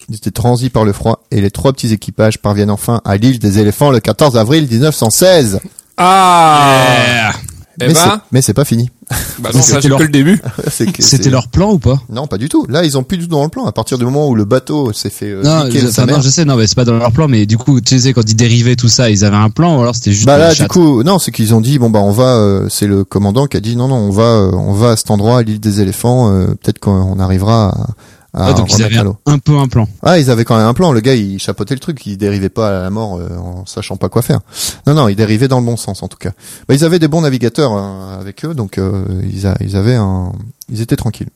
S1: Ils étaient transis par le froid et les trois petits équipages parviennent enfin à l'île des éléphants le 14 avril 1916.
S4: Ah
S3: Ah,
S4: Eh ben,
S1: mais c'est- mais c'est pas fini.
S4: bah non, ça,
S3: c'était
S4: c'est
S3: leur-
S4: que le début.
S1: C'est que- c'est-
S3: C'était leur plan ou pas
S1: Non, pas du tout. Là, ils ont plus du tout dans le plan. À partir du moment où le bateau s'est fait euh,
S3: Non,
S1: niquer
S3: je,
S1: de sa
S3: enfin, non,
S1: mère.
S3: je sais, non, mais c'est pas dans leur plan, mais du coup, tu sais, quand ils dérivaient tout ça, ils avaient un plan, ou alors c'était juste.
S1: Bah
S3: de la
S1: là, du
S3: chatte.
S1: coup, non, c'est qu'ils ont dit bon bah on va. euh, c'est le commandant qui a dit non non on va euh, on va à cet endroit à l'île des éléphants. euh, Peut-être qu'on arrivera à. à
S3: Ah, donc ils
S1: remettre
S3: avaient
S1: à
S3: un,
S1: l'eau.
S3: un peu un plan.
S1: Ah, ils avaient quand même un plan. Le gars, il chapeautait le truc. Il dérivait pas à la mort euh, en sachant pas quoi faire. Non, non, il dérivait dans le bon sens en tout cas. Bah, ils avaient des bons navigateurs euh, avec eux, donc euh, ils, a- ils avaient un, ils étaient tranquilles.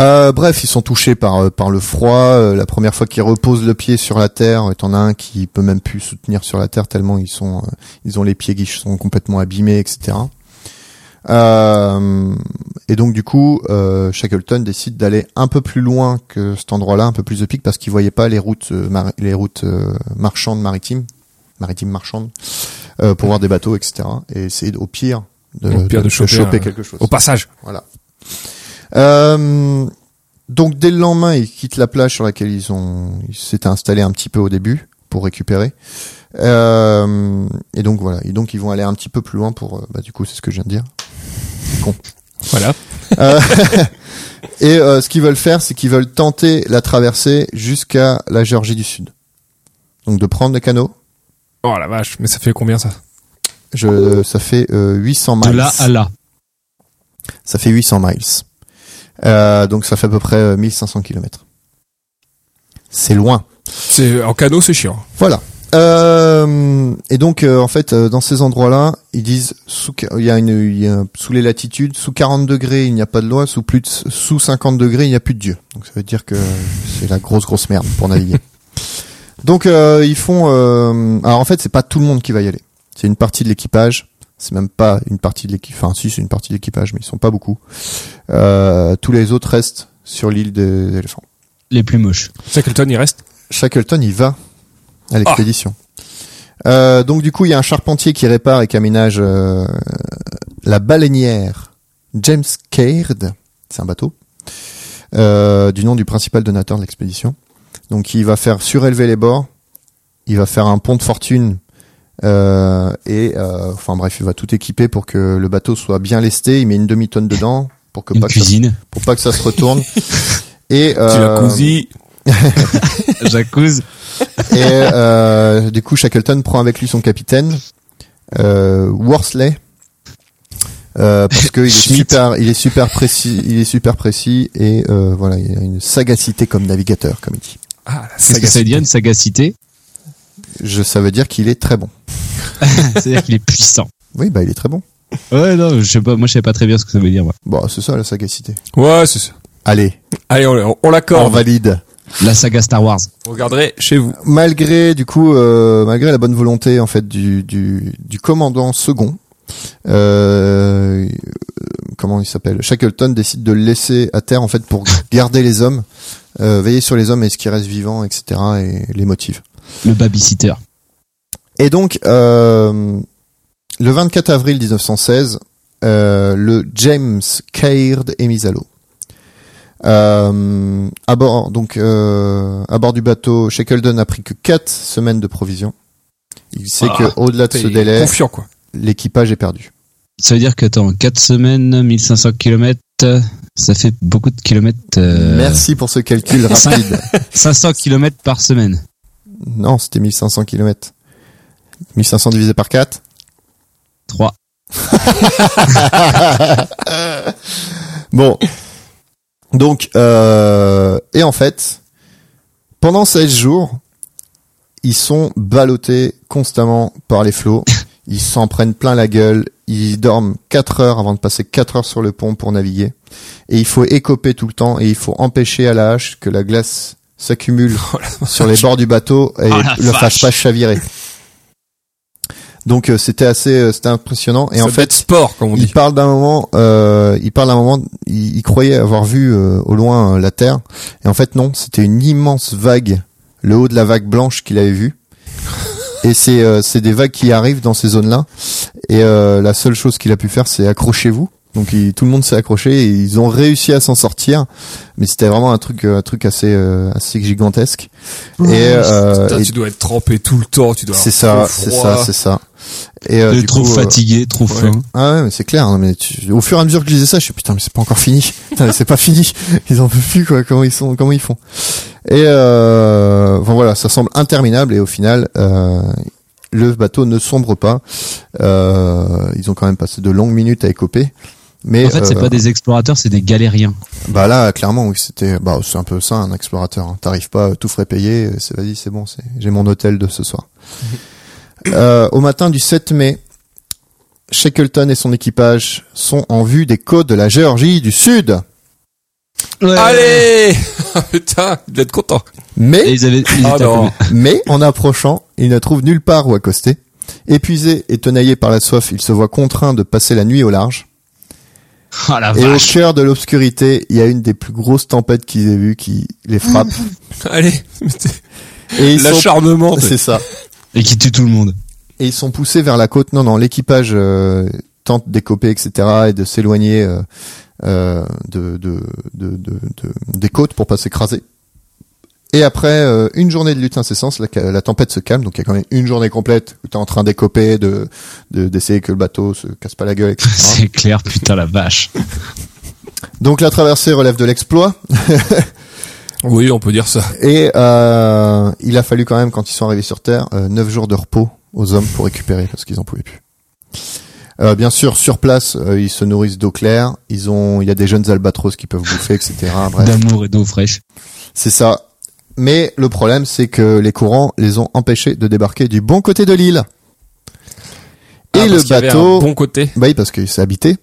S1: Euh, bref, ils sont touchés par euh, par le froid. Euh, la première fois qu'ils reposent le pied sur la terre, euh, t'en as un qui peut même plus soutenir sur la terre tellement ils sont, euh, ils ont les pieds qui sont complètement abîmés, etc. Euh, et donc du coup, euh, Shackleton décide d'aller un peu plus loin que cet endroit-là, un peu plus opique, parce qu'il voyait pas les routes, euh, mari- les routes euh, marchandes maritimes, maritimes marchandes, euh, pour voir des bateaux, etc. Et essayer au pire de,
S4: Au pire de choper un-
S1: quelque chose.
S4: Au passage.
S1: Voilà. Euh, donc dès le lendemain, ils quittent la plage sur laquelle ils ont, ils s'étaient installés un petit peu au début pour récupérer. Euh, et donc voilà. Et donc ils vont aller un petit peu plus loin pour, euh, bah du coup c'est ce que je viens de dire.
S4: Voilà.
S1: Euh, et euh, ce qu'ils veulent faire, c'est qu'ils veulent tenter la traversée jusqu'à la Géorgie du Sud. Donc de prendre le canot.
S4: Oh la vache, mais ça fait combien ça
S1: Je, ça fait euh, 800
S3: De
S1: miles.
S3: là à là.
S1: Ça fait 800 miles. Euh, donc ça fait à peu près euh, 1500 kilomètres. C'est loin.
S4: C'est en canot, c'est chiant.
S1: Voilà. euh, et donc euh, en fait euh, dans ces endroits-là, ils disent sous ca- il y a une il y a- sous les latitudes, sous 40 degrés, il n'y a pas de loi, sous plus de, sous 50 degrés, il n'y a plus de dieu. Donc ça veut dire que c'est la grosse grosse merde pour naviguer. donc euh, ils font euh, alors en fait, c'est pas tout le monde qui va y aller. C'est une partie de l'équipage, c'est même pas une partie de l'équipage, enfin si c'est une partie de l'équipage, mais ils sont pas beaucoup. Euh, tous les autres restent sur l'île des éléphants.
S3: Les plus moches.
S4: Shackleton, il reste.
S1: Shackleton il va à l'expédition.
S3: Ah.
S1: Euh, donc du coup, il y a un charpentier qui répare et qui aménage euh, la baleinière James Caird, c'est un bateau, euh, du nom du principal donateur de l'expédition. Donc il va faire surélever les bords, il va faire un pont de fortune euh, et euh, enfin bref, il va tout équiper pour que le bateau soit bien lesté. Il met une demi-tonne dedans pour que
S3: Une
S1: pas que ça,
S3: cuisine.
S1: pour pas que ça se retourne. Et
S4: Tu
S1: euh,
S4: l'as cousi.
S3: J'accuse.
S1: Et euh, du coup, Shackleton prend avec lui son capitaine, euh, Worsley, euh, parce qu'il est
S3: Schmitt.
S1: super, il est super précis, il est super précis et euh, voilà, il a une sagacité comme navigateur, comme il dit.
S4: Ah, la
S3: Qu'est-ce que ça veut
S4: sagacité.
S3: dire une sagacité
S1: Je, ça veut dire qu'il est très bon.
S3: C'est-à-dire qu'il est puissant.
S1: Oui, bah il est très bon.
S3: Ouais, non, je sais pas, moi je savais pas très bien ce que ça veut dire. moi.
S1: Bon, c'est ça la sagacité.
S4: Ouais, c'est ça.
S1: Allez,
S4: Allez, on, on
S1: on
S4: l'accorde.
S1: valide.
S3: La saga Star Wars.
S4: Vous regarderez chez vous.
S1: malgré du coup euh, malgré la bonne volonté en fait du du, du commandant second euh, euh, comment il s'appelle Shackleton décide de le laisser à terre en fait pour garder les hommes euh, veiller sur les hommes et ce qui reste vivant etc et les motive
S3: Le babysitter.
S1: et donc, euh, le 24 avril 1916, euh, le James Caird est mis à l'eau. Euh, à bord, donc, euh, à bord du bateau, Shackleton n'a pris que 4 semaines de provisions. Il sait
S4: Ah,
S1: que au-delà de ce délai,
S4: Confiant, quoi.
S1: l'équipage est perdu.
S3: Ça veut dire que, attends, 4 semaines, 1500 km, ça fait beaucoup de kilomètres. euh,
S1: Merci pour ce calcul
S3: cinq-
S1: rapide.
S3: 500 km par semaine.
S1: non, c'était 1500 km. 1500 divisé par 4.
S3: 3.
S1: Bon. Donc, euh, et en fait, pendant 16 jours, ils sont ballottés constamment par les flots. Ils s'en prennent plein la gueule. Ils dorment 4 heures avant de passer 4 heures sur le pont pour naviguer. Et il faut écoper tout le temps et il faut empêcher à la hache que la glace s'accumule sur les bords du bateau et
S3: Oh la
S1: le
S3: vache.
S1: fasse pas chavirer. Donc euh, c'était assez euh, c'était impressionnant et
S4: Ça
S1: en
S4: doit
S1: fait
S4: être sport, comme on
S1: il
S4: dit.
S1: parle d'un moment, euh, il parle d'un moment, il, il croyait avoir vu euh, au loin euh, la Terre, et en fait non, c'était une immense vague, le haut de la vague blanche qu'il avait vue. Et c'est euh, c'est des vagues qui arrivent dans ces zones-là, et euh, la seule chose qu'il a pu faire, c'est accrochez-vous. Donc il- tout le monde s'est accroché, et ils ont réussi à s'en sortir, mais c'était vraiment un truc euh, un truc assez euh, assez gigantesque. Et, euh,
S4: Putain,
S1: et
S4: tu dois être trempé tout le temps. Tu dois.
S1: c'est
S4: avoir
S1: ça,
S4: trop
S1: c'est
S4: froid.
S1: ça, c'est ça. Et euh,
S3: Euh,
S1: du
S3: trop
S1: coup, euh,
S3: fatigué, trop
S4: ouais.
S3: faim.
S1: ah ouais, mais c'est clair. non, mais tu- au fur et à mesure que je lisais ça, je suis putain, mais c'est pas encore fini. Putain, mais c'est pas fini. Ils en peuvent plus quoi. Comment ils sont Comment ils font Et euh, enfin voilà, ça semble interminable. Et au final, euh, le bateau ne sombre pas. Euh, ils ont quand même passé de longues minutes à écoper. Mais
S3: En fait, c'est
S1: euh,
S3: pas des explorateurs, c'est des galériens.
S1: bah là, clairement, oui, c'était bah c'est un peu ça un explorateur. hein. T'arrives pas, euh, tout frais payé, euh, c'est vas-y, c'est bon, c'est j'ai mon hôtel de ce soir. Euh, au matin du 7 mai, Shackleton et son équipage sont en vue des côtes de la Géorgie du Sud,
S4: Allez Ah, Putain, il doit être content.
S3: Et
S1: mais
S3: ils avaient, ils
S4: Ah
S3: étaient
S4: non.
S3: accompagnés.
S1: mais en approchant, ils ne trouvent nulle part où accoster. Épuisé et tenaillé par la soif, il se voit contraint de passer la nuit au large.
S3: Ah, la
S1: Et au
S3: vache.
S1: cœur de l'obscurité, il y a une des plus grosses tempêtes qu'ils aient vues qui les frappe.
S4: Allez, mettez-
S1: Et ils sont...
S4: l'acharnement.
S1: C'est ça.
S3: Et qui tue tout le monde.
S1: et ils sont poussés vers la côte. Non, non, l'équipage euh, tente d'écoper, etc., et de s'éloigner euh, euh, de, de, de, de, de- des côtes pour pas s'écraser. Et après euh, une journée de lutte incessante, la, ca- la tempête se calme, donc il y a quand même une journée complète où t'es en train d'écoper, de de- d'essayer que le bateau se casse pas la gueule, etc.
S3: C'est clair, putain, la vache.
S1: donc la traversée relève de l'exploit,
S4: Oui, on peut dire ça.
S1: et euh, il a fallu quand même, quand ils sont arrivés sur Terre, euh, neuf jours de repos aux hommes pour récupérer parce qu'ils en pouvaient plus. Euh, bien sûr, sur place, euh, ils se nourrissent d'eau claire. Ils ont, il y a des jeunes albatros qui peuvent bouffer, etc. Bref,
S3: D'amour et d'eau fraîche.
S1: c'est ça. Mais le problème, c'est que les courants les ont empêchés de débarquer du bon côté de l'île. Et
S4: Ah,
S1: le
S4: parce qu'il y avait
S1: bateau,
S4: un bon côté.
S1: bah oui, parce que c'est habité,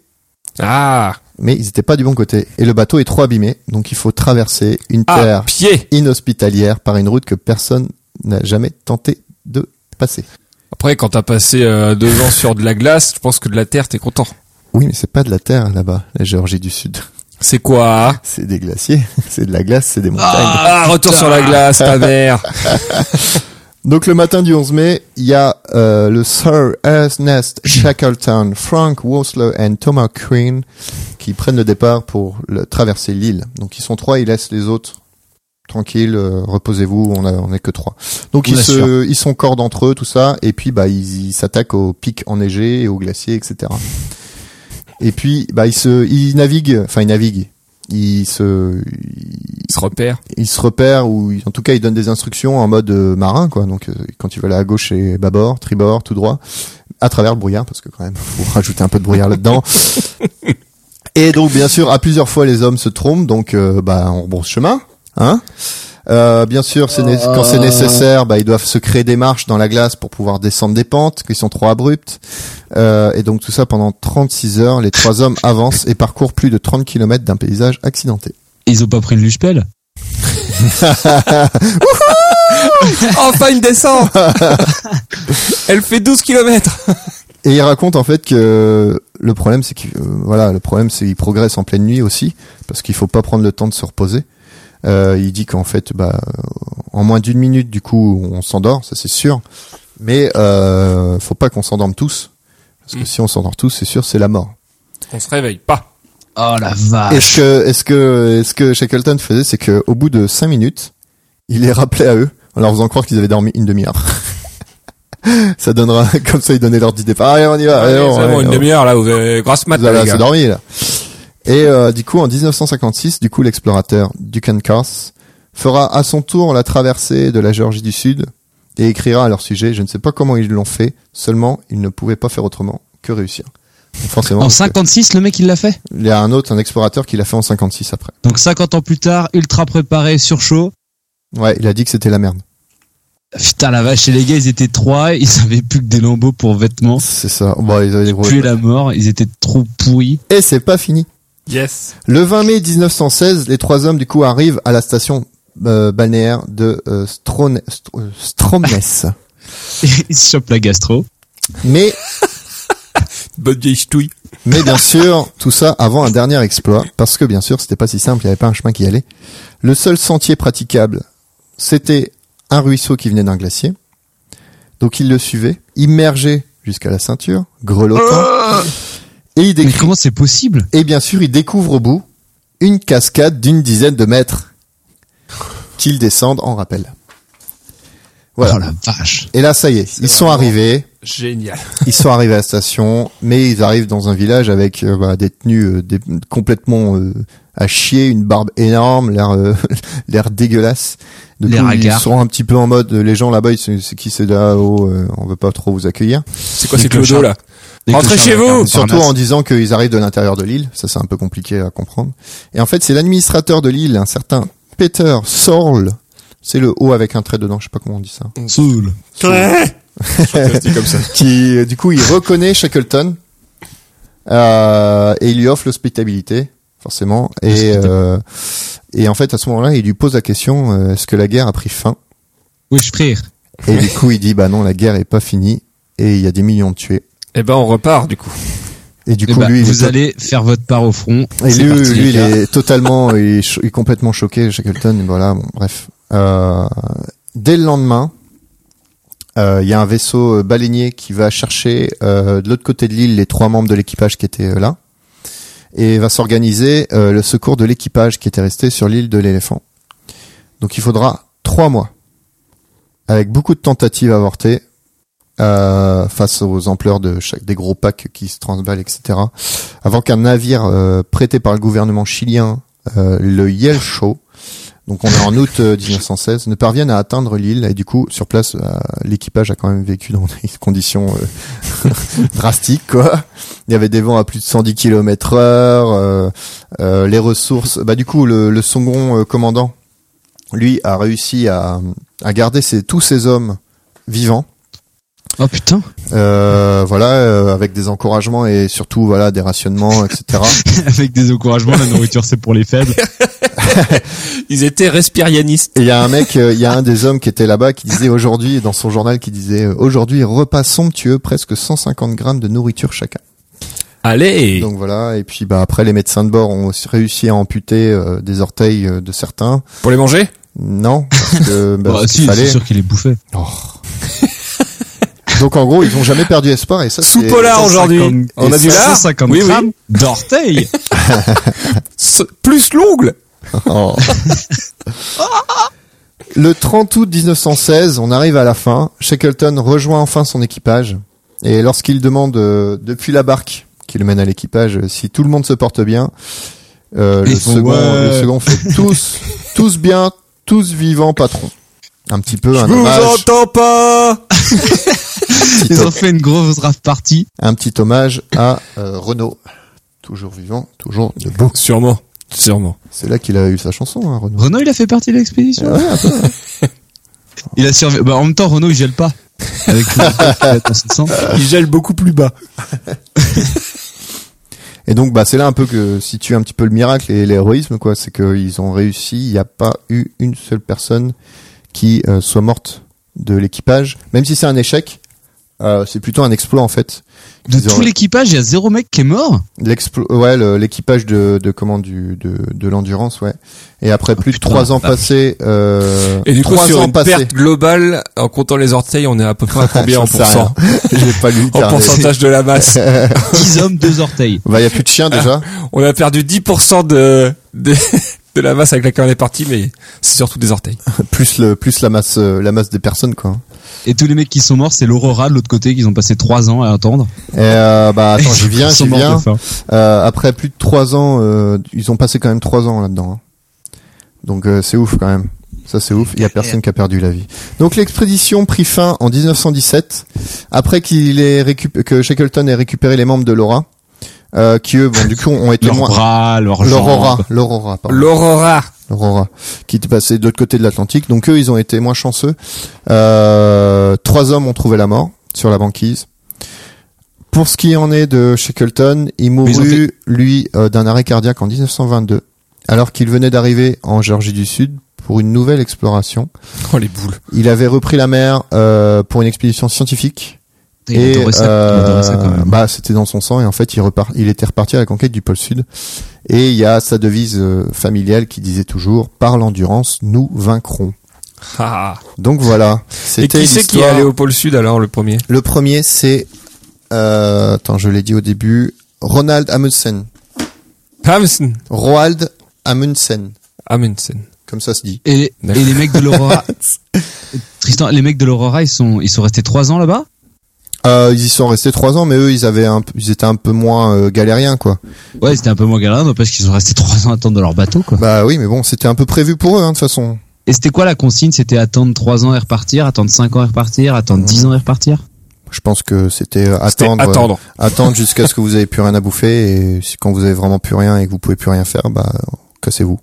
S4: Ah,
S1: mais ils étaient pas du bon côté. Et le bateau est trop abîmé, donc il faut traverser une
S4: à
S1: terre
S4: ah, pied.
S1: inhospitalière par une route que personne n'a jamais tenté de passer.
S4: Après, quand t'as passé euh, deux ans sur de la glace, je pense que de la terre, t'es content.
S1: Oui, mais c'est pas de la terre là-bas, la Géorgie du Sud.
S4: C'est quoi
S1: C'est des glaciers, c'est de la glace, c'est des montagnes.
S4: Ah, retour sur la glace, ta mère.
S1: Donc le matin du 11 mai, il y a euh, le Sir Ernest Shackleton, Frank Worsler et Thomas Queen qui prennent le départ pour le- traverser l'île. Donc ils sont trois, ils laissent les autres tranquilles, euh, reposez-vous, on a- on est que trois. Donc
S3: On
S1: ils,
S3: assure.
S1: se, ils sont cordes entre eux, tout ça, et puis bah ils ils s'attaquent aux pics enneigés et aux glaciers, etc. Et puis bah ils se, ils naviguent, enfin ils naviguent, ils se,
S4: Il se repère.
S1: ils se repèrent ou ils- en tout cas ils donnent des instructions en mode euh, marin quoi. Donc euh, quand ils veulent aller à gauche et bâbord, tribord, tout droit, à travers le brouillard parce que quand même faut rajouter un peu de brouillard là-dedans. Et donc bien sûr à plusieurs fois les hommes se trompent donc euh, bah on rebrousse chemin, hein. Euh, bien sûr, c'est né- quand c'est nécessaire, bah, ils doivent se créer des marches dans la glace pour pouvoir descendre des pentes qui sont trop abruptes. Euh, et donc tout ça pendant 36 heures, les trois hommes avancent et parcourent plus de 30 km d'un paysage accidenté.
S3: Ils ont pas pris le luge-pelle
S4: Enfin, il descend. Elle fait 12 kilomètres.
S1: Et il raconte en fait que le problème c'est qu'il euh, voilà le problème c'est qu'il progresse en pleine nuit aussi parce qu'il faut pas prendre le temps de se reposer. Euh, il dit qu'en fait bah euh, en moins d'une minute du coup on s'endort ça c'est sûr mais euh, faut pas qu'on s'endorme tous parce
S4: Mm.
S1: que si on s'endort tous c'est sûr c'est la mort.
S4: On se réveille pas.
S3: Oh la vache
S1: Est-ce que est-ce que est-ce que Shackleton faisait c'est que au bout de cinq minutes il les rappelait à eux en leur faisant croire qu'ils avaient dormi une demi-heure. ça donnera comme ça ils donnaient leur idée. Allez on y va. allez,
S4: Allez,
S1: on-
S4: c'est bon,
S1: allez,
S4: une
S1: on-
S4: demi-heure là, vous avez grosse mat,
S1: Vous avez
S4: les
S1: assez
S4: gars.
S1: dormi là. Et euh, du coup, en 1956, du coup, l'explorateur Duncan Cass fera à son tour la traversée de la Géorgie du Sud et écrira à leur sujet. Je ne sais pas comment ils l'ont fait. Seulement, ils ne pouvaient pas faire autrement que réussir. Donc, Forcément,
S3: En
S1: parce que
S3: 56, le mec, il l'a fait
S1: il y a un autre, un explorateur, qui l'a fait en 56 après.
S3: Donc 50 ans plus tard, ultra préparé, sur chaud.
S1: Ouais, il a dit que c'était la merde.
S3: Putain la vache, et les gars, ils étaient trois, ils avaient plus que des lambeaux pour vêtements.
S1: C'est ça. Bon, ils avaient des gros-
S3: Puis la mort, ils étaient trop pourris.
S1: Et c'est pas fini.
S4: Yes.
S1: Le 20 mai 1916, les trois hommes du coup arrivent à la station euh, balnéaire de euh, Strone- Str- euh, Stromness.
S3: ils se chopent la gastro.
S1: Mais
S4: Bonne vieille ch'touille.
S1: Mais bien sûr, tout ça avant un dernier exploit, parce que bien sûr, c'était pas si simple, il n'y avait pas un chemin qui y allait. Le seul sentier praticable, c'était un ruisseau qui venait d'un glacier. Donc ils le suivaient, immergé jusqu'à la ceinture, grelottant. Et il
S3: Mais
S1: décrit-
S3: comment c'est possible
S1: et bien sûr, il découvre au bout une cascade d'une dizaine de mètres qu'ils descendent en rappel. Voilà.
S3: Oh la vache.
S1: Et là, ça y est, ils sont arrivés
S4: Génial.
S1: ils sont arrivés à la station, mais ils arrivent dans un village avec euh, bah, des tenues euh, des- complètement euh, à chier, une barbe énorme, l'air euh, l'air dégueulasse. De
S3: Les
S1: ils
S3: ragards.
S1: sont un petit peu en mode euh, les gens là-bas, ils se- c'est qui c'est là-haut, euh, on veut pas trop vous accueillir.
S4: C'est quoi ces
S3: Les clochards.
S4: clodos là
S3: Des
S4: Rentrez
S3: clochards
S4: chez
S3: avec
S4: vous
S3: un
S1: Surtout
S3: Parnasse.
S1: en disant qu'ils arrivent de l'intérieur de l'île, ça c'est un peu compliqué à comprendre. Et en fait, c'est l'administrateur de l'île, un certain Peter Sorl. C'est le O avec un trait dedans, je sais pas comment on dit ça.
S3: Soul.
S4: comme ça.
S1: qui euh, du coup il reconnaît Shackleton euh, et il lui offre l'hospitalité forcément et euh, et en fait à ce moment-là il lui pose la question euh, est-ce que la guerre a pris fin
S3: Oui, je frère.
S1: et du coup il dit bah non la guerre est pas finie et il y a des millions de tués
S4: Eh ben, on repart du coup.
S1: et du
S3: Eh
S1: coup
S3: ben,
S1: lui il
S3: vous
S1: est
S3: allez faire votre part au front.
S1: Et
S3: C'est
S1: lui,
S3: parti,
S1: lui,
S3: les
S1: il
S3: gars.
S1: est totalement, il est, cho- il est complètement choqué, Shackleton. et Voilà, bon, bref. Euh, dès le lendemain, euh, il y a un vaisseau euh, baleinier qui va chercher euh, de l'autre côté de l'île les trois membres de l'équipage qui étaient euh, là, et va s'organiser euh, le secours de l'équipage qui était resté sur l'île de l'éléphant. Donc, il faudra trois mois, avec beaucoup de tentatives avortées. euh, face aux ampleurs de chaque des gros packs qui se transballent, etc avant qu'un navire euh, prêté par le gouvernement chilien, euh, le Yelcho, donc on est en août euh, 1916, ne parvienne à atteindre l'île et du coup sur place euh, l'équipage a quand même vécu dans des conditions euh, drastiques quoi. Il y avait des vents à plus de 110 km/h, euh, euh, les ressources. Bah du coup le, le second euh, commandant lui a réussi à, à garder ses, tous ses hommes vivants.
S3: Oh putain.
S1: Euh, voilà, euh, avec des encouragements et surtout voilà des rationnements, etc.
S3: Avec des encouragements, la nourriture c'est pour les faibles.
S4: Ils étaient respirianistes.
S1: Et il y a un mec, euh, il y a un des hommes qui était là-bas qui disait aujourd'hui, dans son journal, qui disait euh, aujourd'hui repas somptueux, presque 150 grammes de nourriture chacun.
S4: Allez
S1: Donc voilà, et puis bah après les médecins de bord ont aussi réussi à amputer euh, des orteils euh, de certains.
S4: Pour les manger
S1: Non, parce que bah,
S3: Bah,
S1: parce
S3: si,
S1: qu'il
S3: c'est
S1: fallait.
S3: sûr qu'il est bouffé.
S1: Donc en gros, ils ont jamais perdu espoir et ça
S4: Sous
S1: c'est
S4: polar aujourd'hui. On
S3: Et
S4: a du lard
S3: 150
S4: Oui, oui.
S3: grammes d'orteils.
S4: S- Plus l'ongle
S1: Oh. Le 30 août 1916, on arrive à la fin. Shackleton rejoint enfin son équipage. Et lorsqu'il demande euh, depuis la barque qui le mène à l'équipage euh, si tout le monde se porte bien, euh, le,
S3: Ils font,
S1: second,
S3: ouais.
S1: le second fait tous, tous bien, tous vivants, patron. Un petit peu un
S4: Vous
S1: hommage,
S4: entends pas
S3: Ils ont fait une grosse rave party.
S1: un petit hommage à euh, Renaud. Toujours vivant, toujours debout.
S4: Sûrement. Sûrement.
S1: C'est là qu'il a eu sa chanson, hein, Renaud.
S3: Renaud, il a fait partie de
S1: Ah
S3: l'expédition. il a survécu. Bah, en même temps, Renaud, il gèle pas. Avec le- Attends, ça sent.
S4: Il gèle beaucoup plus bas.
S1: Et donc bah c'est là un peu que situe un petit peu le miracle et l'héroïsme quoi, c'est qu'ils ont réussi, il n'y a pas eu une seule personne qui euh, soit morte de l'équipage, même si c'est un échec, euh, c'est plutôt un exploit en fait.
S3: De
S1: Ils
S3: tout
S1: auraient-
S3: l'équipage, il y a zéro mec qui est mort.
S1: L'explo- ouais, le- l'équipage de, de comment du de, de l'endurance ouais. Et après plus de
S3: putain,
S1: trois ans
S3: la
S1: passés, euh,
S4: Oh, Et du coup,
S1: trois
S4: sur
S1: ans
S4: une
S1: passés.
S4: perte globale, en comptant les orteils, on est à peu près à combien en
S1: J'en sais rien.
S4: pourcent
S1: J'ai pas lu. le
S4: En
S1: carnet.
S4: pourcentage de la masse.
S3: 10 hommes, deux orteils.
S1: Bah y a plus de chiens déjà.
S4: On a perdu 10% de, de, de la masse avec laquelle on est parti, mais c'est surtout des orteils.
S1: plus le plus la masse euh, la masse des personnes quoi.
S3: Et tous les mecs qui sont morts, c'est l'Aurora de l'autre côté qu'ils ont passé 3 ans à attendre.
S1: Et euh, bah attends, j'y viens,
S3: Ils sont
S1: j'y
S3: morts de
S1: viens.
S3: faim.
S1: Euh, après plus de trois ans, euh, ils ont passé quand même trois ans là-dedans. hein. Donc euh, c'est ouf quand même. Ça c'est ouf. Il y a personne qui a perdu la vie. Donc l'expédition prit fin en 1917 après qu'il ait récup- que Shackleton ait récupéré les membres de Laura, euh, qui eux, bon du coup ont été
S3: Leurs
S1: moins
S3: bras, leurs jambes.
S1: l'Aurora, l'Aurora, pardon.
S4: L'Aurora.
S1: L'Aurora, qui était passé de l'autre côté de l'Atlantique. Donc eux, ils ont été moins chanceux. Euh, trois hommes ont trouvé la mort sur la banquise. Pour ce qui en est de Shackleton, il
S3: ils ont
S1: mourut, lui, euh, d'un arrêt cardiaque en 1922, alors qu'il venait d'arriver en Géorgie du Sud pour une nouvelle exploration.
S4: Oh, les boules.
S1: Il avait repris la mer euh, pour une expédition scientifique
S3: Et il adorait ça, il adorait ça quand
S1: euh,
S3: même.
S1: bah c'était dans son sang et en fait il repart, il était reparti à la conquête du pôle sud et il y a sa devise euh, familiale qui disait toujours par l'endurance nous vaincrons.
S4: Ah.
S1: Donc voilà,
S4: Et
S1: c'était
S4: qui c'est qui est
S1: l'histoire.
S4: allé au pôle sud alors, le premier
S1: Le premier c'est euh, attends, je l'ai dit au début, Ronald Amundsen.
S4: Amundsen.
S1: Roald Amundsen,
S4: Amundsen.
S1: comme ça se dit.
S3: Et, et
S4: D'accord.
S3: les mecs de l'Aurora. Tristan, les mecs de l'Aurora, ils sont, ils sont restés 3 ans là-bas?
S1: Euh, ils y sont restés trois ans mais eux ils avaient un, p- ils étaient un peu moins euh, galériens quoi.
S3: Ouais, c'était un peu moins galère parce qu'ils sont restés 3 ans à attendre dans leur bateau, quoi.
S1: Bah oui mais bon, c'était un peu prévu pour eux hein, de toute façon.
S3: Et c'était quoi la consigne C'était attendre 3 ans et repartir, attendre 5 ans et repartir, attendre 10 ans et repartir
S1: Je pense que c'était euh,
S4: C'était
S1: attendre euh,
S4: attendre.
S1: attendre jusqu'à ce que vous avez plus rien à bouffer et si- quand vous avez vraiment plus rien et que vous pouvez plus rien faire, bah cassez-vous.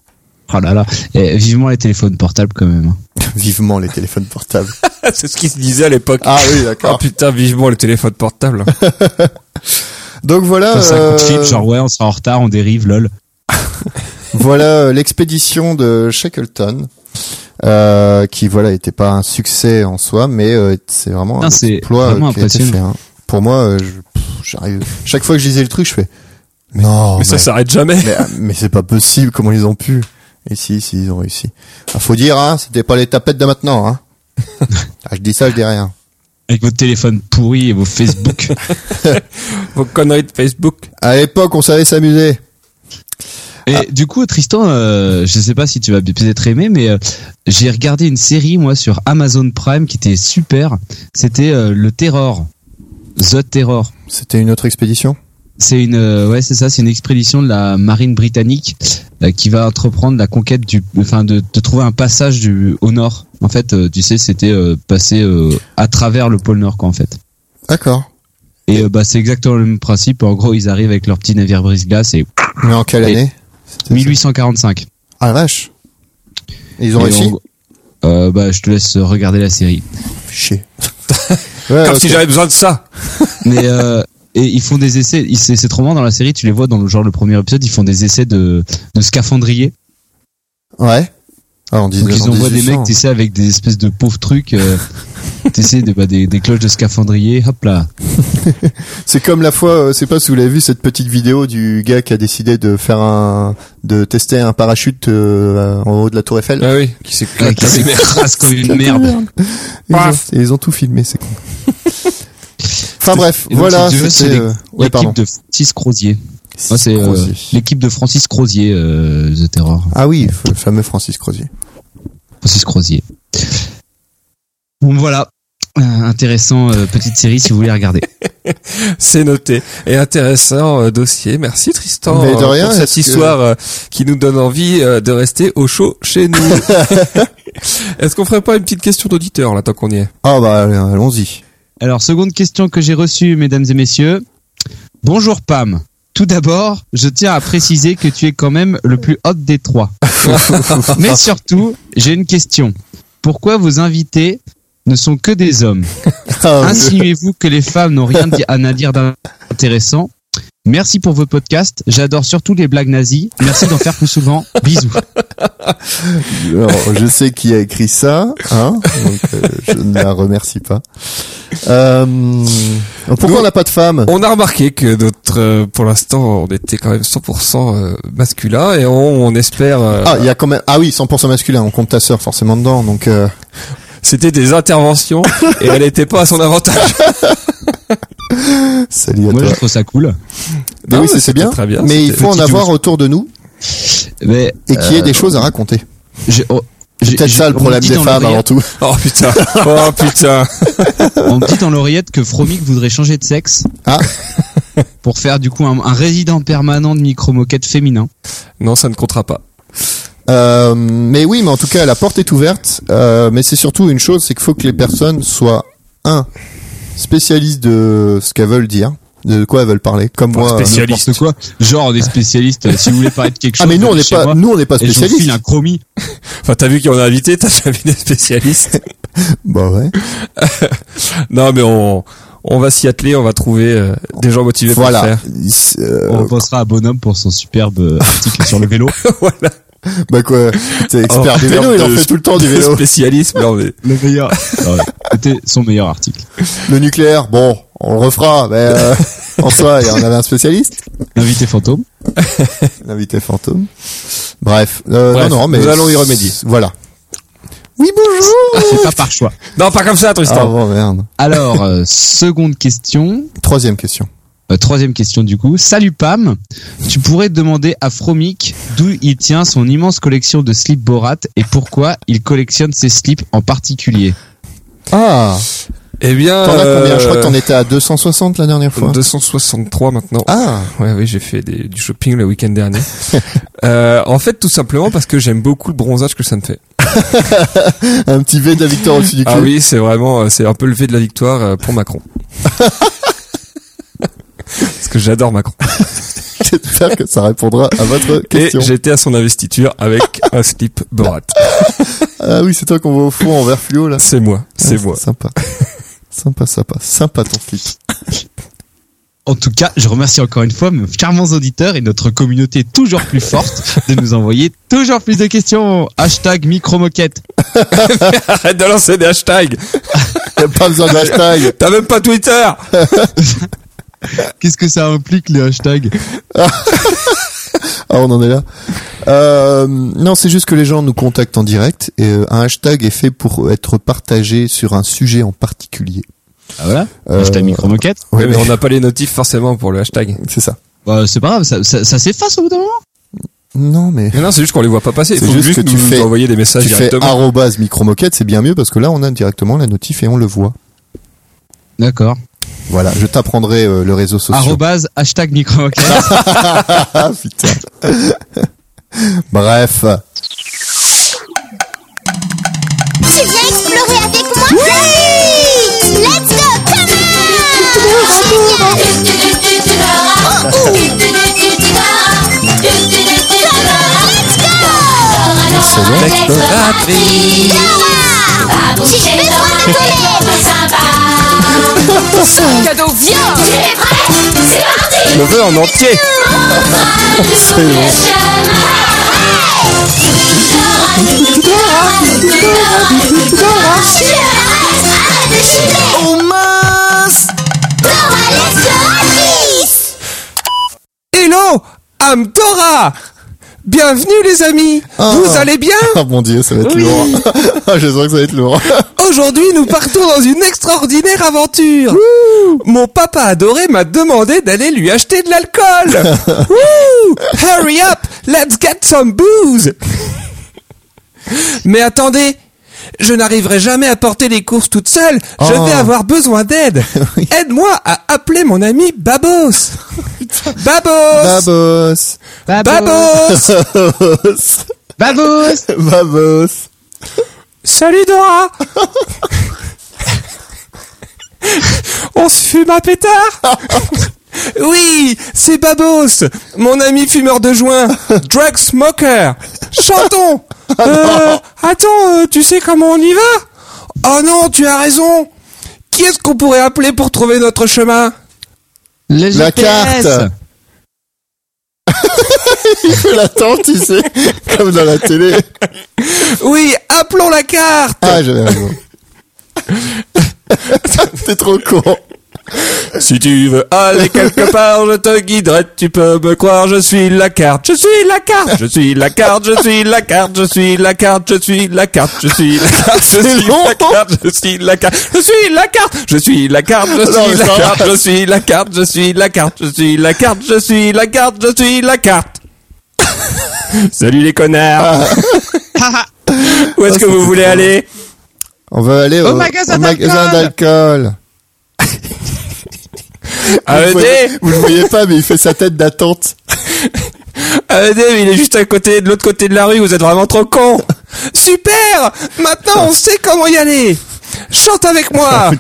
S3: Oh là là, Eh, vivement les téléphones portables quand même. hein.
S1: Vivement les téléphones portables.
S4: c'est ce qui se disait à l'époque.
S1: Ah oui,
S4: Ah
S1: d'accord.
S4: putain, vivement le téléphone portable.
S1: Donc voilà
S3: Passer un coup de fil,
S1: euh,
S3: genre ouais, on sera en retard, on dérive, lol.
S1: voilà euh, l'expédition de Shackleton euh, qui voilà était pas un succès en soi mais euh, c'est vraiment un
S3: Putain, c'est
S1: exploit euh,
S3: vraiment
S1: qui a été fait.
S3: impressionnant.
S1: hein. Pour moi, euh, je- pff, j'arrive chaque fois que je lisais le truc, je fais non
S4: mais ça s'arrête jamais.
S1: Mais, ah, mais c'est pas possible, comment ils ont pu Et si, si, ils ont réussi. Ah, faut dire, hein, c'était pas les tapettes de maintenant, hein. Ah, je dis ça, je dis rien.
S3: Avec votre téléphone pourri et vos Facebook.
S4: Vos conneries de Facebook.
S1: À l'époque, on savait s'amuser.
S3: et du coup, Tristan, euh, je sais pas si tu vas peut-être aimer, mais euh, j'ai regardé une série moi sur Amazon Prime qui était super. C'était euh, le Terror, The Terror.
S1: C'était une autre expédition
S3: C'est une euh, ouais c'est ça c'est une expédition de la marine britannique euh, qui va entreprendre la conquête du enfin de, de trouver un passage du au nord en fait euh, tu sais c'était euh, passer euh, à travers le pôle nord quoi en fait
S1: D'accord.
S3: et euh, bah c'est exactement le même principe en gros ils arrivent avec leur petit navire brise glace et
S1: Mais en quelle
S3: Et-
S1: année C'était ça
S3: 1845
S1: Ah, la vache. Et ils ont
S3: Et
S1: réussi.
S3: on- euh, bah, je te laisse regarder la série.
S1: Chier. Ouais,
S4: Comme
S1: Euh, ok.
S4: si j'avais besoin de ça.
S3: Mais euh, et ils font des essais. ils- C'est c'est trop marrant dans la série. Tu les vois dans le genre le premier épisode. Ils font des essais de de scaphandriers.
S1: Ouais. Ah, on
S3: Donc ils envoient des mecs, tu sais, avec des espèces de pauvres trucs. Euh, tu sais, des, bah, des, des cloches de scaphandriers. Hop là.
S1: C'est comme la fois, euh, c'est pas si vous l'avez vu cette petite vidéo du gars qui a décidé de faire un, de tester un parachute euh, en haut de la Tour Eiffel.
S4: Ah oui. Qui
S3: Ouais,
S4: s'éclate.
S3: qui s'écrase comme une merde.
S1: Ils, ont,
S4: Paf.
S1: et ils ont tout filmé, c'est con. enfin bref,
S3: Et donc,
S1: voilà.
S3: si tu veux,
S1: c'était,
S3: c'est
S1: euh, ouais, pardon.
S3: L'équipe de Francis Crozier.
S4: Ah,
S3: Moi, c'est euh,
S1: Crozier.
S3: l'équipe de Francis Crozier, euh, The Terror.
S1: Ah oui, le fameux Francis Crozier.
S3: Francis Crozier. Bon, voilà. Euh, intéressant euh, petite série si vous voulez regarder.
S4: C'est noté. Et intéressant euh, dossier. Merci Tristan
S1: Mais de
S4: euh,
S1: rien,
S4: pour cette
S1: est-ce que-
S4: histoire euh, qui nous donne envie euh, de rester au chaud chez nous. Est-ce qu'on ferait pas une petite question d'auditeur là tant qu'on y est
S1: Ah bah allez, allons-y.
S3: Alors, seconde question que j'ai reçue, mesdames et messieurs. Bonjour Pam. Tout d'abord, je tiens à préciser que tu es quand même le plus hot des trois. Mais surtout, j'ai une question. Pourquoi vos invités ne sont que des hommes
S1: Ah,
S3: Insinuez-vous que les femmes n'ont rien di- à dire d'intéressant Merci pour vos podcasts. J'adore surtout les blagues nazies. Merci d'en faire plus souvent. Bisous.
S1: Alors, je sais qui a écrit ça, hein, donc euh, je ne la remercie pas. Euh, pourquoi
S4: Nous-
S1: on n'a pas de femme
S4: On a remarqué que notre, euh, pour l'instant, on était quand même 100% euh, masculin et on, on espère. euh,
S1: Ah, il y a quand même. Ah oui, 100% masculin. On compte ta sœur forcément dedans, donc. euh,
S4: C'était des interventions et elle n'était pas à son avantage.
S1: Salut à
S3: Moi,
S1: toi.
S3: je trouve ça cool.
S1: Mais
S4: Non,
S1: oui,
S4: mais
S1: c'est- c'est
S4: c'était
S1: bien.
S4: très bien,
S1: mais il
S4: c'était
S1: faut
S4: le
S1: en
S4: petit Euh,
S1: avoir autour de nous
S3: Mais
S1: et qu'il y ait des choses à raconter.
S3: je- oh, je-
S1: Peut-être
S3: je-
S1: ça le
S3: on me
S1: problème
S3: dit
S1: des
S3: dans
S1: femmes
S3: l'oreillette-
S1: avant tout.
S4: Oh putain. Oh putain.
S3: On me dit dans l'oreillette que Fromic voudrait changer de sexe.
S1: Ah.
S3: Pour faire du coup un, un résident permanent de micro-moquette féminin.
S4: Non, ça ne comptera pas.
S1: Euh, mais oui, mais en tout cas, la porte est ouverte. Euh, mais c'est surtout une chose, c'est qu'il faut que les personnes soient un spécialistes de ce qu'elles veulent dire, de quoi elles veulent parler, comme
S4: Pas
S1: moi.
S4: spécialiste.
S3: N'importe quoi. Genre des spécialistes. euh, si vous voulez parler de quelque
S1: Ah
S3: chose.
S1: mais nous on
S3: venez
S1: n'est
S3: chez
S1: pas,
S3: moi
S1: nous on n'est pas
S3: Et je vous file
S1: spécialistes.
S3: un chromie.
S4: Enfin, t'as vu qui on a invité, t'as déjà vu des spécialistes.
S1: Bah ouais.
S4: Non, mais on, on va s'y atteler, on va trouver euh, des gens motivés pour le
S1: Voilà.
S4: faire.
S1: Euh,
S3: On pensera à Bonhomme pour son superbe euh, article sur le vélo.
S1: bah quoi, t'es expert
S4: Alors,
S1: du vélo, il en
S4: de-
S1: fait tout le temps du
S4: des
S1: vélo.
S4: spécialistes, non, mais
S3: Le meilleur. Ah Ouais, C'était son meilleur article.
S1: Le nucléaire, bon, on le refera. Mais euh, en soi, il y en avait un spécialiste,
S3: L'invité fantôme.
S1: l'invité fantôme. Bref, euh,
S4: Bref,
S1: non non, mais
S4: nous allons y remédier.
S1: Voilà. Oui bonjour.
S3: C'est pas par choix.
S4: Non, pas comme ça,
S1: Ah
S4: Tristan.
S1: bon merde.
S3: Alors, euh, seconde question.
S1: Troisième question.
S3: Euh, troisième question du coup. Salut Pam, tu pourrais demander à Fromic d'où il tient son immense collection de slips Borat et pourquoi il collectionne ces slips en particulier.
S1: Ah.
S4: Eh bien,
S1: T'en as combien Je crois que
S4: euh,
S1: t'en étais à 260 la dernière fois.
S4: 263 maintenant.
S1: Ah.
S4: Ouais, oui, j'ai fait des- du shopping le week-end dernier. Euh, en fait, tout simplement parce que j'aime beaucoup le bronzage que ça me fait.
S1: Un petit V de la victoire au-dessus du cul.
S4: Ah oui, c'est vraiment, euh, c'est un peu le V de la victoire euh, pour Macron. parce que j'adore Macron.
S1: J'espère que ça répondra à votre question.
S4: Et j'étais à son investiture avec un slip Borat.
S1: Ah oui, c'est toi qu'on voit au fond en vert fluo là.
S4: C'est moi, c'est
S1: Ah,
S4: moi.
S1: Sympa. sympa, sympa, sympa ton fils.
S3: En tout cas, je remercie encore une fois mes charmants auditeurs et notre communauté toujours plus forte de nous envoyer toujours plus de questions. Hashtag micromoquette.
S4: Arrête de lancer des hashtags.
S1: Y'a pas besoin d'hashtag.
S4: T'as même pas Twitter.
S3: Qu'est-ce que ça implique les hashtags
S1: Ah, on en est là. Euh, non, c'est juste que les gens nous contactent en direct et euh, un hashtag est fait pour être partagé sur un sujet en particulier.
S3: Ah voilà,
S1: Euh,
S3: hashtag micromoquette.
S1: Ouais,
S4: mais
S1: mais-
S4: on n'a pas les notifs forcément pour le hashtag.
S1: C'est ça.
S3: Bah, c'est pas grave, ça, ça, ça s'efface au bout d'un moment.
S1: Non, mais
S4: Mais non, c'est juste qu'on les voit pas passer. Il
S1: C'est
S4: faut
S1: juste
S4: juste,
S1: que
S4: nous,
S1: tu fais-
S4: envoyer des messages
S1: tu fais
S4: directement.
S1: arrobase micromoquette, c'est bien mieux parce que là, on a directement la notif et on le voit.
S3: D'accord.
S1: Voilà, je t'apprendrai euh, le réseau social.
S3: Arrobase hashtag micromoquette.
S1: Ah putain. Bref.
S7: Tu viens explorer avec moi Oui Let's go, come on Let's go
S1: saison.
S8: L'exploratrice. Vamos
S7: J'ai
S8: chez
S7: besoin
S8: toi,
S7: de ton aide.
S8: c'est sympa.
S9: Cadeau, viens
S8: Tu es prêt C'est parti
S4: Je le veux en entier.
S8: C'est
S9: Oh mince
S7: Dora l'exploratrice
S4: Hello, I'm Dora. Bienvenue les amis.
S1: Ah.
S4: Vous allez bien
S1: Oh mon dieu, ça va être lourd. Ah, je sens que ça va être lourd.
S4: Aujourd'hui, nous partons dans une extraordinaire aventure. Mon papa adoré m'a demandé d'aller lui acheter de l'alcool. Wouh Hurry up, let's get some booze. Mais attendez, je n'arriverai jamais à porter les courses toute seule. Je
S1: Oh.
S4: vais avoir besoin d'aide.
S1: Oui.
S4: Aide-moi à appeler mon ami Babos. Babos.
S1: Babos.
S4: Babos.
S1: Babos.
S3: Babos
S1: Babos.
S4: Salut Dora. On se fume un pétard Oui, c'est Babos, mon ami fumeur de joint, drug smoker. Chantons. Euh, attends, euh, tu sais comment on y va Oh non, tu as raison. Qui est-ce qu'on pourrait appeler pour trouver notre chemin
S1: La carte. Il fait l'attente, tu sais, comme dans la télé.
S4: Oui, appelons la carte.
S1: Ah, j'avais raison. T'es trop con.
S4: Si tu veux aller quelque part, je te guiderai, tu peux me croire, je suis la carte, je suis la carte, je suis la carte, je suis la carte, je suis la carte, je suis la carte, je suis la carte, je suis la carte, je suis la carte, je suis la carte, je suis la carte, je
S1: Non, mais
S4: suis la
S1: ça va.
S4: carte, je suis la carte, je suis la carte, je suis la carte, je suis la carte, je suis la carte. Salut les connards. Ah. Où est-ce que vous voulez aller
S1: On va aller au,
S3: magasin
S1: au magasin d'alcool.
S4: AED
S1: Vous voyez- Vous le voyez pas, mais il fait sa tête d'attente.
S4: AED, Ah, il est juste à côté, de l'autre côté de la rue, vous êtes vraiment trop cons Super Maintenant, on sait comment y aller Chante avec moi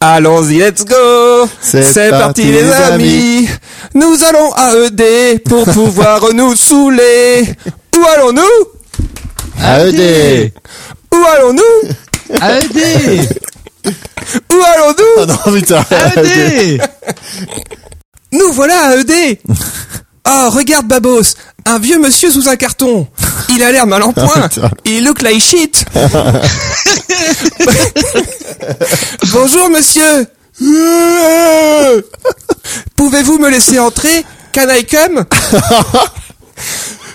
S4: Allons-y, let's go
S1: C'est
S4: C'est parti,
S1: parti,
S4: les
S1: les
S4: amis Nous allons à ED pour pouvoir nous saouler Où allons-nous
S1: E AED.
S4: Où allons-nous
S3: AED
S4: Où allons-nous
S1: Oh non, putain. AED.
S3: AED
S4: Nous voilà à ED Oh, regarde Babos Un vieux monsieur sous un carton Il a l'air mal en point Il look like shit Bonjour monsieur Pouvez-vous me laisser entrer Can I come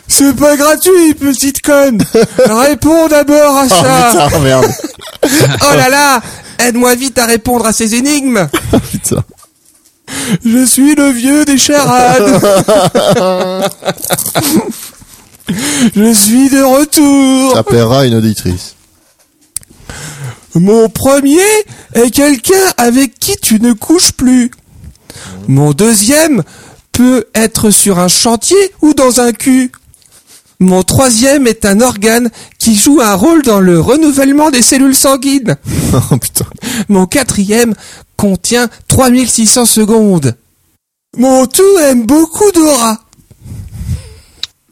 S4: C'est pas gratuit, petite conne Réponds d'abord à
S1: Oh
S4: ça
S1: putain, merde.
S4: Oh là là Aide-moi vite à répondre à ces énigmes
S1: Putain.
S4: je suis le vieux des charades. Je suis de retour.
S1: Ça plaira à une auditrice.
S4: Mon premier est quelqu'un avec qui tu ne couches plus. Mon deuxième peut être sur un chantier ou dans un cul. Mon troisième est un organe qui joue un rôle dans le renouvellement des cellules sanguines.
S1: Oh putain.
S4: Mon quatrième contient 3600 secondes. Mon tout aime beaucoup Dora.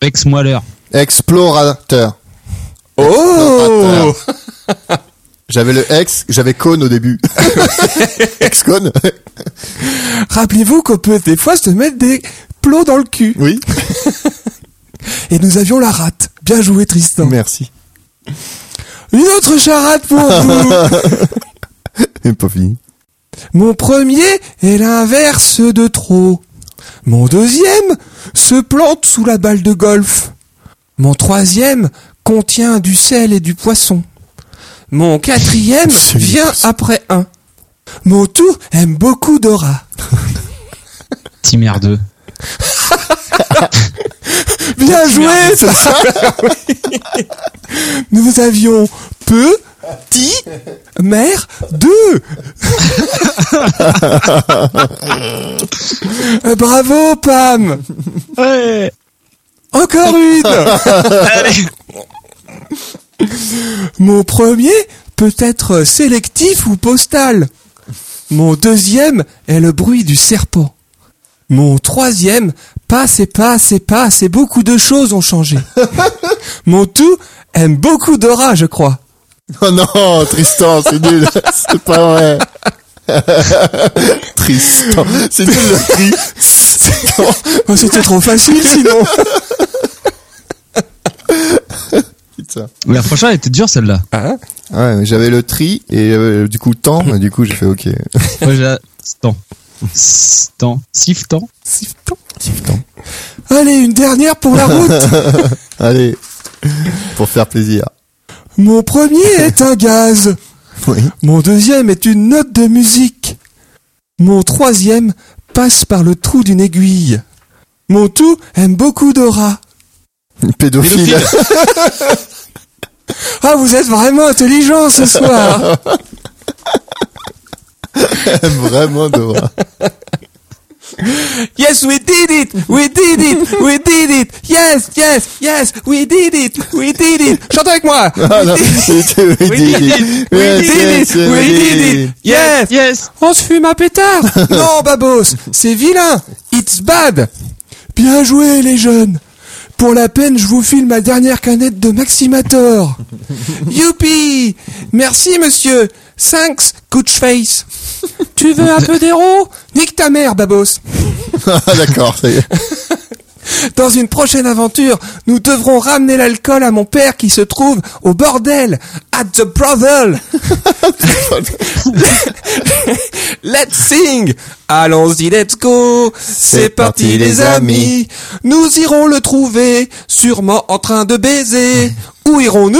S3: Ex-moi l'heure.
S1: Explorateur.
S4: Oh
S1: J'avais le ex, j'avais con au début. ex con.
S4: Rappelez-vous qu'on peut des fois se mettre des plots dans le cul.
S1: Oui.
S4: Et nous avions la rate. Bien joué Tristan.
S1: Merci.
S4: Une autre charade pour vous.
S1: Et pas fini.
S4: Mon premier est l'inverse de trop. Mon deuxième se plante sous la balle de golf. Mon troisième contient du sel et du poisson. Mon quatrième
S1: Sel et du
S4: vient après un. Mon tout aime beaucoup Dora.
S3: Petit merdeux.
S4: Bien joué ça. Nous avions peu, ti, mère, deux. Euh, Bravo Pam.
S3: Ouais
S4: Encore une.
S3: Allez
S4: Mon premier peut être sélectif ou postal. Mon deuxième est le bruit du serpent. Mon troisième pas, c'est pas, c'est pas, c'est beaucoup de choses ont changé. Mon tout aime beaucoup Dora, je crois.
S1: Oh non, Tristan, c'est nul. C'est pas vrai. Tristan, c'est nul le tri.
S4: Oh, C'était trop facile sinon.
S1: Putain.
S3: Mais franchement, elle était dure celle-là.
S4: Hein
S1: Ouais, mais j'avais le tri et j'avais, du coup le temps, et du coup j'ai fait ok.
S3: Moi, j'ai Stan. Stan. Siftan.
S4: Sifton. Allez, une dernière pour la route.
S1: Allez, pour faire plaisir.
S4: Mon premier est un gaz.
S1: Oui.
S4: Mon deuxième est une note de musique. Mon troisième passe par le trou d'une aiguille. Mon tout aime beaucoup Dora.
S1: Pédophile.
S4: Ah, vous êtes vraiment intelligent ce soir.
S1: Vraiment Dora.
S4: Yes, we did it. We did it. We did it. Yes, yes, yes. We did it. We did it. Chantez avec moi.
S1: Ah non,
S4: We did it.
S1: c'était- we did it.
S4: We did it.
S1: Yes, yes,
S4: We did it. Yes.
S3: Yes.
S4: On se fume un pétard Non, Babos, c'est vilain It's bad Bien joué, les jeunes Pour la peine, je vous file ma dernière canette de Maximator Youpi Merci, monsieur Thanks, good face Tu veux un peu d'héros Nique ta mère, Babos
S1: Ah d'accord, ça y est.
S4: Dans une prochaine aventure, nous devrons ramener l'alcool à mon père qui se trouve au bordel, at the brothel. let's sing. Allons-y, let's go. C'est parti, les amis. Nous irons le trouver, sûrement en train de baiser. Où irons-nous?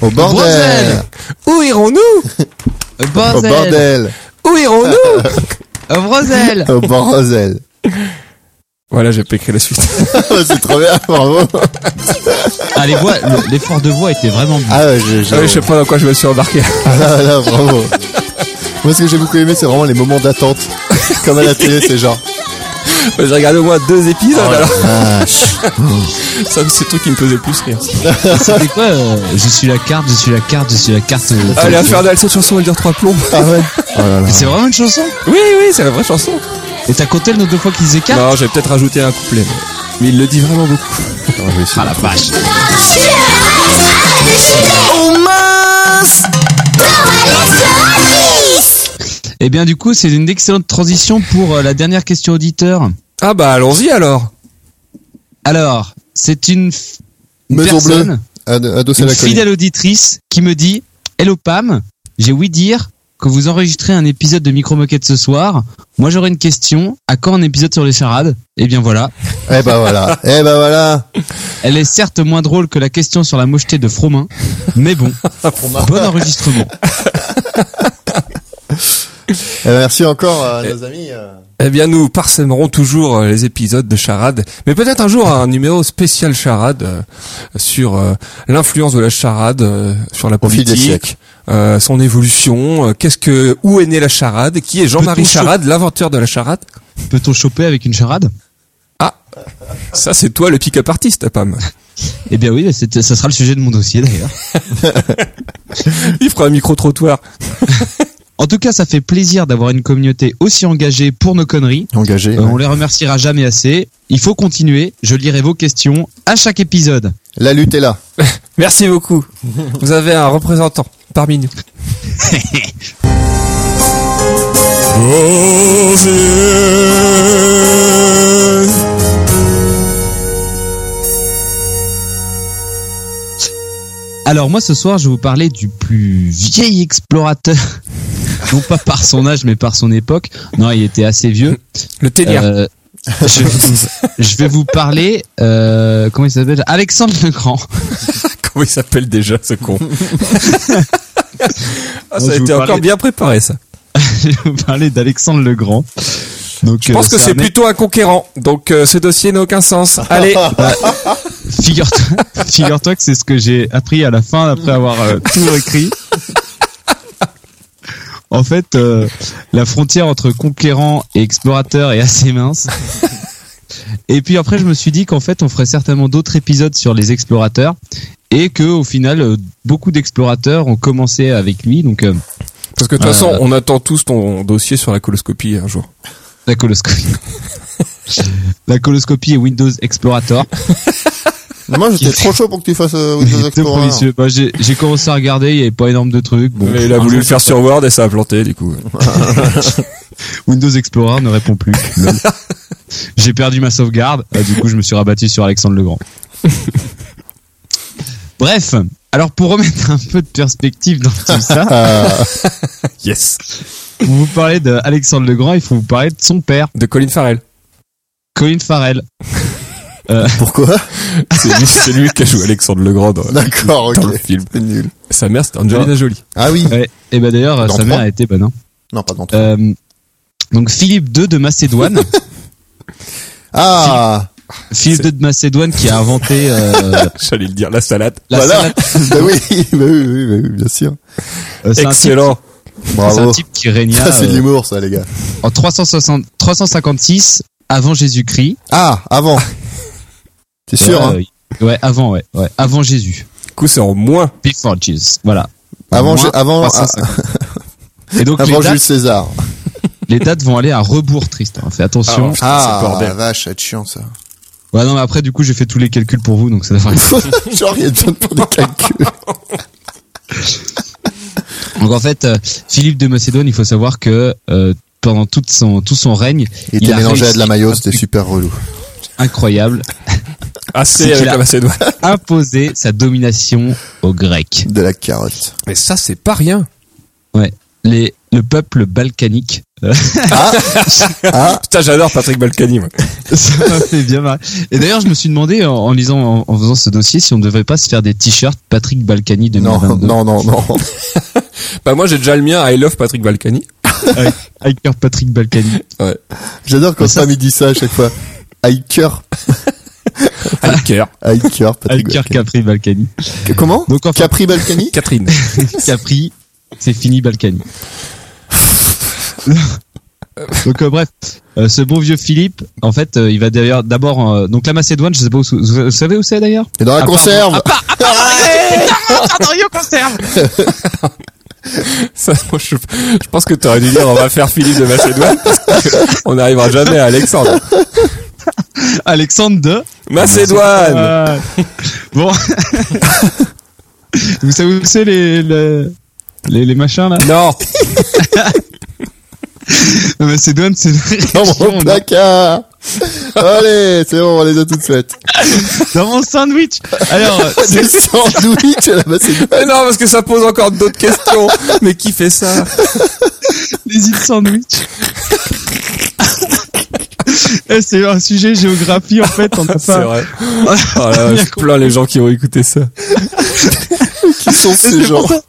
S1: Au bordel.
S3: Bordel.
S4: Où irons-nous?
S3: Au
S1: Au
S3: bordel.
S1: bordel.
S4: Où irons-nous?
S3: Au bordel.
S1: Au bordel. Ah,
S4: Voilà, j'ai pas écrit la suite.
S1: c'est trop bien, bravo.
S3: Ah, les voix, le- l'effort de voix était vraiment bon.
S1: Ah ouais, j'ai, j'ai-
S4: pas dans quoi je me suis embarqué.
S1: Ah là, là, bravo. Moi, ce que j'ai beaucoup aimé, c'est vraiment les moments d'attente. Comme à la télé, c'est genre.
S4: Bah, J'ai regardé au moins deux épisodes, alors.
S1: Ah,
S4: Ça, c'est le truc qui me faisait le plus rire.
S3: C'était quoi euh, Je suis la carte, je suis la carte, je suis la carte. euh,
S4: Allez, infernal, cette chanson, elle dure trois plombs.
S1: ouais. Oh là là.
S3: C'est vraiment une chanson
S4: Oui, oui, c'est la vraie chanson.
S3: Et t'as compté le nombre de fois qu'ils écartent
S4: Non, j'ai peut-être rajouté un couplet. Mais il le dit vraiment beaucoup.
S1: Attends, je vais essayer.
S3: Ah la vache
S9: Oh mince
S3: Eh bien du coup, c'est une excellente transition pour euh, la dernière question auditeur.
S4: Ah bah allons-y alors.
S3: Alors, c'est une, f- une
S1: Maison
S3: personne,
S1: bleue. Ad- Adossé à
S3: une
S1: la colline.
S3: fidèle auditrice qui me dit "Hello Pam, j'ai ouï dire que vous enregistrez un épisode de Micro Moquette ce soir. Moi, j'aurais une question. À quand un épisode sur les charades Eh bien voilà.
S1: Eh ben voilà. Eh ben voilà.
S3: Elle est certes moins drôle que la question sur la mocheté de Fromin, mais bon, bon enregistrement.
S1: Eh ben, merci encore à nos amis. euh.
S4: Eh bien nous parsemerons toujours euh, les épisodes de charade, mais peut-être un jour un numéro spécial charade euh, sur euh, l'influence de la charade euh, sur la
S1: Au fil des
S4: politique.
S1: siècles.
S4: euh, son évolution, euh, qu'est-ce que où est née la charade, qui est Jean-Marie
S3: Peut-on
S4: Charade, l'inventeur de la charade
S3: Peut-on choper avec une charade
S4: Ça c'est toi le pick-up artiste Pam.
S3: Eh bien oui, c'est- ça sera le sujet de mon dossier d'ailleurs.
S4: Il fera un micro trottoir.
S3: En tout cas, ça fait plaisir d'avoir une communauté aussi engagée pour nos conneries.
S1: Engagé.
S3: Euh, on les remerciera jamais assez. Il faut continuer. Je lirai vos questions à chaque épisode.
S1: La lutte est là.
S4: Merci beaucoup. Vous avez un représentant parmi nous.
S3: Alors moi, ce soir, je vais vous parler du plus vieil explorateur. Non pas par son âge, mais par son époque. Non, il était assez vieux.
S4: Le Télier.
S3: Euh, je, je vais vous parler... euh, comment il s'appelle Alexandre le Grand.
S4: Comment il s'appelle déjà ce con Ah,
S3: Moi,
S4: Ça a
S3: je vous
S4: été encore
S3: parlais-
S4: bien préparé ça.
S3: je vais vous parler d'Alexandre le Grand. Donc, euh,
S4: Je pense que c'est plutôt un conquérant, donc euh, ce dossier n'a aucun sens. Allez,
S3: Figure-toi figure que c'est ce que j'ai appris à la fin après avoir euh, tout écrit. En fait, euh, la frontière entre conquérant et explorateur est assez mince. Et puis après, je me suis dit qu'en fait, on ferait certainement d'autres épisodes sur les explorateurs et que au final, euh, beaucoup d'explorateurs ont commencé avec lui, donc euh,
S4: parce que de toute façon, on attend tous ton dossier sur la coloscopie un jour.
S3: la coloscopie. La coloscopie et Windows Explorator.
S1: Moi, j'étais trop chaud pour que tu fasses euh, Windows
S3: Les deux premiers
S1: Explorer.
S3: cieux. Bah, j'ai j'ai commencé à regarder, il n'y avait pas énorme de trucs. Bon,
S4: Mais il a
S3: un
S4: voulu
S3: jour,
S4: le faire sur Word et ça a planté du coup.
S3: Windows Explorer ne répond plus. Lol. j'ai perdu ma sauvegarde, euh, du coup je me suis rabattu sur Alexandre Legrand. Bref, alors pour remettre un peu de perspective dans tout ça,
S1: Ah,
S4: Yes.
S3: pour vous parler d'Alexandre Legrand, il faut vous parler de son père,
S4: De Colin Farrell.
S3: Colin Farrell.
S1: pourquoi
S4: C'est lui, c'est lui qui a joué Alexandre Legrand dans,
S1: D'accord,
S4: dans
S1: ok.
S4: le film.
S1: C'est nul.
S4: Sa mère c'était Angelina Jolie.
S1: Ah oui.
S3: Ouais, et bah d'ailleurs euh,
S1: Dans
S3: sa mère
S1: trois.
S3: a été bonne. hein.
S1: Non, pardon.
S3: Euh, donc Philippe II de Macédoine,
S1: Ah,
S3: Philippe II de Macédoine qui a inventé euh,
S4: J'allais le dire, la salade.
S3: la
S1: voilà.
S3: salade.
S1: bah oui, bah oui, oui, bah oui, bien sûr.
S3: Euh, c'est un type-
S4: Excellent.
S3: C'est un
S1: Bravo.
S3: type qui régna
S1: Ça, c'est de
S3: euh,
S1: l'humour, ça, les gars.
S3: en 360, 356 avant Jésus-Christ.
S1: Ah, avant. T'es sûr,
S3: ouais,
S1: hein
S3: euh, ouais, avant, ouais, ouais, avant Jésus.
S4: Du coup c'est en moins.
S3: Before Jesus, voilà.
S1: Avant,
S3: Moins Bah,
S1: Jé- avant,
S3: 350. Et donc
S1: avant
S3: les,
S1: Jules
S3: dates,
S1: César.
S3: les dates vont aller à rebours, Tristan. Fais attention.
S4: Putain,
S1: Ah,
S4: c'est bordel.
S1: la vache, ça va être chiant, ça.
S3: Ouais, non, mais après, du coup, j'ai fait tous les calculs pour vous, donc ça devrait être-
S1: Genre, il y a besoin de faire des calculs.
S3: Donc en fait, euh, Philippe de Macédoine, il faut savoir que euh, pendant toute son, tout son règne,
S1: Il était
S3: a
S1: mélangé à de la
S3: réussi
S1: maillot,
S3: un
S1: c'était
S3: truc
S1: super relou.
S3: incroyable, C'est
S4: Assez
S3: qu'il
S4: Ah, avec
S3: a-
S4: la Macédoine.
S3: imposer sa domination aux Grecs.
S1: De la carotte.
S4: Mais ça c'est pas rien.
S3: Ouais, les, le peuple balkanique. euh,
S4: Putain j'adore Patrick Balkany. moi.
S3: Ça m'a fait bien marrer. Et d'ailleurs, je me suis demandé en, en lisant, en, en faisant ce dossier, si on ne devrait pas se faire des t-shirts Patrick Balkany
S1: Non,
S3: 2022
S1: non, non, non.
S4: Bah moi j'ai déjà le mien I love Patrick Balkany.
S3: avec, avec leur Patrick Balkany.
S4: Ouais.
S1: J'adore quand
S3: Mais ça,
S1: Sam il dit ça à chaque fois. Hiker,
S4: Avec cœur.
S1: hiker,
S3: Avec
S1: Patrick.
S3: leur
S1: Balkany.
S3: Capri Balkany.
S1: Comment
S3: Donc en fait,
S1: Capri Balkany
S4: Catherine.
S3: Capri, c'est fini Balkany. donc euh, bref, euh, ce bon vieux Philippe, en fait, euh, il va d'ailleurs d'abord euh, donc la Macédoine, je sais pas où vous, vous savez où c'est d'ailleurs
S1: Et dans la
S3: Ah,
S1: conserve
S4: Ça, moi, je, je pense que t'aurais dû dire on va faire Philippe de Macédoine parce que on n'arrivera jamais à Alexandre.
S3: Alexandre de
S4: Macédoine.
S3: Euh, Bon. vous savez où c'est les, les les les machins là
S4: Non.
S3: La Macédoine, c'est
S1: Dans
S3: dans,
S1: mon placard Allez, c'est bon, on les a toutes faites.
S3: dans mon sandwich. Alors,
S1: Des sandwichs à la Macédoine.
S4: Mais Euh, non parce que ça pose encore d'autres questions. Mais qui fait ça
S3: les îles sandwich. Eh, c'est un sujet géographie en fait, on n'a
S4: C'est
S3: pas.
S4: vrai. Oh là, là, je plains les gens qui ont écouté ça.
S1: Qui sont ces
S3: C'est
S1: gens
S3: pour ça,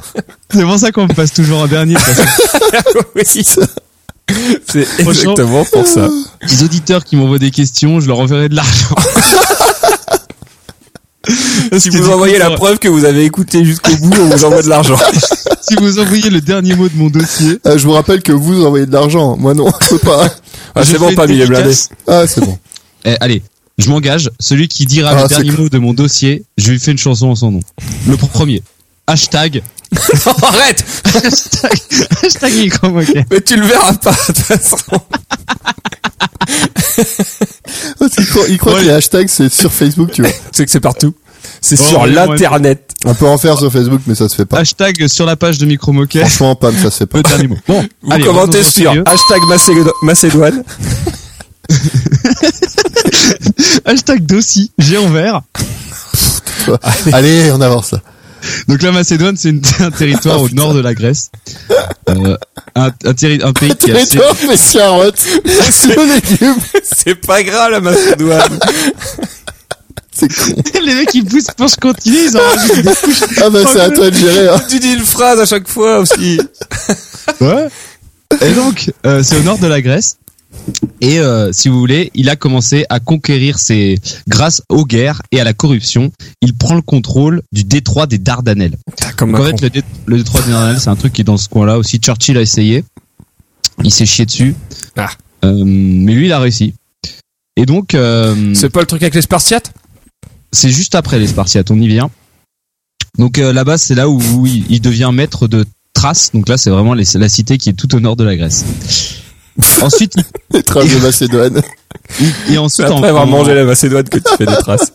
S3: c'est pour ça qu'on me passe toujours en dernier. parce que
S4: Oui. C'est exactement pour ça.
S3: les auditeurs qui m'envoient des questions, je leur enverrai de l'argent.
S4: Si vous envoyez
S3: euh,
S4: la preuve que vous avez écouté jusqu'au bout, on vous envoie de l'argent.
S3: si vous envoyez le dernier mot de mon dossier,
S1: Euh, Je vous rappelle que vous envoyez de l'argent. Moi, non, je peux pas.
S4: Ah,
S3: je
S4: c'est bon,
S3: fais
S4: pas
S3: une
S4: mis les blindés.
S3: dédicace.
S1: Ah, c'est bon.
S3: Eh, allez, je m'engage. Celui qui dira
S1: Ah,
S3: le
S1: c'est
S3: dernier mot de mon dossier, je lui fais une chanson en son nom. Le premier. Hashtag.
S4: Arrête!
S3: Hashtag. Hashtag micro moquette.
S4: Mais tu le verras pas, de toute façon.
S1: Il croit, Ah, il croit
S3: Ouais.
S1: que les hashtags, c'est sur Facebook, tu vois.
S4: C'est que c'est partout. C'est
S3: Bon,
S4: sur
S3: on est loin.
S4: l'internet.
S1: On peut en faire sur Facebook, mais ça se fait pas.
S3: Hashtag sur la page de micro moquette.
S1: Franchement, Pam, ça se fait pas.
S3: Le dernier mot. Bon.
S4: Vous
S3: allez,
S4: commentez
S3: revenons au
S4: sur
S3: sérieux.
S4: hashtag Macédo- Macédoine.
S3: Hashtag dossier. Géant vert.
S1: Allez, on avance là.
S3: Donc la Macédoine, c'est une- un territoire au nord de la Grèce. Euh, un, un, terri- un pays qui est assez...
S1: Territoire mes carottes, le légume.
S4: C'est pas grave, la Macédoine.
S3: Les mecs, ils poussent pour se continuer, ils ont
S1: Ah bah c'est à toi de gérer. Hein.
S4: tu dis une phrase à chaque fois aussi.
S3: Ouais. Et donc, euh, c'est au nord de la Grèce. Et euh, si vous voulez, il a commencé à conquérir ses... Grâce aux guerres et à la corruption, il prend le contrôle du détroit des Dardanelles.
S4: Comme
S3: Donc, en
S4: Macron.
S3: fait, le, dé- le détroit des Dardanelles, c'est un truc qui est dans ce coin-là aussi. Churchill a essayé. Il s'est chié dessus.
S4: Ah.
S3: Euh, mais lui, il a réussi. Et donc... euh,
S4: C'est pas le truc avec les Spartiates
S3: c'est juste après les Spartiates, on y vient. Donc euh, là-bas, c'est là où, où il, il devient maître de Thrace. Donc là, c'est vraiment les- la cité qui est tout au nord de la Grèce. Ensuite,
S1: Les traces de Macédoine.
S3: Et ensuite, en,
S4: Après avoir
S3: en-
S4: mangé la macédoine que tu fais des traces.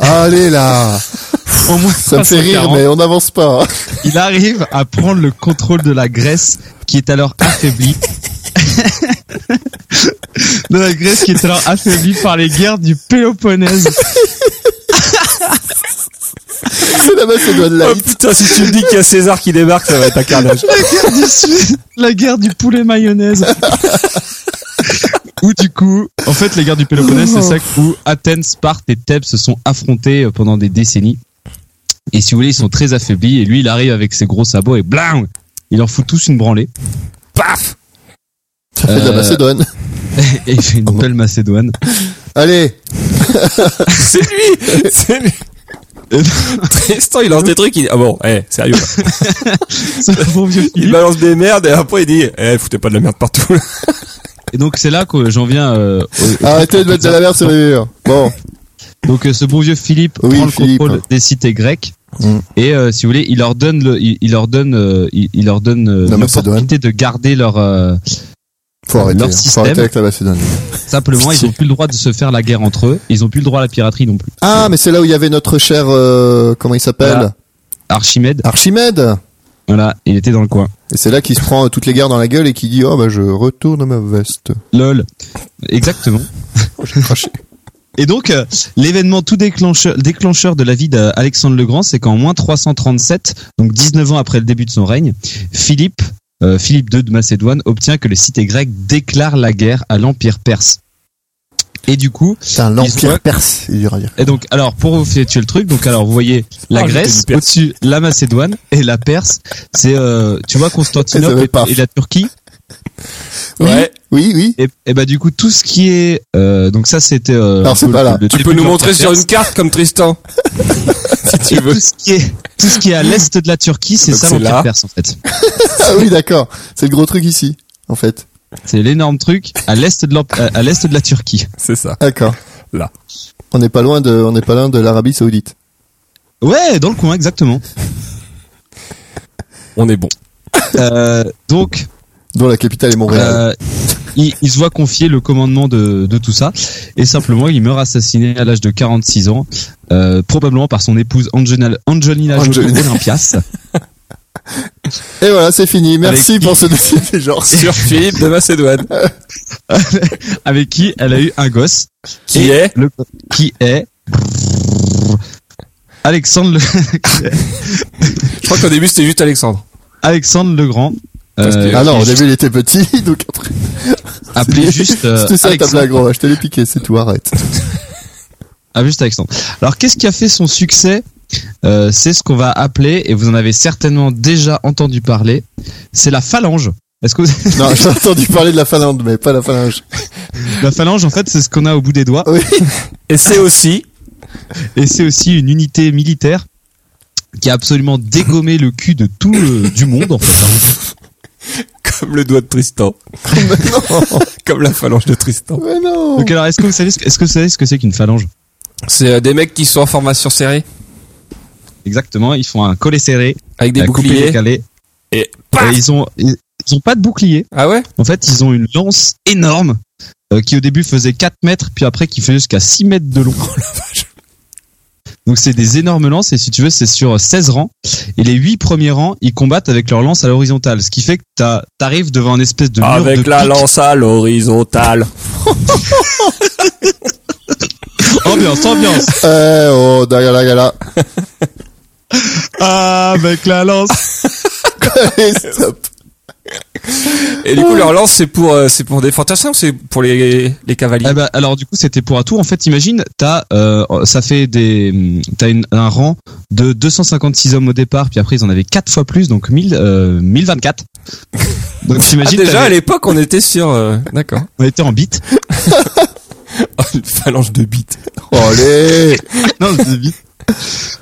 S1: Allez là
S3: en moins
S1: Ça me fait rire,
S3: 340,
S1: mais on n'avance pas. hein.
S3: il arrive à prendre le contrôle de la Grèce, qui est alors affaiblie. de la Grèce qui est alors affaiblie par les guerres du Péloponnèse.
S1: C'est la Macédoine
S4: Oh
S1: light.
S4: putain, si tu me dis qu'il y a César qui débarque, ça va être un carnage.
S3: guerre du Sud, la guerre du poulet mayonnaise. Où du coup, en fait, la guerre du Péloponnèse, c'est ça où Athènes, Sparte et Thèbes se sont affrontés euh, pendant des décennies. Et si vous voulez, ils sont très affaiblis. Et lui, il arrive avec ses gros sabots et blam, il leur fout tous une branlée.
S4: Paf!
S1: Ça fait de la
S3: Euh,
S1: Macédoine.
S3: Et il fait une belle Macédoine.
S1: Allez
S4: C'est lui! C'est lui! Tristan, il lance des trucs, il dit, ah bon, eh, sérieux. là.
S3: C'est un bon vieux
S4: Il
S3: Philippe.
S4: balance des merdes et après il dit, eh, foutez pas de la merde partout. là.
S3: Et donc, c'est là que j'en viens. euh, au- au-
S1: Arrêtez de mettre de la merde sur les murs. Bon.
S3: Donc euh, ce bon vieux Philippe
S1: Oui,
S3: prend le
S1: Philippe.
S3: contrôle des cités grecques
S1: Mm.
S3: et euh, si vous voulez, il leur donne le, il, il leur donne, euh, il, il leur donne euh,
S1: La
S3: l'opportunité de garder leur. euh,
S1: Faut arrêter. hein.
S3: Leur
S1: Faut
S3: système.
S1: arrêter avec la Macédoine.
S3: simplement, ils ont plus le droit de se faire la guerre entre eux. Ils ont plus le droit à la piraterie non plus.
S1: Ah, mais c'est là où il y avait notre cher, euh, comment il s'appelle
S3: Voilà. Archimède,
S1: Archimède.
S3: voilà, il était dans le coin.
S1: Et c'est là qu'il se prend euh, toutes les guerres dans la gueule et qu'il dit, oh bah je retourne ma veste.
S3: Lol, exactement.
S4: Oh,
S3: Et donc, euh, l'événement tout déclencheur, déclencheur de la vie d'Alexandre le Grand, c'est qu'en moins 337, donc 19 ans après le début de son règne, Philippe, euh, Philippe II de Macédoine, obtient que les cités grecques déclarent la guerre à l'Empire perse. Et du coup,
S1: Putain,
S3: l'Empire
S1: l'Empire perse, il dur à dire.
S3: et donc, alors, pour vous faire tuer le truc, donc, alors, vous voyez la
S4: Ah,
S3: Grèce,
S4: j'étais une Perse.
S3: au-dessus, la Macédoine et la Perse. C'est, euh, tu vois,
S1: Ça
S3: Constantinople
S1: veut pas.
S3: et, et la Turquie.
S4: Ouais.
S1: Oui, oui.
S3: Et, et bah, du coup, tout ce qui est, euh, donc ça, c'était, euh,
S1: Alors,
S3: un
S1: c'est
S3: peu
S1: pas là.
S3: le
S4: Tu
S3: début
S4: peux
S3: de
S4: nous
S3: l'Empire
S4: montrer sur
S3: perse.
S4: une carte comme Tristan. si tu
S3: Et
S4: veux.
S3: tout ce qui est, tout ce qui est à l'est de la Turquie, c'est
S4: Donc
S3: ça
S4: c'est là.
S3: l'Empire perse, en fait.
S1: Ah oui, d'accord. C'est le gros truc ici, en fait.
S3: C'est l'énorme truc à l'est de l'Emp- à à l'est de la Turquie.
S4: C'est ça.
S1: D'accord.
S4: Là.
S1: On n'est pas loin de, on n'est pas loin de l'Arabie Saoudite.
S3: Ouais, dans le coin, exactement.
S4: On est bon.
S3: Euh, donc,
S1: Dont la capitale est Montréal.
S3: Euh, il, il se voit confier le commandement de, de tout ça et simplement il meurt assassiné à l'âge de 46 ans, euh, probablement par son épouse Angelina, Angelina Jolie
S1: Angelina.
S3: Olympias.
S1: Et voilà, c'est fini. Merci
S3: Avec-
S1: pour ce dossier des genres.
S4: Sur Philippe de Macédoine.
S3: avec qui elle a eu un gosse
S4: Qui est?
S3: le, qui est Alexandre le,
S4: Je crois qu'au début c'était juste Alexandre.
S3: Alexandre le Grand. Euh,
S4: Parce que-
S1: Ah non, au
S3: qui est
S1: début il était petit, donc après.
S3: appelé juste euh,
S1: C'était ça ta
S3: Alexandre.
S1: blague, gros. Je te l'ai piqué, c'est tout, arrête.
S3: Ah, juste Alexandre. Alors, qu'est-ce qui a fait son succès Euh, C'est ce qu'on va appeler, et vous en avez certainement déjà entendu parler, c'est la phalange. Est-ce que vous-
S1: Non, j'ai entendu parler de la Finlande, mais pas la phalange.
S3: la phalange, en fait, c'est ce qu'on a au bout des doigts,
S1: Oui.
S4: Et c'est aussi.
S3: et c'est aussi une unité militaire qui a absolument dégommé le cul de tout le- du monde, en fait.
S4: Comme le doigt de Tristan. Comme la phalange de Tristan.
S1: Mais non.
S3: Donc, alors, est-ce que vous savez, ce que- est-ce que vous savez ce que c'est qu'une phalange
S4: C'est euh, des mecs qui sont en formation serrée.
S3: Exactement, ils font un collet serré,
S4: Avec des
S3: un coupé
S4: boucliers.
S3: décalé,
S4: Et
S3: et
S4: paf
S3: ils ont, ils, ils ont pas de bouclier.
S4: Ah ouais
S3: En fait, ils ont une lance énorme euh, qui au début faisait 4 mètres, puis après qui fait jusqu'à 6 mètres de long.
S4: Oh,
S3: Donc c'est des énormes lances et si tu veux c'est sur 16 rangs et les 8 premiers rangs ils combattent avec leur lance à l'horizontale ce qui fait que t'as- t'arrives devant une espèce de mur
S4: Avec
S3: de
S4: la
S3: piques.
S4: lance à l'horizontale.
S3: ambiance ambiance
S1: Eh, oh, dagala, gala.
S3: avec la lance
S1: Allez, stop.
S4: Et du coup, leur lance, c'est pour, euh, c'est pour des fantassins ou c'est pour les, les cavaliers
S3: ah bah, alors du coup c'était pour un tour en fait imagine t'as euh, ça fait des mm, t'as une- un rang de 256 hommes au départ puis après ils en avaient 4 fois plus donc 1000 euh, 1024 donc
S4: Ah,
S3: t'imagines
S4: déjà,
S3: t'avais-
S4: à l'époque, on était sur... euh, D'accord.
S3: On était en bite.
S4: Oh, une phalange de bite.
S1: Oh, allez.
S3: non, c'était bite.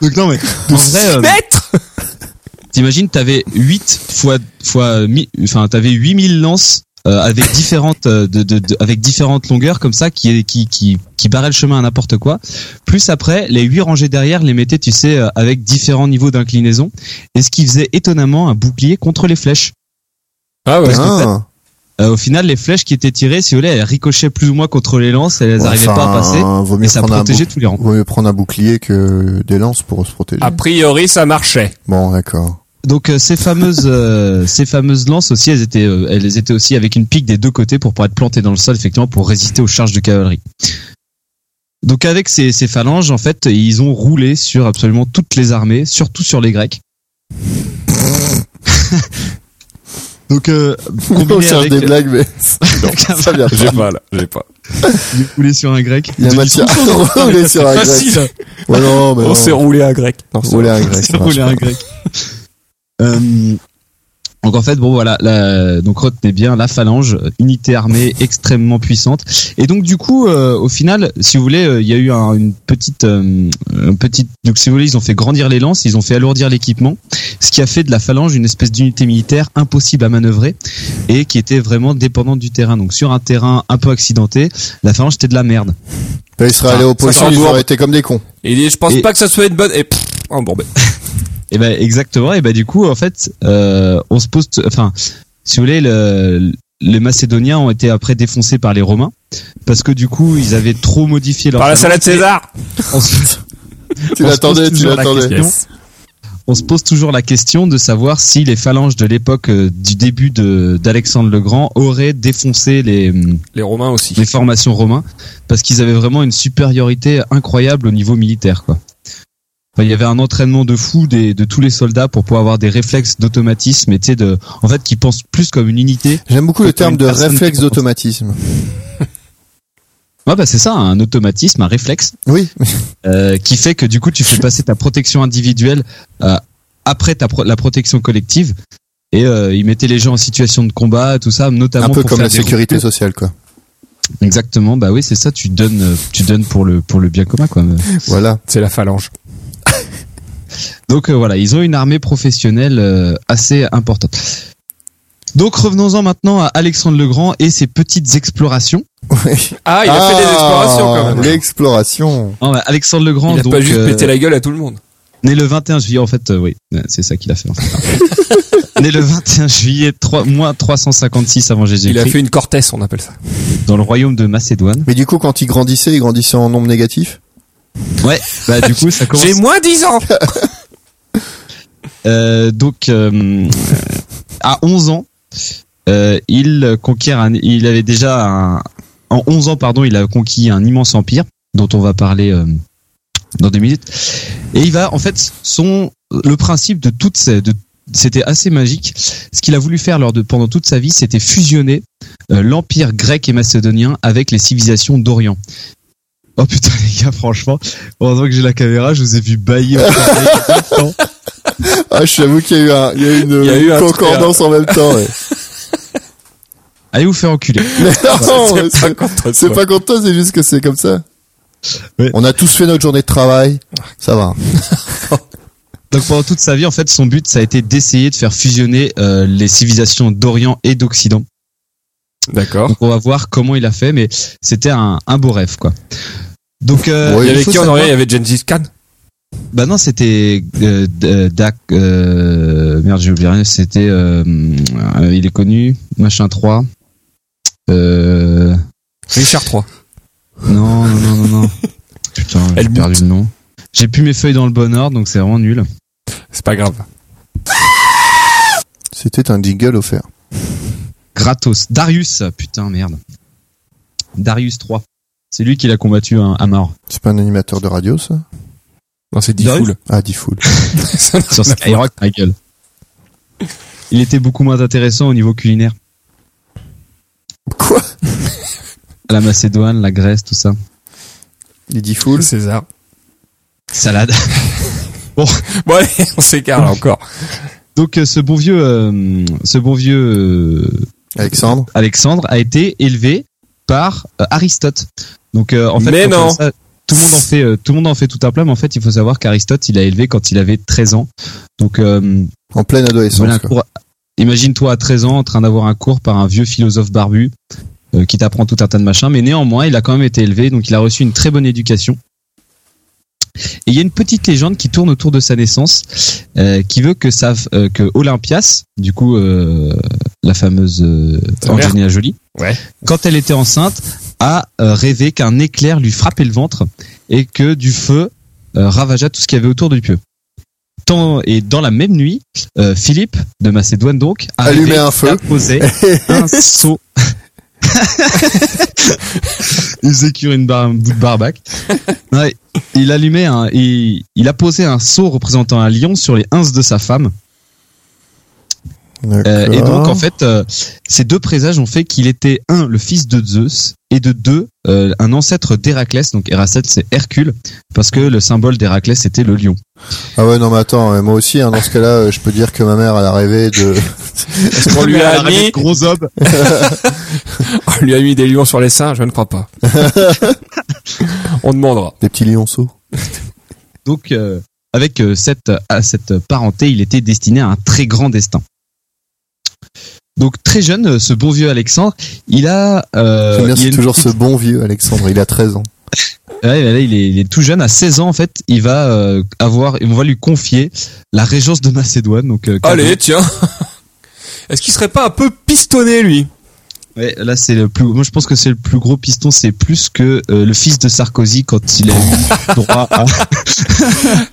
S3: Donc non mais en vrai, euh,
S4: Maître
S3: t'imagines t'avais 8 fois fois mi- enfin t'avais 8000 lances euh, avec différentes euh, de, de, de- avec différentes longueurs comme ça qui qui qui qui barraient le chemin à n'importe quoi. Plus après les 8 rangées derrière les mettaient tu sais euh, avec différents niveaux d'inclinaison et ce qui faisait étonnamment un bouclier contre les flèches.
S4: Ah ouais.
S1: Hein.
S3: euh, au final, les flèches qui étaient tirées, si vous voulez, elles ricochaient plus ou moins contre les lances et elles
S1: Ouais,
S3: n'arrivaient
S1: enfin,
S3: pas à passer.
S1: vaut mieux
S3: Et ça
S1: prendre un
S3: protégeait
S1: bouc-
S3: tous les rangs.
S1: vaut mieux prendre un bouclier que des lances pour se protéger.
S4: A priori, ça marchait.
S1: Bon, d'accord.
S3: Donc euh, ces fameuses euh, ces fameuses lances aussi, elles étaient euh, elles étaient aussi avec une pique des deux côtés pour pouvoir être plantées dans le sol effectivement pour résister aux charges de cavalerie. Donc avec ces, ces phalanges en fait, ils ont roulé sur absolument toutes les armées, surtout sur les Grecs. Donc euh,
S1: On
S3: combiné
S1: cherche
S3: avec euh,
S1: des blagues, mais non, ça vient
S4: J'ai
S1: pas.
S4: pas, là. J'ai pas.
S3: rouler sur un Grec.
S1: Il
S3: Ils
S1: y a
S3: ont dit,
S1: matière à rouler sur un grec.
S4: Facile.
S1: Ouais, non, mais
S4: On s'est
S1: non.
S4: roulé à grec. Non, c'est
S1: Rouler un grec.
S3: C'est
S1: ça marche
S3: drôle, un
S1: pas.
S3: grec. Euh, donc en fait, bon voilà, la- donc retenez bien la phalange, unité armée extrêmement puissante. Et donc du coup, euh, au final, si vous voulez, euh, il y a eu un- une petite, euh, une petite. Donc si vous voulez, ils ont fait grandir les lances, ils ont fait alourdir l'équipement, ce qui a fait de la phalange une espèce d'unité militaire impossible à manœuvrer et qui était vraiment dépendante du terrain. Donc sur un terrain un peu accidenté, la phalange était de la merde.
S1: Ils seraient allés
S4: Ah,
S1: aux
S4: ça fait un
S1: potions, ils auraient
S4: gourde.
S1: été comme des cons.
S4: Il dit, je pense
S3: Et-
S4: pas que ça soit une bonne. Et pff, oh, bon, ben.
S3: Et ben exactement. Et ben du coup, en fait, euh, on se pose, enfin, si vous voulez, le- les Macédoniens ont été après défoncés par les Romains parce que du coup, ils avaient trop modifié leur.
S4: Par la salade
S3: phalange.
S4: César.
S3: On se- on se
S1: Tu l'attendais,
S3: pose
S1: tu
S3: toujours la
S1: l'attendais.
S3: question- On se pose toujours la question de savoir si les phalanges de l'époque euh, du début de d'Alexandre le Grand auraient défoncé les hum,
S4: Les Romains aussi.
S3: les formations romains parce qu'ils avaient vraiment une supériorité incroyable au niveau militaire quoi. Enfin, il y avait un entraînement de fou des, de tous les soldats pour pouvoir avoir des réflexes d'automatisme et tu sais, de en fait qui pensent plus comme une unité.
S1: J'aime beaucoup
S3: Quand
S1: le terme
S3: une
S1: de
S3: personne
S1: réflexe
S3: qui-
S1: d'automatisme.
S3: Ouais bah c'est ça un automatisme, un réflexe
S1: Oui,
S3: euh, qui fait que du coup tu fais passer ta protection individuelle euh, après ta pro- la protection collective et euh, ils mettaient les gens en situation de combat tout ça notamment
S1: un peu
S3: pour
S1: comme
S3: faire
S1: la
S3: des
S1: sécurité sociale, quoi.
S3: Exactement bah oui c'est ça tu donnes euh, tu donnes pour le pour le bien commun quoi.
S1: Voilà.
S4: C'est la phalange.
S3: Donc euh, voilà, ils ont une armée professionnelle euh, assez importante. Donc revenons-en maintenant à Alexandre le Grand et ses petites explorations.
S4: Ah, il a fait des explorations quand même.
S1: L'exploration.
S3: Non, bah, Alexandre le Grand,
S4: Il a
S3: donc,
S4: pas juste
S3: euh,
S4: pété la gueule à tout le monde.
S3: né le 21 juillet, en fait, euh, oui, euh, c'est ça qu'il a fait. En fait. né le 21 juillet, 3, moins 356 avant
S4: Il a
S3: Jésus-Christ,
S4: fait une cortesse, on appelle ça.
S3: dans le royaume de Macédoine.
S1: Mais du coup, quand il grandissait, il grandissait en nombre négatif.
S3: Ouais, bah du coup, ça commence.
S4: J'ai moins 10 ans.
S3: Euh, donc euh, à 11 ans, euh, il conquiert un, il avait déjà un, en 11 ans pardon, il a conquis un immense empire dont on va parler euh, dans deux minutes. Et il va en fait son le principe de toutes ces de c'était assez magique. Ce qu'il a voulu faire lors de pendant toute sa vie, c'était fusionner euh, l'empire grec et macédonien avec les civilisations d'Orient. Oh putain les gars, franchement, pendant que j'ai la caméra, je vous ai vu bailler.
S1: Ah, je t'avoue qu'il y a eu un, il y a eu une
S4: Il y a eu un euh,
S1: concordance en même temps. ouais.
S3: Allez vous faire enculer.
S1: Mais non, ouais,
S4: C'est pas
S1: c'est
S4: contre
S1: c'est
S4: toi.
S1: pas contre toi, c'est juste que c'est comme ça.
S3: Ouais.
S1: On a tous fait notre journée de travail. Ça va.
S3: Donc pendant toute sa vie, en fait, son but, ça a été d'essayer de faire fusionner euh, les civilisations d'Orient et d'Occident.
S4: D'accord.
S3: Donc on va voir comment il a fait, mais c'était un, un beau rêve, quoi. Donc, euh,
S1: Oui.
S4: Il y avait
S3: faut
S4: qui en
S3: savoir-
S4: Orient Il y avait Gengis Khan.
S3: Bah non, c'était euh, euh, Dak. Euh, merde, j'ai oublié. C'était. euh, euh, il est connu. Machin 3. Euh,
S4: Richard III.
S3: non, non, non, non, non. Putain, j'ai
S4: Elle
S3: perdu le nom. J'ai plus mes feuilles dans le bon ordre, donc c'est vraiment nul.
S4: C'est pas grave.
S1: C'était un jingle offert.
S3: Gratos. Darius, putain, merde. Darius 3. C'est lui qui l'a combattu hein, à, à mort
S1: C'est pas un animateur de radio, ça
S4: Non, c'est
S3: Darius
S4: Diffoul.
S1: Ah, Diffoul.
S3: sur Skyrock, ma gueule. Il était beaucoup moins intéressant au niveau culinaire.
S1: Quoi
S3: La Macédoine, la Grèce, tout ça.
S1: Il dit full.
S4: César.
S3: Salade.
S4: Bon, allez, on s'écarte là encore.
S3: Donc euh, ce bon vieux, euh, ce bon vieux euh,
S1: Alexandre.
S3: Alexandre a été élevé par euh, Aristote. Donc euh, en fait,
S4: Mais
S3: quand on
S4: non.
S3: fait ça, tout le monde en fait, euh, tout le monde en fait tout un plat. Mais en fait, il faut savoir qu'Aristote, il l'a élevé quand il avait 13 ans. Donc euh,
S1: En pleine adolescence.
S3: Voilà, un
S1: quoi.
S3: cours- Imagine-toi à 13 ans en train d'avoir un cours par un vieux philosophe barbu euh, qui t'apprend tout un tas de machins, mais néanmoins, il a quand même été élevé, donc il a reçu une très bonne éducation. Et il y a une petite légende qui tourne autour de sa naissance, euh, qui veut que sa, euh, que Olympias, du coup euh, la fameuse euh,
S4: Ta mère.
S3: Angelina Jolie,
S4: Ouais.
S3: quand elle était enceinte, a euh, rêvé qu'un éclair lui frappait le ventre et que du feu euh, ravagea tout ce qu'il y avait autour du pieu. Tant- et dans la même nuit, euh, Philippe de Macédoine donc a rêvé
S1: Allumé un feu.
S3: d'arroser un seau. il faisait cuire une barre, un bout de barbac. Ouais, il allumait un, il, il a posé un seau représentant un lion sur les ins de sa femme. Euh, et donc en fait, euh, ces deux présages ont fait qu'il était un le fils de Zeus et de deux euh, un ancêtre d'Héraclès. Donc Héraclès c'est Hercule parce que le symbole d'Héraclès c'était le lion.
S1: Ah ouais, non, mais attends, euh, moi aussi, hein, dans ce cas-là, euh, je peux dire que ma mère, elle a rêvé de...
S4: On lui a
S3: Arrête,
S4: mis-
S3: gros homme.
S4: on lui a mis des lions sur les seins, je ne crois pas. on demandera.
S1: des petits lionceaux.
S3: Donc euh, avec euh, cette à cette parenté, il était destiné à un très grand destin. Donc très jeune, euh, ce bon vieux Alexandre, il a, euh,
S1: J'aime bien,
S3: il a
S1: c'est
S3: une
S1: toujours ce bon vieux Alexandre, il a 13 ans.
S3: Ouais, mais là, il est, il est tout jeune, à 16 ans en fait, il va euh, avoir, on va lui confier la régence de Macédoine. Donc, euh, cadeau.
S4: Allez, tiens. Est-ce qu'il serait pas un peu pistonné, lui
S3: Ouais, là c'est le plus, moi je pense que c'est le plus gros piston, c'est plus que euh, le fils de Sarkozy quand il a eu droit à.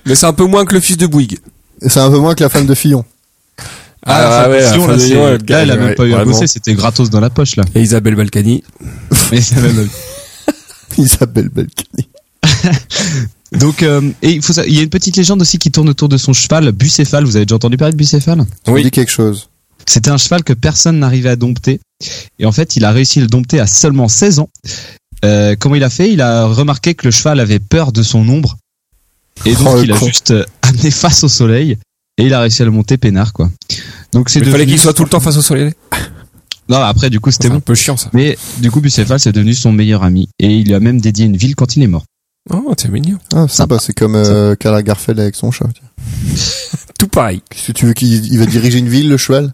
S4: Mais c'est un peu moins que le fils de Bouygues.
S1: C'est un peu moins que la femme de Fillon.
S4: Ah,
S3: la
S4: ouais, la
S3: pension,
S4: femme
S3: là,
S4: de
S3: c'est-
S4: Lyon, elle
S3: là, elle a
S4: gagne,
S3: même
S4: ouais,
S3: pas eu à
S4: vraiment.
S3: bosser, c'était gratos dans la poche là.
S4: Et Isabelle Balkany.
S3: Mais c'est la même-
S1: Isabelle Balkany.
S3: donc, euh, et il faut, sa- il y a une petite légende aussi qui tourne autour de son cheval, Bucéphale. Vous avez déjà entendu parler de Bucéphale
S1: Ça me
S4: Oui.
S1: dit quelque chose.
S3: C'était un cheval que personne n'arrivait à dompter. Et en fait, il a réussi à le dompter à seulement 16 ans. Euh, comment il a fait Il a remarqué que le cheval avait peur de son ombre. Et donc,
S1: Oh, le
S3: il a
S1: con.
S3: juste euh, amené face au soleil. Et il a réussi à le monter peinard, quoi. Donc, c'est
S4: Il fallait
S3: devenu-
S4: qu'il soit tout le temps face au soleil.
S3: Non, après, du coup, c'était
S4: C'est un
S3: bon.
S4: peu chiant, ça.
S3: Mais du coup, Bucéphale, c'est devenu son meilleur ami. Et il lui a même dédié une ville quand il est mort.
S4: Oh, t'es mignon.
S1: Ah, sympa, c'est comme euh, Karl Lagerfeld avec son chat. tiens.
S4: Tout pareil.
S1: Qu'est-ce que tu veux qu'il il va diriger une ville, le cheval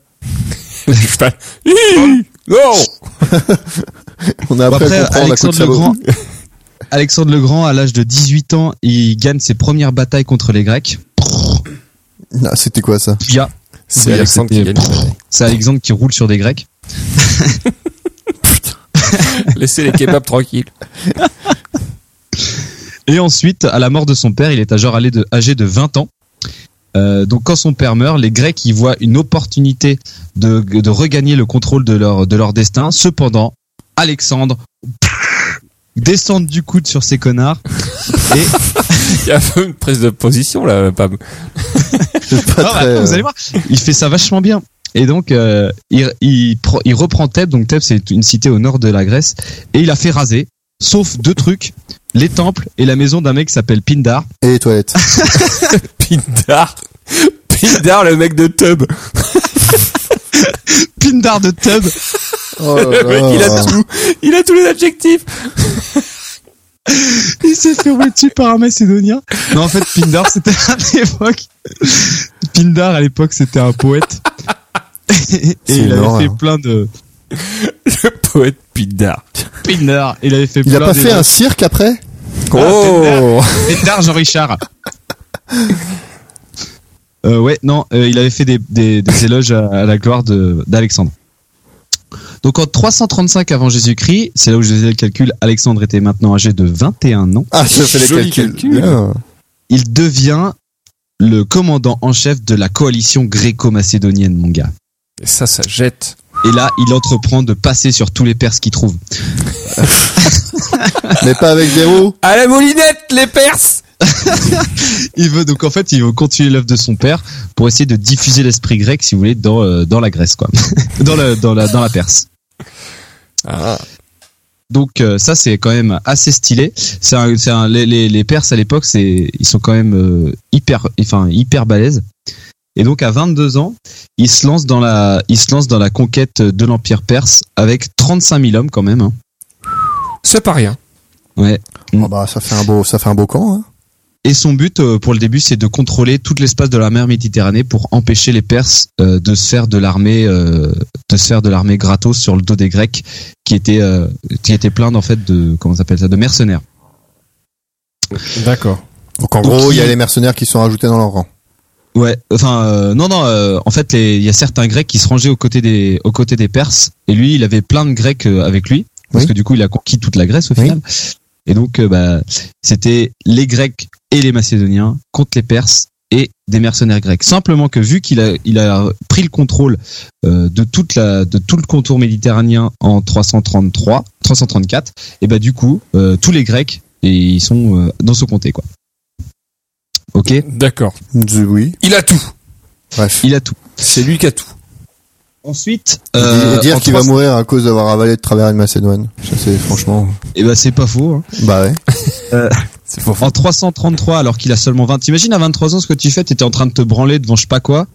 S4: Le cheval. Hi Non
S1: On a appris
S3: Après,
S1: à comprendre à coup de
S3: Alexandre le
S1: sabot.
S3: Grand. Alexandre le Grand, à l'âge de 18 ans, il gagne ses premières batailles contre les Grecs.
S1: Ah, c'était quoi ça
S3: Via
S4: C'est
S3: Oui,
S4: Alexandre qui
S3: c'était-
S4: gagne.
S3: C'est Alexandre qui roule sur des Grecs.
S4: Laissez les kebabs tranquilles.
S3: Et ensuite, à la mort de son père, il est à genre allé de, âgé de 20 ans. Euh, donc quand son père meurt, les Grecs y voient une opportunité de, de regagner le contrôle de leur, de leur destin. Cependant, Alexandre descend du coude sur ses connards. Et
S4: Il y a un peu une prise de position, là, Pam.
S3: Non,
S1: C'est pas
S3: mais
S1: très,
S3: Ah, attends, vous
S1: euh,
S3: allez voir, il fait ça vachement bien. Et donc euh, il, il, pro- il reprend Thèbes. Donc Thèbes c'est une cité au nord de la Grèce et il a fait raser, sauf deux trucs les temples et la maison d'un mec qui s'appelle Pindar.
S1: euh, Et les toilettes.
S4: Pindar. Pindar, le mec de Tub.
S3: Pindar de Thèbes.
S1: Oh là
S4: Le mec,
S1: là.
S4: il a tout. Il a tous les adjectifs.
S3: Il s'est fait rouler dessus par un Macédonien. Non, en fait, Pindar, c'était à l'époque. Pindar, à l'époque, c'était un poète. Et
S1: C'est
S3: il
S1: marrant,
S3: avait fait
S1: hein.
S3: plein de.
S4: Le poète Pindar.
S3: Pindar, il avait fait
S1: Il
S3: plein
S1: a pas
S3: de-
S1: fait un cirque après
S4: Oh
S3: Pindar Jean-Richard. Euh, ouais, non, euh, il avait fait des, des- des éloges à, à la gloire de- d'Alexandre. Donc en 335 avant Jésus-Christ, c'est là où je faisais le calcul, Alexandre était maintenant âgé de 21 ans.
S1: Ah, je fais les
S4: Joli
S1: calculs.
S4: calcul.
S1: Ah.
S3: il devient le commandant en chef de la coalition gréco-macédonienne, mon gars.
S4: Et Ça, ça jette.
S3: Et là, il entreprend de passer sur tous les Perses qu'il trouve.
S1: Mais pas avec des roues.
S4: À la moulinette, les Perses
S3: Il veut donc en fait, il veut continuer l'œuvre de son père pour essayer de diffuser l'esprit grec, si vous voulez, dans euh, dans la Grèce, quoi, dans la dans la dans la Perse.
S4: ah.
S3: Donc euh, ça, c'est quand même assez stylé. C'est un, c'est un- les, les, les Perses à l'époque, c'est ils sont quand même euh, hyper, enfin hyper balèzes. Et donc à 22 ans, il se lance dans la, il se lance dans la conquête de l'empire perse avec 35 000 hommes quand même. hein.
S4: C'est pas rien.
S3: Ouais.
S1: Oh bah, ça fait un beau, ça fait un beau camp. Hein.
S3: Et son but euh, pour le début, c'est de contrôler tout l'espace de la mer Méditerranée pour empêcher les Perses euh, de se faire de l'armée, euh, de se faire de l'armée gratos sur le dos des Grecs, qui étaient, euh, qui étaient pleins en fait de, comment on appelle ça, de mercenaires.
S4: D'accord.
S1: Donc en
S3: Donc,
S1: gros, il y a
S3: il-
S1: les mercenaires qui sont rajoutés dans leur rang.
S3: Ouais, enfin euh, non non, euh, en fait les- il y a certains Grecs qui se rangeaient aux côtés des aux côtés des Perses et lui il avait plein de Grecs euh, avec lui parce
S1: Oui.
S3: que du coup il a conquis toute la Grèce au
S1: Oui.
S3: final. Et donc euh, bah c'était les Grecs et les Macédoniens contre les Perses et des mercenaires grecs. Simplement que vu qu'il a il a pris le contrôle euh, de toute la de tout le contour méditerranéen en 333 334 et bah du coup euh, tous les Grecs et ils sont euh, dans ce comté quoi. OK,
S4: D'accord.
S1: Oui.
S4: Il a tout.
S1: Bref.
S3: il a tout.
S4: C'est lui qui a tout.
S3: Ensuite,
S1: Et dire
S3: Euh, en
S1: qu'il
S3: trois-
S1: va mourir à cause d'avoir avalé de travers une Macédoine. Ça, c'est franchement.
S3: Eh ben, c'est pas faux. hein.
S1: Bah ouais.
S4: C'est pour
S3: En 333, alors qu'il a seulement 20. T'imagines à 23 ans ce que tu fais T'étais en train de te branler devant je sais pas quoi,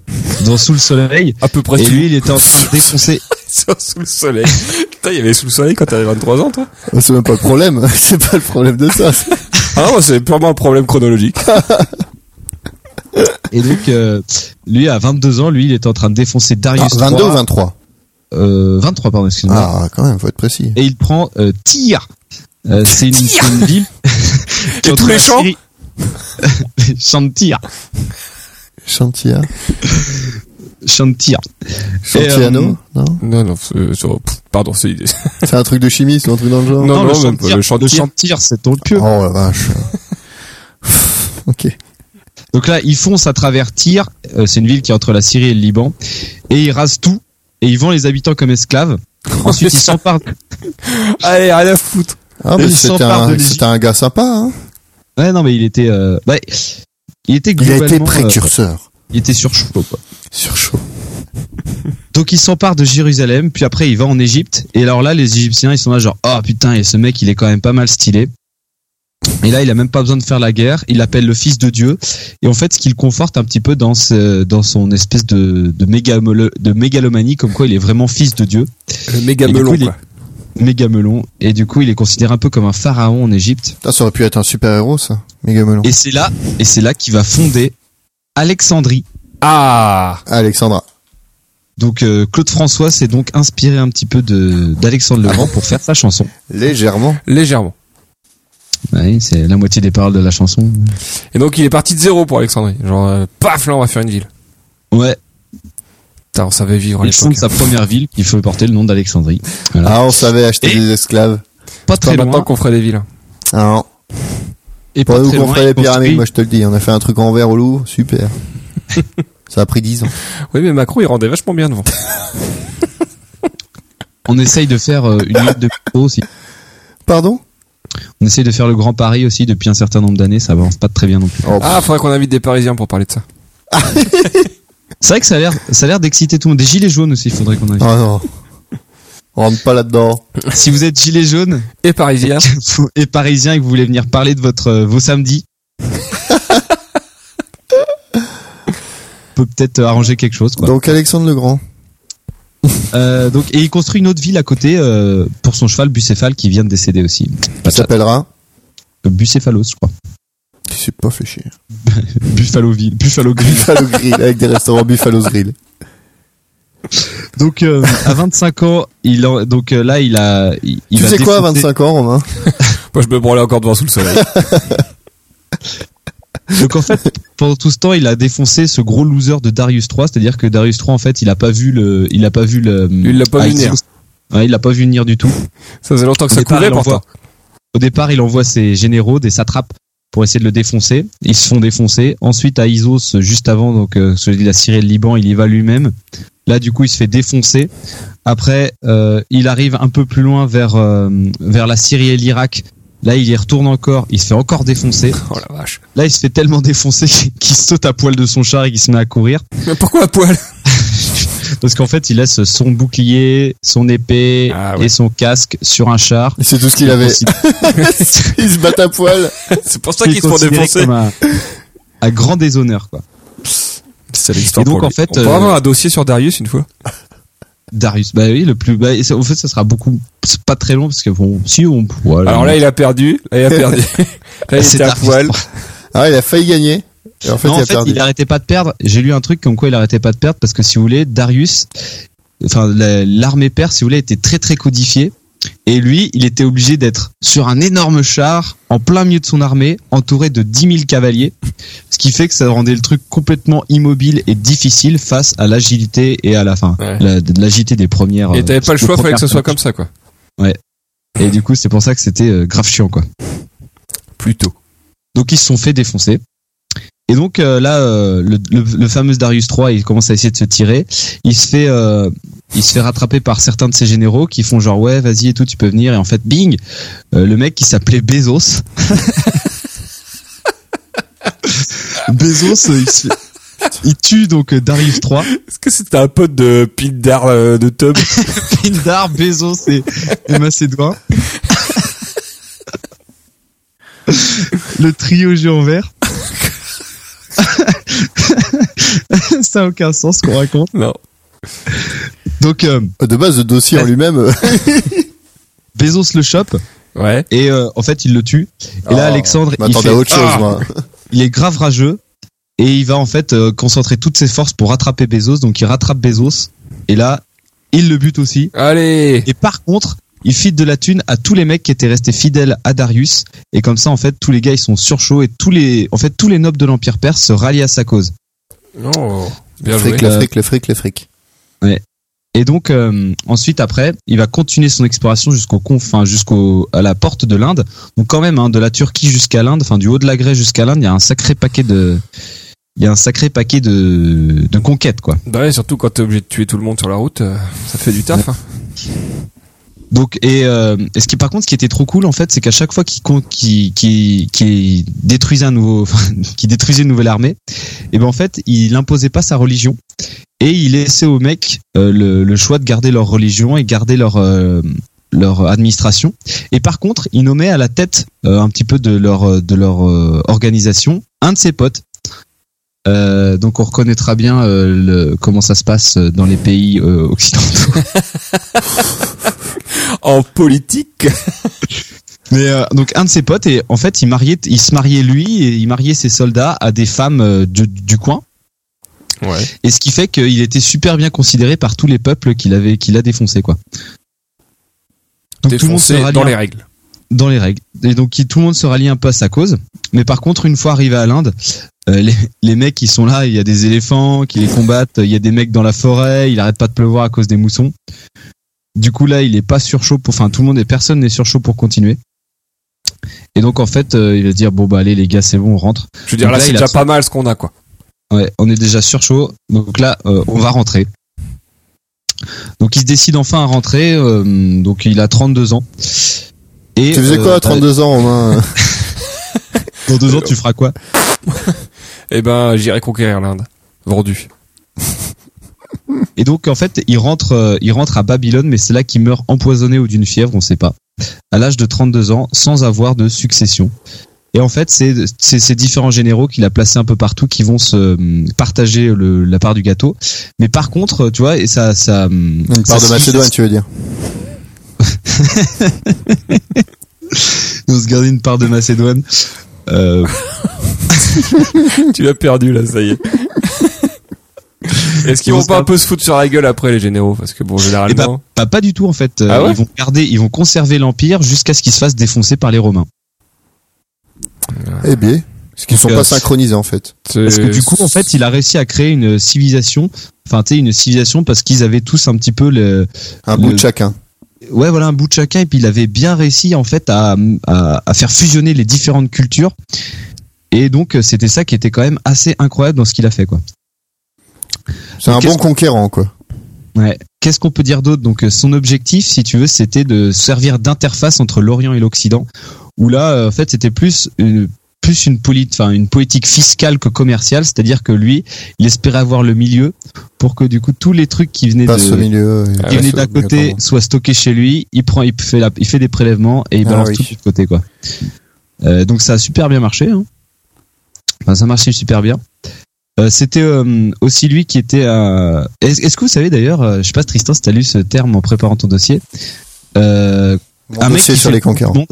S3: dans sous le soleil.
S4: à peu près
S3: Et
S4: tout.
S3: lui, il était en train de défoncer.
S4: sous le soleil. Putain, il y avait sous le soleil quand t'avais 23 ans, toi
S1: C'est même pas le problème. c'est pas le problème de ça.
S4: Ah non, c'est purement un problème chronologique.
S3: Et donc, euh, lui, à 22 ans, lui, il était en train de défoncer
S1: Ah,
S3: Darius
S1: 22 ou
S3: III,
S1: 23
S3: euh, 23, pardon, excuse-moi.
S1: Ah, quand même, faut être précis.
S3: Et il prend euh, Tyr. Euh, c'est une,
S4: Tyr
S3: c'est une ville.
S4: Qui est tous les champs
S3: Chantir.
S1: Chantia.
S3: Chantir.
S1: Chantiano
S3: euh,
S1: Non
S4: Non, non, c'est- c'est- pff, pardon, c'est...
S1: C'est un truc de chimiste ou un truc dans le genre
S4: Non, non,
S3: le
S4: même pas,
S3: Chantir,
S4: le Chantir.
S3: c'est ton pieu.
S1: Oh la vache. ok.
S3: Donc là, ils foncent à travers Tyr, euh, c'est une ville qui est entre la Syrie et le Liban, et ils rasent tout, et ils vendent les habitants comme esclaves. Ensuite, ils s'emparent.
S4: Allez, rien à foutre.
S1: Ah
S3: Il
S1: oui,
S3: s'empare
S1: c'était un,
S3: de l'Égypte.
S1: c'était un gars sympa. Hein
S3: Ouais, non, mais il était, euh, bah, il était
S1: il a
S3: globalement,
S1: été
S3: euh,
S1: précurseur.
S3: il était surchaud, quoi.
S1: Sur chaud.
S3: Donc il s'empare de Jérusalem, puis après il va en Égypte, et alors là, les Égyptiens, ils sont là genre, oh putain, et ce mec, il est quand même pas mal stylé. Et là, il a même pas besoin de faire la guerre. Il appelle le Fils de Dieu. Et en fait, ce qu'il conforte un petit peu dans, ce- dans son espèce de, de, mégamolo- de mégalomanie, comme quoi il est vraiment Fils de Dieu.
S4: Le méga
S3: Et du
S4: melon,
S3: coup, il est-
S4: quoi.
S3: méga melon et du coup il est considéré un peu comme un pharaon en Égypte
S1: Putain, ça aurait pu être un super héros, ça. Mégamelon.
S3: et c'est là et c'est là qu'il va fonder Alexandrie
S4: Ah
S1: Alexandra.
S3: donc euh, Claude François s'est donc inspiré un petit peu de d'Alexandre le Grand pour faire sa chanson
S1: Légèrement.
S4: Légèrement.
S3: ouais, c'est la moitié des paroles de la chanson
S4: Et donc, il est parti de zéro pour Alexandrie. Genre, euh, paf, là, on va faire une ville.
S3: ouais
S4: Putain, on savait vivre à
S3: il
S4: l'époque.
S3: fonde sa première ville il faut porter le nom d'Alexandrie voilà.
S1: Ah, on savait acheter
S3: Et-
S1: des esclaves.
S3: pas
S4: C'est
S3: très
S4: pas maintenant
S3: loin
S4: qu'on ferait des villes.
S1: Ah non.
S3: et
S1: Pour
S3: pas
S1: nous
S3: très
S1: qu'on
S3: loin,
S1: ferait
S3: il
S1: les pyramides,
S3: construit-
S1: moi je te le dis. On a fait un truc en verre au loup. Super. ça a pris 10 ans.
S4: Oui, mais Macron, il rendait vachement bien devant.
S3: on essaye de faire euh, une île de métro aussi
S1: Pardon
S3: on essaye de faire le Grand Paris aussi depuis un certain nombre d'années ça avance pas très bien non plus
S1: oh,
S4: Ah, faudrait qu'on invite des Parisiens pour parler de ça.
S3: c'est vrai que ça a l'air ça a l'air d'exciter tout le monde des gilets jaunes aussi il faudrait qu'on invite
S1: Ah non. On rentre pas là-dedans.
S3: si vous êtes gilet jaune
S4: Et Parisiens.
S3: et parisien et que vous voulez venir parler de votre euh, vos samedis. On peut peut-être euh, arranger quelque chose quoi. Donc,
S1: Donc Alexandre le Grand.
S3: euh, donc et il construit une autre ville à côté euh, pour son cheval Bucéphale qui vient de décéder aussi. Euh,
S1: Il s'appellera.
S3: Bucéphalos je crois.
S1: Tu sais pas fait chier.
S3: Buffalo-ville, Buffalo Grill.
S1: Buffalo Grill avec des restaurants Buffalo's Grill.
S3: Donc euh, à 25 ans, il en- donc euh, là il a il, il
S1: tu
S3: va
S1: sais quoi à
S3: défoncer-
S1: 25 ans, Romain
S4: Moi, je me branlais encore devant sous le soleil.
S3: Donc en fait, pendant tout ce temps, il a défoncé ce gros loser de Darius 3, c'est-à-dire que Darius 3 en fait, il a pas vu le il a pas vu le
S4: Il l'a pas
S3: Ah,
S4: vu venir.
S3: Ouais, il l'a pas vu venir du tout.
S4: Ça faisait longtemps que
S3: Au
S4: ça
S3: départ,
S4: courait
S3: il envoie-
S4: pourtant.
S3: Au départ, il envoie ses généraux, des satrapes, pour essayer de le défoncer. Ils se font défoncer. Ensuite, à Isos, juste avant, donc euh, celui de la Syrie et le Liban, il y va lui-même. Là, du coup, il se fait défoncer. Après, euh, il arrive un peu plus loin vers euh, vers la Syrie et l'Irak. Là, il y retourne encore. Il se fait encore défoncer.
S4: Oh la vache.
S3: Là, il se fait tellement défoncer qu'il saute à poil de son char et qu'il se met à courir.
S4: Mais pourquoi à poil
S3: Parce qu'en fait, il laisse son bouclier, son épée
S4: Ah ouais.
S3: et son casque sur un char.
S1: C'est tout ce qu'il avait.
S3: Aussi-
S1: Il se bat à poil.
S4: C'est pour ça
S3: qui
S4: qu'ils
S3: est
S4: se font
S3: considéré
S4: défoncer.
S3: comme un, un grand déshonneur quoi.
S4: C'est l'histoire
S3: Et donc,
S4: pour lui.
S3: en fait,
S4: on pourra
S3: euh,
S4: avoir un dossier sur Darius une fois.
S3: Darius, bah oui, le plus. Bah, et ça- en fait, ça sera beaucoup, c'est pas très long parce que bon, si on. Voilà.
S4: Alors là, il a perdu. Là, il a perdu. là, il
S3: Ah, C'est
S4: était à
S3: Darius.
S4: poil.
S1: Ah, il a failli gagner. Et en fait,
S3: Non,
S1: il
S3: en
S1: a
S3: fait,
S1: perdu.
S3: il arrêtait pas de perdre. J'ai lu un truc comme quoi il arrêtait pas de perdre parce que si vous voulez, Darius, enfin la- l'armée perse, si vous voulez, était très très codifiée. Et lui, il était obligé d'être sur un énorme char, en plein milieu de son armée, entouré de 10 000 cavaliers, ce qui fait que ça rendait le truc complètement immobile et difficile face à l'agilité et à la fin,
S4: Ouais.
S3: la- de l'agilité des premières.
S4: Et t'avais
S3: euh,
S4: pas le choix,
S3: des
S4: fallait que ce soit
S3: premières
S4: comme ça, quoi.
S3: cartouches. Et du coup, c'est pour ça que c'était euh, grave chiant, quoi.
S4: Plutôt.
S3: Donc ils se sont fait défoncer. Et donc euh, là, euh, le, le, le fameux Darius III, il commence à essayer de se tirer. Il se fait, euh, il se fait rattraper par certains de ses généraux qui font genre ouais, vas-y et tout, tu peux venir. Et en fait, bing, euh, le mec qui s'appelait Bezos. Bezos, euh, il, se fait- il tue donc euh, Darius III.
S4: Est-ce que c'était un pote de Pindar euh, de Tub
S3: Pindar, Bezos et, et Macédoine. Le trio géant vert. Ça n'a aucun sens ce qu'on raconte.
S4: Non.
S3: Donc euh,
S1: De base, le dossier en lui-même, euh,
S3: Bezos le chope
S4: Ouais.
S3: et euh, en fait il le tue. Et là
S1: Oh,
S3: Alexandre
S1: je
S3: il,
S1: m'attendais
S3: fait-
S1: à autre chose,
S4: Ah
S1: moi.
S3: il est grave rageux et il va en fait euh, concentrer toutes ses forces pour rattraper Bezos. Donc il rattrape Bezos et là il le bute aussi.
S4: Allez
S3: Et par contre, il feed de la thune à tous les mecs qui étaient restés fidèles à Darius. Et comme ça, en fait, tous les gars, ils sont surchauds et tous les, en fait, tous les nobles de l'Empire perse se rallient à sa cause.
S4: Non. Bien joué.
S1: Fric, le fric, le fric, le fric.
S3: Et donc, euh, ensuite, après, il va continuer son exploration jusqu'au confin, jusqu'au, à la porte de l'Inde. Donc, quand même, hein, de la Turquie jusqu'à l'Inde, enfin, du haut de la Grèce jusqu'à l'Inde, il y a un sacré paquet de, il y a un sacré paquet de, de conquêtes, quoi.
S4: Bah Ouais, surtout quand t'es obligé de tuer tout le monde sur la route, euh, ça te fait du taf. hein.
S3: Donc et, euh, et ce qui par contre ce qui était trop cool en fait c'est qu'à chaque fois qu'il con- qu'il qu'il qu'il détruisait un nouveau enfin, qu'il détruisait une nouvelle armée et ben en fait il imposait pas sa religion et il laissait aux mecs euh, le, le choix de garder leur religion et garder leur euh, leur administration et par contre il nommait à la tête euh, un petit peu de leur euh, de leur euh, organisation un de ses potes Euh, donc on reconnaîtra bien euh, le, comment ça se passe euh, dans les pays euh, occidentaux
S4: En politique
S3: Mais euh, donc un de ses potes et en fait il mariait, il se mariait lui et il mariait ses soldats à des femmes euh, du, du coin.
S4: Ouais.
S3: Et ce qui fait qu'il était super bien considéré par tous les peuples qu'il avait, qu'il a défoncé quoi. Donc tout le monde
S4: Défoncé
S3: se rallie
S4: dans
S3: un-
S4: les règles.
S3: dans les règles. Et donc il- tout le monde se rallie un peu à sa cause. Mais par contre une fois arrivé à l'Inde, euh, les, les mecs ils sont là, il y a des éléphants qui les combattent, il y a des mecs dans la forêt, il arrête pas de pleuvoir à cause des moussons. Du coup là il est pas sur chaud pour, enfin tout le monde et personne n'est sur chaud pour continuer. Et donc en fait euh, il va dire bon bah allez les gars c'est bon on rentre.
S4: Je veux dire,
S3: Donc
S4: là,
S3: là,
S4: c'est
S3: il a-
S4: déjà pas mal ce qu'on a, quoi.
S3: Ouais, on est déjà sur chaud. Donc là, euh, on va rentrer. Donc il se décide enfin à rentrer. euh, donc il a 32 ans. Et,
S1: Tu faisais
S3: euh,
S1: quoi à
S3: bah,
S1: 32 ans, Romain
S3: Dans deux ans, tu feras quoi
S4: Eh ben, j'irai conquérir l'Inde. Vendu.
S3: Et donc en fait, il rentre, euh, il rentre à Babylone, mais c'est là qu'il meurt empoisonné ou d'une fièvre, on sait pas. À l'âge de 32 ans, sans avoir de succession. Et en fait, c'est c'est ces différents généraux qu'il a placés un peu partout qui vont se euh, partager le, la part du gâteau. Mais par contre, tu vois, et ça, ça, une
S1: Une part de Macédoine, tu veux dire
S3: On se garder une part de Macédoine. Euh,
S4: tu l'as perdu, là, ça y est. Est-ce qu'ils
S3: Ils
S4: vont
S3: vont
S4: pas
S3: se-
S4: un peu se foutre sur la gueule après, les généraux Parce que, bon,
S3: et
S4: généralement...
S3: bah, bah, pas du tout en fait. Euh,
S4: Ah ouais
S3: ils vont garder, ils vont conserver l'empire jusqu'à ce qu'ils se fassent défoncer par les Romains.
S1: Eh bien,
S4: Parce
S1: ils sont
S4: que-
S1: pas synchronisés, en fait.
S3: Parce
S4: Euh,
S3: que du coup, en fait, il a réussi à créer une civilisation. Enfin, tu sais, une civilisation parce qu'ils avaient tous un petit peu le,
S1: Un
S3: Le-
S1: bout de chacun.
S3: ouais, voilà, un bout de chacun. Et puis il avait bien réussi en fait à, à, à faire fusionner les différentes cultures. Et donc, euh, c'était ça qui était quand même assez incroyable dans ce qu'il a fait, quoi.
S1: C'est un
S3: qu'est-ce
S1: bon conquérant, quoi.
S3: Ouais. Qu'est-ce qu'on peut dire d'autre Donc euh, son objectif, si tu veux, c'était de servir d'interface entre l'Orient et l'Occident, où là, euh, en fait, c'était plus une, plus une, polit- enfin, une politique fiscale que commerciale, c'est-à-dire que lui, il espérait avoir le milieu pour que du coup tous les trucs qui venaient
S1: Passe au
S3: de
S1: milieu. euh,
S4: Ah ouais,
S3: qui venaient
S4: c'est
S3: d'à côté
S4: obligatoire.
S3: soient stockés chez lui. Il prend, il fait, la- il fait des prélèvements et il
S1: Ah
S3: balance
S1: oui.
S3: tout de côté, quoi. Euh, donc ça a super bien marché. Hein. Enfin, ça marchait super bien. Euh, c'était euh, aussi lui qui était à... Est-ce est-ce que vous savez d'ailleurs, euh, je sais pas Tristan si t'as lu ce terme en préparant ton dossier, euh,
S1: mon
S3: un, mec
S1: dossier
S3: qui
S1: sur
S3: fait
S1: les
S3: le tour
S1: conquérants.
S3: du monde,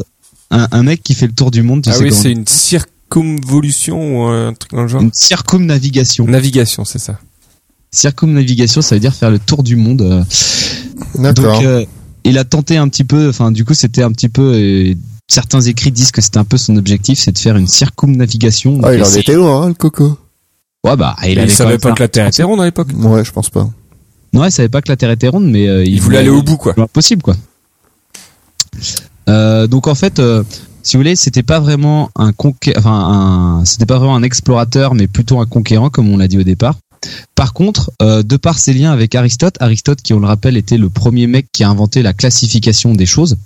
S3: un, un mec qui fait le tour du monde, tu
S4: Ah
S3: sais
S4: oui,
S3: comment-
S4: c'est une circumvolution ou un truc dans le genre
S3: une circumnavigation.
S4: Navigation, c'est ça.
S3: Circumnavigation, ça veut dire faire le tour du monde. euh,
S1: D'accord.
S3: Donc, euh, il a tenté un petit peu, enfin du coup c'était un petit peu, euh, certains écrits disent que c'était un peu son objectif, c'est de faire une circumnavigation.
S1: Ah, il
S3: Et
S1: en
S3: euh, c'est-
S1: était loin, hein, le coco.
S3: Ouais bah, il,
S4: Il
S3: allait quand
S4: savait
S3: même
S4: pas
S3: faire-
S4: que la Terre était ronde à l'époque.
S1: Ouais, je pense pas.
S3: Non, il savait pas que la Terre était ronde, mais euh,
S4: Il voulait aller au bout, quoi.
S3: le plus loin possible, quoi. Euh, donc en fait, euh, si vous voulez, c'était pas vraiment un conqué- enfin un- c'était pas vraiment un explorateur, mais plutôt un conquérant, comme on l'a dit au départ. Par contre, euh, de par ses liens avec Aristote, Aristote, qui on le rappelle, était le premier mec qui a inventé la classification des choses.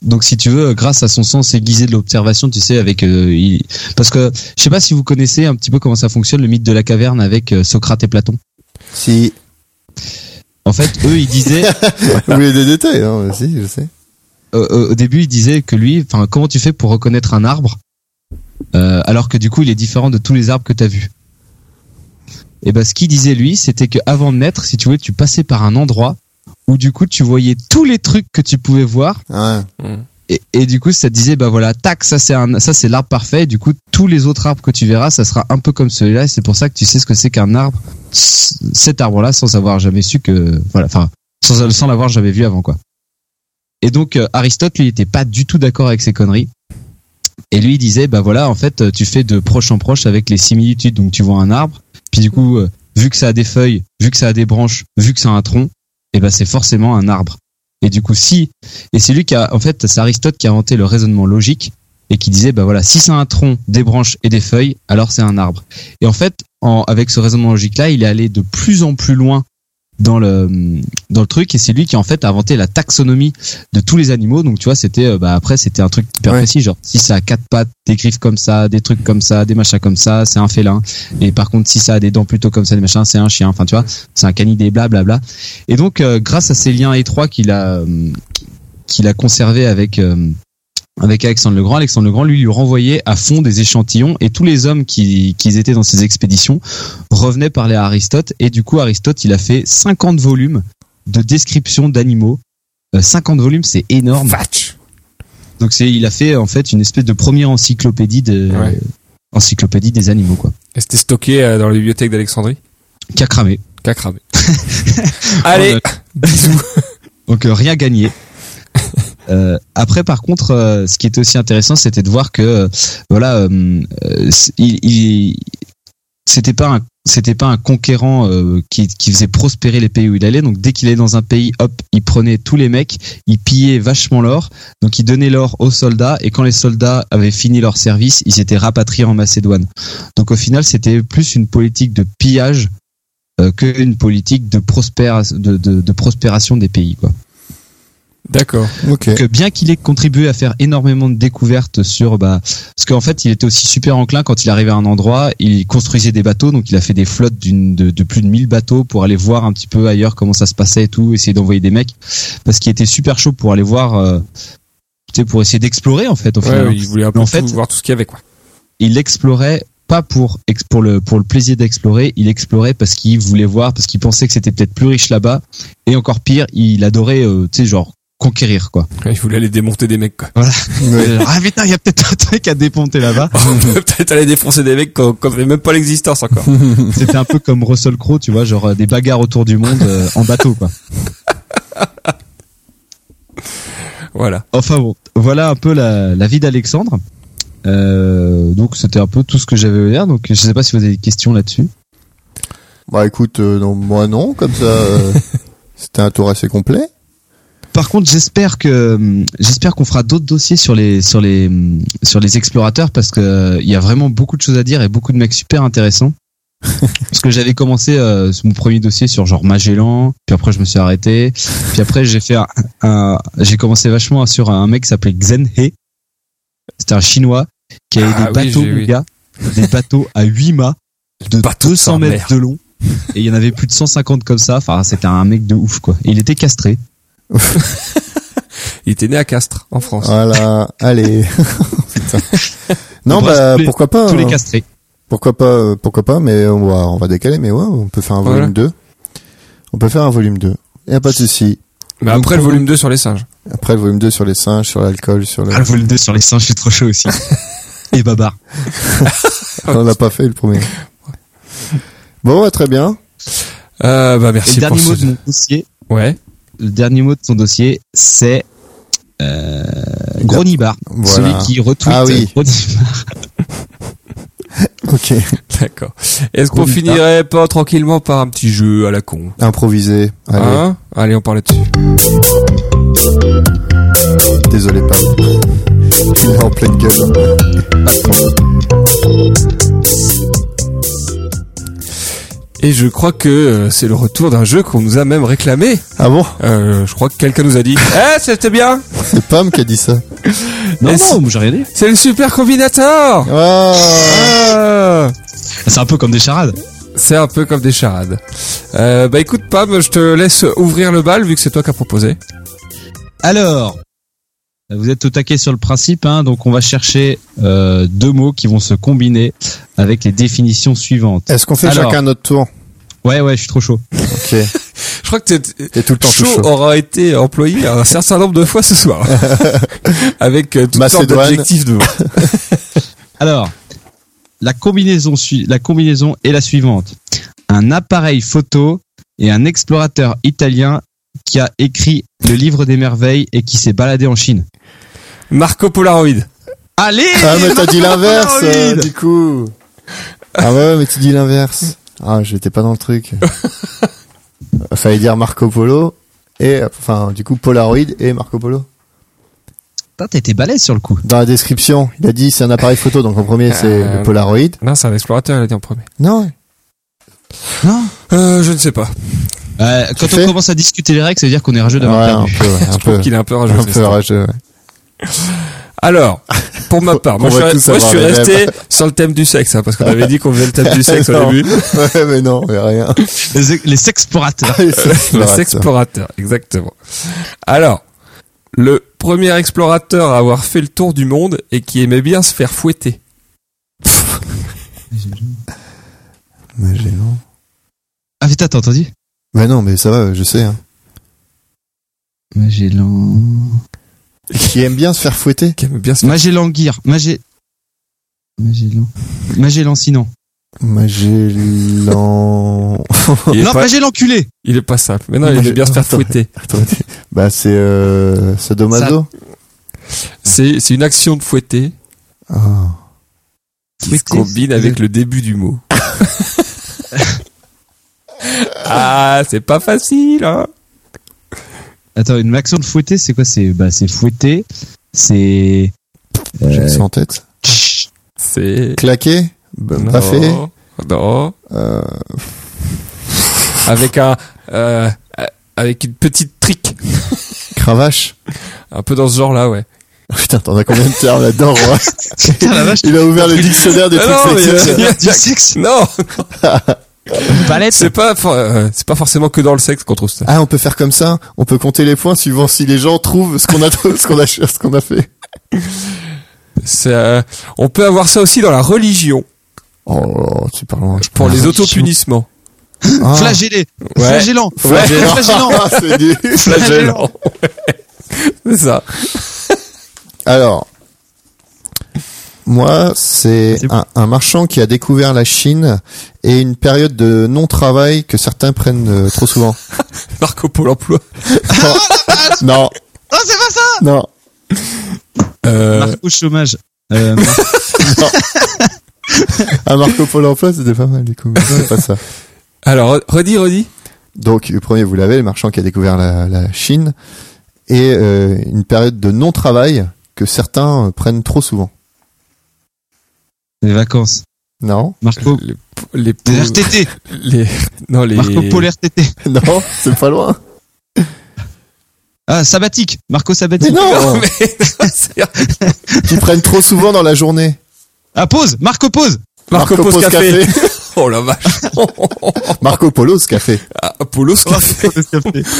S3: Donc, si tu veux, grâce à son sens aiguisé de l'observation, tu sais, avec euh, il- parce que je sais pas si vous connaissez un petit peu comment ça fonctionne le mythe de la caverne avec euh, Socrate et Platon.
S1: Si.
S3: En fait, eux, ils disaient,
S1: Vous voulez des détails, hein, mais si, je sais.
S3: euh, euh, au début, ils disaient que lui, enfin, comment tu fais pour reconnaître un arbre euh, alors que du coup, il est différent de tous les arbres que t'as vus. Et ben, ce qu'il disait lui, c'était que avant de naître, si tu veux, tu passais par un endroit où du coup, tu voyais tous les trucs que tu pouvais voir.
S1: Ouais.
S3: Et, et du coup, ça te disait, bah voilà, tac, ça c'est un, ça c'est l'arbre parfait. Et du coup, tous les autres arbres que tu verras, ça sera un peu comme celui-là. Et c'est pour ça que tu sais ce que c'est qu'un arbre, c- cet arbre-là, sans avoir jamais su que, voilà, enfin, sans, sans l'avoir jamais vu avant, quoi. Et donc, euh, Aristote, lui, était pas du tout d'accord avec ces conneries. Et lui, il disait, bah voilà, en fait, euh, tu fais de proche en proche avec les similitudes. Donc, tu vois un arbre. Puis du coup, euh, vu que ça a des feuilles, vu que ça a des branches, vu que ça a un tronc, et ben c'est forcément un arbre. Et du coup, si et c'est lui qui a, en fait, c'est Aristote qui a inventé le raisonnement logique et qui disait, bah voilà, si c'est un tronc, des branches et des feuilles, alors c'est un arbre. Et en fait, en- avec ce raisonnement logique-là, il est allé de plus en plus loin dans le dans le truc et c'est lui qui en fait a inventé la taxonomie de tous les animaux donc tu vois c'était euh, bah après c'était un truc hyper
S1: Ouais.
S3: précis genre si ça a quatre pattes des griffes comme ça des trucs comme ça des machins comme ça c'est un félin et par contre si ça a des dents plutôt comme ça des machins c'est un chien enfin tu vois c'est un canidé blablabla et donc euh, grâce à ces liens étroits qu'il a euh, qu'il a conservé avec euh, avec Alexandre le Grand. Alexandre le Grand lui lui renvoyait à fond des échantillons et tous les hommes qui, qui étaient dans ces expéditions revenaient parler à Aristote et du coup Aristote il a fait 50 volumes de descriptions d'animaux. Euh, 50 volumes c'est énorme. Donc c'est il a fait en fait une espèce de première encyclopédie de
S4: Ouais.
S3: encyclopédie des animaux quoi.
S4: Et c'était stocké euh, dans la bibliothèque d'Alexandrie.
S3: Qui a cramé.
S4: Qu'à cramer. Allez, bisous.
S3: Donc euh, rien gagné. Euh, après, par contre, euh, ce qui était aussi intéressant, c'était de voir que euh, voilà, euh, euh, c- il, il- c'était pas un c'était pas un conquérant euh, qui, qui faisait prospérer les pays où il allait. Donc dès qu'il allait dans un pays, hop, il prenait tous les mecs, il pillait vachement l'or. Donc il donnait l'or aux soldats et quand les soldats avaient fini leur service, ils étaient rapatriés en Macédoine. Donc au final, c'était plus une politique de pillage euh, qu'une politique de, prospéra- de, de, de prospération des pays. Quoi.
S4: D'accord.
S1: Ok.
S3: Donc, euh, bien qu'il ait contribué à faire énormément de découvertes sur, bah, parce qu'en fait, il était aussi super enclin quand il arrivait à un endroit, il construisait des bateaux, donc il a fait des flottes d'une, de, de plus de 1000 bateaux pour aller voir un petit peu ailleurs comment ça se passait et tout, essayer d'envoyer des mecs, parce qu'il était super chaud pour aller voir, euh, tu sais, pour essayer d'explorer en fait au
S4: Ouais,
S3: final.
S4: il voulait un peu
S3: en
S4: tout-
S3: fait-
S4: voir tout ce qu'il y avait, quoi.
S3: Il explorait pas pour ex- pour le pour le plaisir d'explorer, il explorait parce qu'il voulait voir, parce qu'il pensait que c'était peut-être plus riche là-bas, et encore pire, il adorait, euh, tu sais, genre conquérir quoi.
S4: Ouais, Il voulait aller démonter des mecs, quoi.
S1: Ouais.
S3: Ah putain, il y a peut-être un truc à déponter là-bas.
S4: On peut peut-être aller défoncer des mecs qu'on connaît même pas l'existence encore.
S3: C'était un peu comme Russell Crowe, tu vois, genre euh, des bagarres autour du monde euh, en bateau, quoi.
S4: voilà.
S3: Enfin bon, voilà un peu la, la vie d'Alexandre. Euh, donc c'était un peu tout ce que j'avais à dire. Donc je sais pas si vous avez des questions là-dessus.
S1: Bah écoute, euh, non, moi non, comme ça, euh, c'était un tour assez complet.
S3: Par contre, j'espère que hum, j'espère qu'on fera d'autres dossiers sur les sur les hum, sur les explorateurs parce que euh, il y a vraiment beaucoup de choses à dire et beaucoup de mecs super intéressants. parce que j'avais commencé euh, mon premier dossier sur genre Magellan, puis après je me suis arrêté, puis après j'ai fait un, un- j'ai commencé vachement sur un mec qui s'appelait Xen He. C'était un chinois qui avait
S4: Ah
S3: des
S4: oui,
S3: bateaux
S4: j'ai- oui.
S3: mon gars, des bateaux à 8 mâts de
S4: bateau
S3: 200
S4: sans mer.
S3: mètres de long et il y en avait plus de 150 comme ça. Enfin, c'était un mec de ouf quoi. Et il était castré.
S4: Il était né à Castres, en France.
S1: Voilà, allez. Putain. non,
S3: Embrasse
S1: bah
S3: tous les-
S1: pourquoi pas.
S4: Oh.
S3: Tous les
S1: hein.
S3: castrés.
S1: Pourquoi pas, euh, pourquoi pas, mais on va, on va décaler, mais ouais, on peut faire un
S4: Voilà.
S1: volume 2. On peut faire un volume 2. Y a pas de souci.
S4: Mais
S3: Donc,
S4: après le
S3: pour-
S4: volume 2 sur les singes.
S1: Après, le volume 2 sur les singes, sur l'alcool, sur le...
S3: Ah, le volume 2 sur les singes, je suis trop chaud aussi. Et babar.
S1: on l'a pas fait, le premier. Bon, ouais, très bien.
S4: Euh, bah
S3: Et
S4: merci
S3: dernier
S4: Euh, bah, pour
S3: mot
S4: ce...
S3: de mon dossier,
S4: Ouais.
S3: le dernier mot de son dossier, c'est euh, Gronibar,
S1: Voilà.
S3: celui qui retweet
S1: Ah oui.
S3: Gronibar.
S1: Ok.
S4: D'accord. Est-ce qu'on finirait pas tranquillement par un petit jeu à la con
S1: Improvisé. Allez,
S4: Hein Allez, on parle dessus.
S1: désolé, pardon. Il est en pleine gueule.
S4: Et je crois que euh, c'est le retour d'un jeu qu'on nous a même réclamé.
S1: Ah bon
S4: Euh, je crois que quelqu'un nous a dit Eh, c'était bien
S1: C'est Pam qui a dit ça.
S3: Non,
S4: Est-ce-
S3: non, moi, j'ai rien dit.
S4: C'est le super combinator
S1: Ah
S4: Ah
S3: C'est un peu comme des charades.
S4: C'est un peu comme des charades. Euh, bah écoute, Pam, je te laisse ouvrir le bal vu que c'est toi qui as proposé.
S3: Alors, vous êtes au taquet sur le principe, hein, donc on va chercher euh, deux mots qui vont se combiner avec les définitions suivantes.
S1: Est-ce qu'on fait
S3: Alors.
S1: chacun notre tour
S3: Ouais, ouais, je suis trop chaud.
S1: Ok.
S4: Je crois que t'es-
S1: Et tout le temps tout
S4: chaud,
S1: chaud.
S4: aura été employé un certain nombre de fois ce soir. Avec euh, toutes sortes
S1: Macédoine.
S4: d'objectifs devant.
S3: Alors, la combinaison, sui- la combinaison est la suivante. Un appareil photo et un explorateur italien qui a écrit le livre des merveilles et qui s'est baladé en Chine.
S4: Marco Polaroid.
S3: Allez
S1: Ah mais t'as dit l'inverse euh,
S3: Polaroid
S1: du coup. Ah ouais mais tu dis l'inverse. Ah j'étais pas dans le truc. Fallait dire Marco Polo et enfin du coup Polaroid et Marco Polo.
S3: Putain, T'étais balèze sur le coup.
S1: Dans la description, il a dit c'est un appareil photo donc en premier c'est
S4: Euh,
S1: le Polaroid.
S4: Non, c'est un explorateur, il a dit en premier.
S1: Non.
S3: Non
S4: Euh, je ne sais pas.
S3: Euh, Quand
S1: Tu
S3: on
S1: fais
S3: commence à discuter les règles, ça veut dire qu'on est rageux
S1: Ouais,
S3: d'avoir
S1: un
S3: perdu.
S1: peu, ouais, un peu.
S4: Qu'il est un peu
S1: Un
S4: rageux.
S1: peu rageux. ouais.
S4: Alors, pour ma part, moi
S1: On
S4: je
S1: va
S4: suis,
S1: tous
S4: moi, je
S1: avoir
S4: suis
S1: les
S4: resté sur le thème du sexe, hein, parce qu'on avait dit qu'on faisait le thème du sexe au
S1: Non.
S4: début.
S1: ouais mais non mais rien.
S3: Les, les explorateurs.
S4: Le sexplorateur, exactement. Alors, le premier explorateur à avoir fait le tour du monde et qui aimait bien se faire fouetter.
S1: Mais j'ai- non.
S3: Ah putain, t'as entendu
S1: Mais non mais ça va je sais. Hein.
S3: Magellan.
S1: Qui aime bien se faire fouetter.
S4: Qui aimait bien se faire...
S3: Magellan Gear. Magé... Magellan. Magellan Sinan.
S1: Magellan.
S4: Il, est
S3: Non,
S4: pas,
S3: Magellan culé
S4: il est pas simple. Mais non, il aimait bien se faire
S1: Attends.
S4: fouetter.
S1: Attendez. Bah c'est euh, Sadomaso.
S4: C'est c'est une action de fouetter
S1: Ah.
S4: qui se
S3: Fouetter,
S4: combine
S3: c'est-
S4: avec le début du mot. ah, c'est pas facile, hein
S3: Attends, une action de fouetter, c'est quoi C'est bah, c'est fouetter, c'est...
S1: J'ai que ça en tête.
S3: Chut.
S4: C'est...
S1: Claqué bah, B-
S4: Non.
S1: Baffé
S4: Non.
S1: euh,
S4: Avec un... euh, avec une petite trique.
S1: Cravache Oh,
S4: Un peu dans ce genre-là, ouais.
S1: Putain, t'en as combien de termes là-dedans, Roy
S3: Putain, la vache,
S1: Il a ouvert le dictionnaire des
S4: Ah
S1: trucs
S4: non, mais,
S1: sexiques.
S4: euh,
S3: du sexe,
S4: Non
S3: une palette.
S4: C'est pas, for- euh, c'est pas forcément que dans le sexe qu'on trouve ça.
S1: Ah, on peut faire comme ça On peut compter les points suivant si les gens trouvent ce qu'on a, ce qu'on a, ce qu'on a fait.
S4: C'est, euh, on peut avoir ça aussi dans la religion
S1: Oh, tu parles loin.
S4: pour les
S3: religion.
S4: autopunissements.
S1: Ah.
S3: Flagellé.
S4: Ouais.
S3: Flagellant.
S1: Flagellant.
S3: Flagellant.
S1: Ah, c'est nul.
S3: Flagellant.
S4: C'est ça.
S1: Alors, moi, c'est
S3: C'est bon.
S1: un, un marchand qui a découvert la Chine et une période de non-travail que certains prennent euh, trop souvent.
S4: Marco Pôle emploi.
S1: non,
S3: Oh, c'est pas ça
S1: non.
S4: Euh,
S3: Marco chômage. Euh,
S1: Un Marco Polo emploi, c'était pas mal, du coup. mais C'est pas ça.
S4: alors, redis, redis.
S1: Donc, le premier, vous l'avez, le marchand qui a découvert la, la Chine, et euh, une période de non-travail que certains euh, prennent trop souvent.
S3: les vacances.
S1: Non
S3: Marco.
S4: Les, les,
S3: Des RTT.
S4: les- non, les,
S3: Marco Polo RTT.
S1: Non, c'est pas loin.
S3: Ah, sabbatique. Marco
S1: Mais
S3: sabbatique.
S1: non
S4: mais-
S1: Qui prennent trop souvent dans la journée.
S3: Ah, pause. Marco pause.
S4: Marco, Polo café. Oh la vache.
S1: Marco Polo ce café.
S4: Ah, Polo ce café.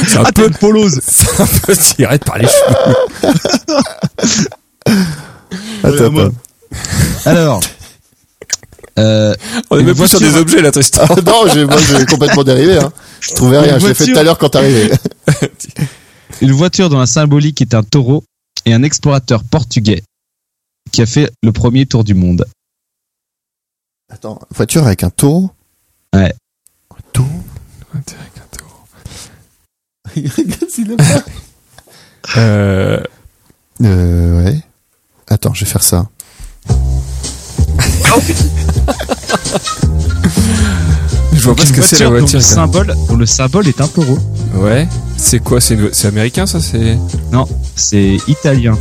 S4: C'est un
S3: Ah,
S4: peu,
S3: t'es polose.
S4: c'est un peu tiré par les cheveux.
S1: Attends,
S3: moi.
S1: attends.
S3: Alors. Euh,
S4: On est
S3: Une
S4: même plus sur
S3: voiture.
S4: des objets, là, Tristan.
S1: Ah, non, j'ai, moi, j'ai complètement dérivé. Hein. Je trouvais rien. Je l'ai fait tout à l'heure quand t'arrivais.
S3: une voiture dont la symbolique est un taureau et un explorateur portugais qui a fait le premier tour du monde.
S1: Attends, voiture avec un taureau
S3: Ouais.
S1: Un taureau Il rigole, s'il aime pas.
S4: Euh,
S1: Euh, ouais. Attends, je vais faire ça.
S4: je vois pas ce
S3: Une
S4: que c'est la
S3: dont
S4: voiture.
S3: le
S4: quoi.
S3: symbole, dont le symbole est un taureau.
S4: Ouais. C'est quoi C'est une- c'est américain ça C'est
S3: Non, c'est italien.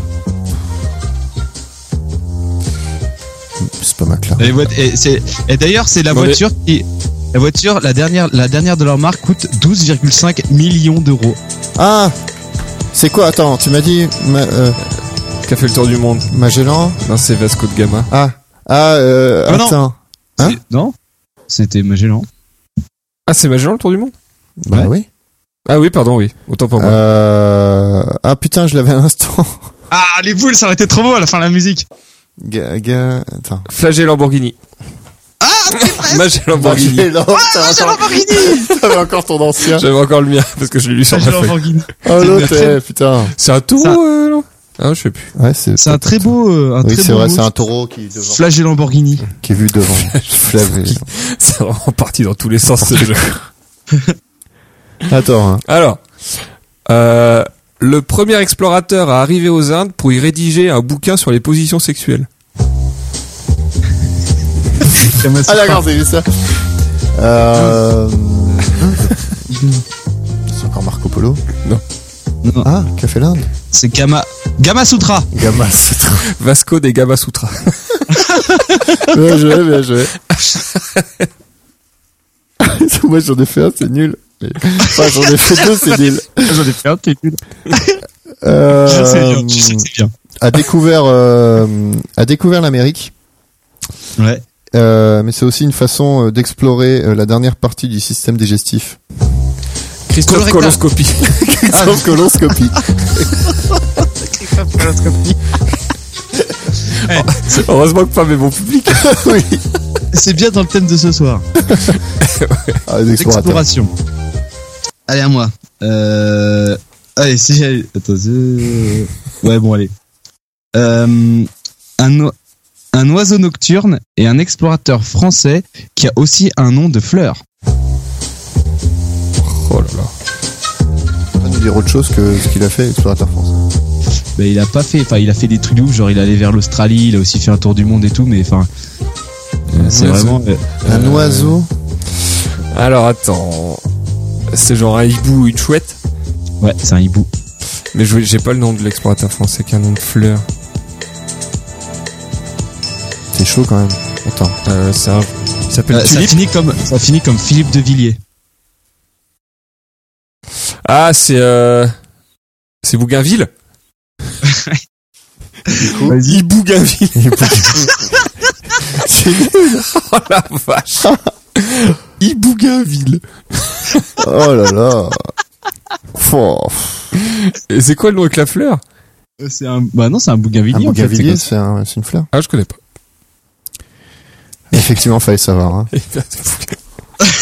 S1: C'est pas ma classe.
S3: Les voit- et c'est- et d'ailleurs, c'est la
S4: Non, mais-
S3: voiture qui. La voiture, la dernière, la dernière de leur marque coûte 12,5 millions d'euros.
S1: Ah C'est quoi Attends, tu m'as dit Ma- euh,
S4: qui a fait le tour du monde
S1: Magellan
S4: Non, c'est Vasco de Gama.
S1: Ah Ah, euh,
S3: Ah non.
S1: attends. Hein
S3: C'est- Non C'était Magellan.
S4: Ah, c'est Magellan le tour du monde
S1: Bah oui.
S4: Ah oui, pardon, oui. Autant pour moi.
S1: Euh... Ah putain, je l'avais à l'instant.
S3: Ah, les boules, ça aurait été trop beau à la fin de la musique.
S1: Gaga... Attends.
S4: Flagé Lamborghini. Ah, Magellan
S1: Bah,
S4: Lamborghini.
S3: Ah,
S1: Magellan, t'as encore- T'avais encore ton ancien.
S4: J'avais encore le mien parce que je l'ai lu sur ma feuille.
S1: Oh l'autre,
S4: très-
S1: eh, putain.
S4: C'est un tour,
S3: Ça-
S4: euh, non Ah, je sais plus.
S1: Ouais, c'est.
S3: C'est un très beau. euh, Un
S1: Oui,
S3: très
S1: c'est
S3: beau
S1: vrai,
S3: mot.
S1: c'est un taureau qui est devant.
S3: Flagé Lamborghini.
S1: Qui est vu devant. Flavé.
S4: C'est vraiment parti dans tous les sens ce jeu.
S1: Attends. hein.
S4: Alors, euh, le premier explorateur à arriver aux Indes pour y rédiger un bouquin sur les positions sexuelles.
S1: Ah d'accord, c'est juste ça. Euh... c'est encore Marco Polo.
S3: Non,
S1: Ah, Café l'Inde.
S3: C'est Gamma. Gamma Sutra.
S1: Gamma, c'est trop.
S4: Vasco des Gama Sutra.
S1: Bien joué, bien joué. Moi j'en ai fait un, c'est nul. Mais- Enfin, j'en ai fait deux, c'est nul.
S3: Ah, J'en ai fait un, t'es nul.
S1: Euh,
S3: Je sais bien, je sais que c'est bien.
S1: a découvert, euh, a découvert l'Amérique.
S3: Ouais.
S1: Euh, mais c'est aussi une façon euh, d'explorer euh, la dernière partie du système digestif.
S4: Christophe
S3: Colorectal.
S4: Coloscopie.
S1: Sauf coloscopie.
S4: Heureusement que pas mes bons publics.
S1: oui.
S3: C'est bien dans le thème de ce soir.
S1: Ah, les explorateurs.
S3: Exploration. Allez, à moi. Euh... Allez, si j'ai... Attends, euh, Ouais, bon, allez. Euh, un, o- un oiseau nocturne et un explorateur français qui a aussi un nom de fleur.
S4: Oh là là.
S1: On va nous dire autre chose que ce qu'il a fait, l'explorateur français.
S3: Ben, il a pas fait... Enfin, il a fait des trucs de ouf, genre il est allé vers l'Australie, il a aussi fait un tour du monde et tout, mais enfin... euh, C'est
S4: Ouais,
S3: vraiment... euh,
S1: Un oiseau.
S4: Alors attends. C'est genre un hibou ou une chouette.
S3: euh, Ouais, c'est un hibou.
S4: Mais je- j'ai pas le nom de l'explorateur français qui a un nom de fleur.
S1: C'est chaud quand même. Attends.
S4: Euh, c'est un... Il s'appelle
S3: Euh, ça,
S4: Tulipe.
S3: finit comme, ça finit comme Philippe de Villiers.
S4: Ah, c'est... Euh... C'est Bougainville
S3: Vas-y.
S4: Bougainville. c'est nul. Oh la vache. Ibougainville.
S1: Oh là là. Fort.
S4: Et c'est quoi le nom avec la fleur
S3: Euh, C'est un... Bah non, c'est un bougainvillier.
S1: Un
S3: en fait, c'est
S1: bougainvillier,
S3: comme
S1: c'est un- c'est une fleur.
S4: Ah, je connais pas.
S1: Effectivement, fallait savoir. Hein.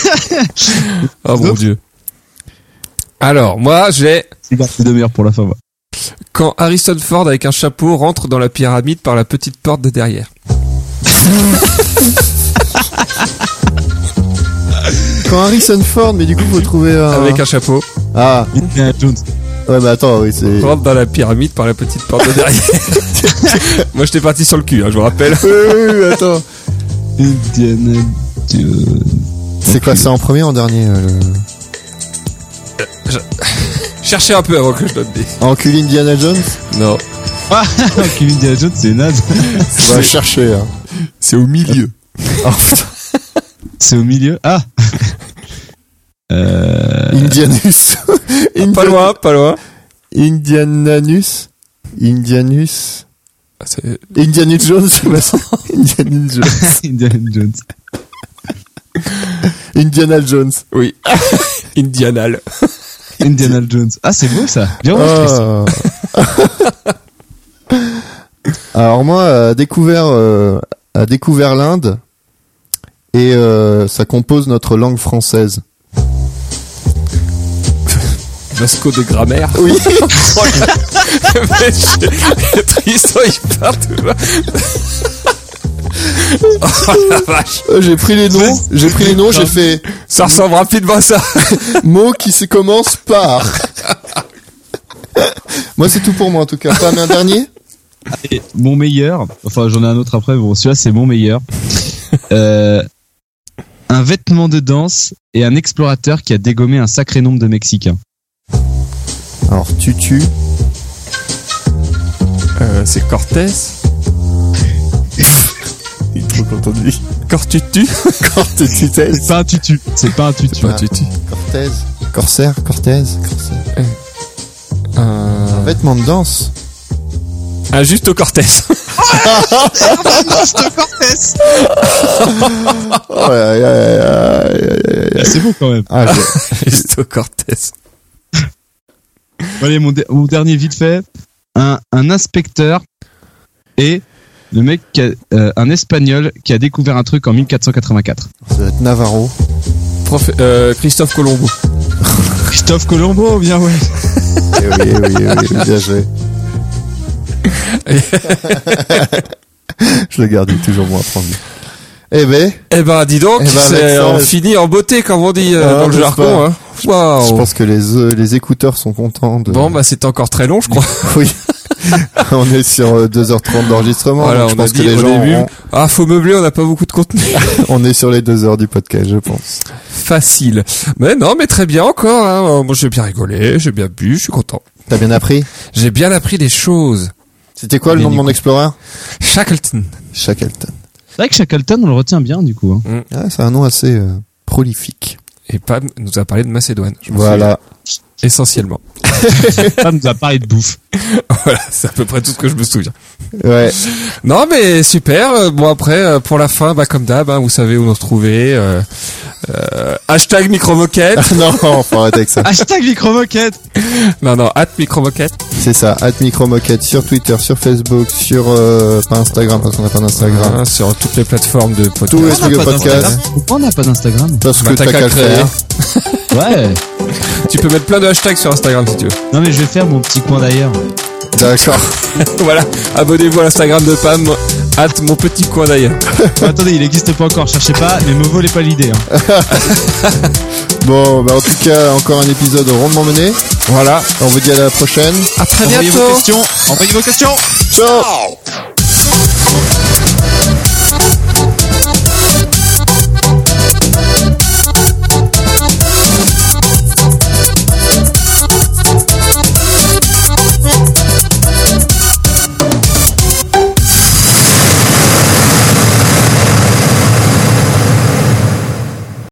S4: oh mon dieu. Alors, moi, j'ai...
S3: C'est parti de meilleur pour la fin. moi.
S4: Quand Harrison Ford avec un chapeau rentre dans la pyramide par la petite porte de derrière.
S1: Quand Harrison Ford, mais du coup, faut trouver un.
S4: Avec un chapeau,
S1: Ah,
S3: Indiana Jones.
S1: ouais, bah attends, oui, c'est.
S4: rentre dans la pyramide par la petite porte de derrière. moi, j'étais parti sur le cul, hein, je vous rappelle.
S1: Oui, oui, oui, attends.
S3: Indiana Jones.
S1: C'est quoi, c'est en premier ou en dernier euh, le-
S4: Cherchez un peu avant que je donne des...
S1: Enculé Indiana Jones
S4: Non,
S3: Ah, Kevin Indiana Jones, c'est naze.
S1: On va chercher. Hein.
S4: c'est au milieu.
S1: Oh, putain.
S3: C'est au milieu. Ah euh,
S1: Indianus.
S4: Pas loin, pas loin.
S1: Indiananus. Indianus.
S4: Ah, c'est-
S1: Indianus Jones. bah, c'est- Indianus Jones.
S3: Indiana Jones.
S1: Indiana Jones.
S4: Oui. Indianal.
S3: Indiana Jones. Ah, c'est beau ça. Bien ouais, je fais ça.
S1: Ah. Euh. Alors moi, a découvert, euh, a découvert l'Inde et euh, ça compose notre langue française.
S4: Vasco de grammaire.
S1: Oui.
S4: Mais je- Tristan, il part de là. Oh la vache.
S1: Euh, J'ai pris les noms, j'ai pris les noms, j'ai fait
S4: Ça ressemble rapidement à ça.
S1: mots qui se commencent par. Moi, c'est tout pour moi en tout cas. Pas un dernier
S3: Et mon meilleur, enfin j'en ai un autre après, bon celui-là c'est mon meilleur. Euh, un vêtement de danse et un explorateur qui a dégommé un sacré nombre de Mexicains.
S1: Alors, tutu.
S4: Euh, c'est Cortés.
S1: Il est trop content de lui.
S4: Cortutu.
S1: Cortez, Cortez.
S3: C'est pas un tutu, Ah, c'est pas un tutu.
S1: pas- Cortez. Corsaire, Cortez. Corsaire. Un
S4: Euh...
S1: vêtement de danse.
S4: Un Ah, juste au Cortés.
S1: Oh là là là là là là là.
S3: C'est bon quand même.
S1: Ah, j'ai-
S4: juste au Cortés.
S3: Bon, Allez, mon, de- mon dernier vite fait. Un, un inspecteur et le mec, qui a- euh, un espagnol qui a découvert un truc en 1484.
S1: ça doit être Navarro.
S4: Prof... Euh, Christophe Colombo.
S3: Christophe Colombo, bien ouais.
S1: Eh oui, eh oui, eh oui, bien joué. Je le gardais toujours moi à prendre. Eh ben,
S4: Eh ben, dis donc,
S1: Eh ben,
S4: c'est
S1: Vincent,
S4: on
S1: je-
S4: finit en beauté, comme on dit euh,
S1: Ah,
S4: dans le
S1: je sais
S4: jargon.
S1: pas.
S4: Hein. Waouh.
S1: je pense que les, euh, les écouteurs sont contents de...
S4: Bon, bah c'est encore très long, je crois.
S1: Oui. on est sur euh, 2h30 d'enregistrement.
S4: Voilà, on
S1: Oh, donc je
S4: a
S1: pense que
S4: dit
S1: les
S4: au
S1: gens,
S4: début.
S1: ont-
S4: Ah, faut meubler, on n'a pas beaucoup de contenu.
S1: on est sur les 2h du podcast, je pense.
S4: Facile. Mais non, mais très bien encore. Hein. Moi, j'ai bien rigolé, j'ai bien bu, je suis content.
S1: T'as bien appris
S4: J'ai bien appris des choses.
S1: C'était quoi le
S4: Bien
S1: nom de mon
S4: écouté.
S1: explorer
S4: Shackleton.
S1: Shackleton.
S3: C'est vrai que Shackleton, on le retient bien du coup. hein.
S1: Ah, c'est un nom assez euh, prolifique.
S4: Et Pam nous a parlé de Macédoine. je me
S1: Voilà.
S4: souviens. Essentiellement.
S3: Ça nous a parlé de bouffe.
S4: voilà, c'est à peu près tout ce que je me souviens.
S1: Ouais.
S4: Non, mais super. Euh, Bon, après, euh, pour la fin, bah, comme d'hab, hein, vous savez où nous retrouver. Euh, euh, hashtag micromoquette.
S1: non, faut arrêter avec ça.
S3: Hashtag micro-moquette
S4: non, non, at micromoquette.
S1: C'est ça, at micromoquette sur Twitter, sur Facebook, sur euh, pas Instagram parce qu'on n'a pas d'Instagram.
S4: Hein, sur toutes les plateformes de podcast.
S1: Tous les
S3: On n'a
S1: trucs de
S3: pas
S1: podcast.
S3: d'Instagram. Pourquoi on n'a pas d'Instagram
S1: Parce que
S4: Bah,
S1: t'as qu'à le faire.
S3: Ouais.
S4: Tu peux mettre plein de hashtags sur Instagram si tu veux.
S3: Non mais je vais faire mon petit coin d'ailleurs.
S1: D'accord.
S4: voilà, abonnez-vous à l'Instagram de Pam, hâte mon petit coin d'ailleurs.
S3: Bon, attendez, il n'existe pas encore, cherchez pas, mais me volez pas l'idée. hein.
S1: Bon, bah en tout cas, encore un épisode rondement mené.
S4: Voilà,
S1: On vous dit à la prochaine.
S4: à très
S3: Envoyez
S4: bientôt.
S3: vos questions. Envoyez vos questions.
S1: Ciao.
S4: Ciao.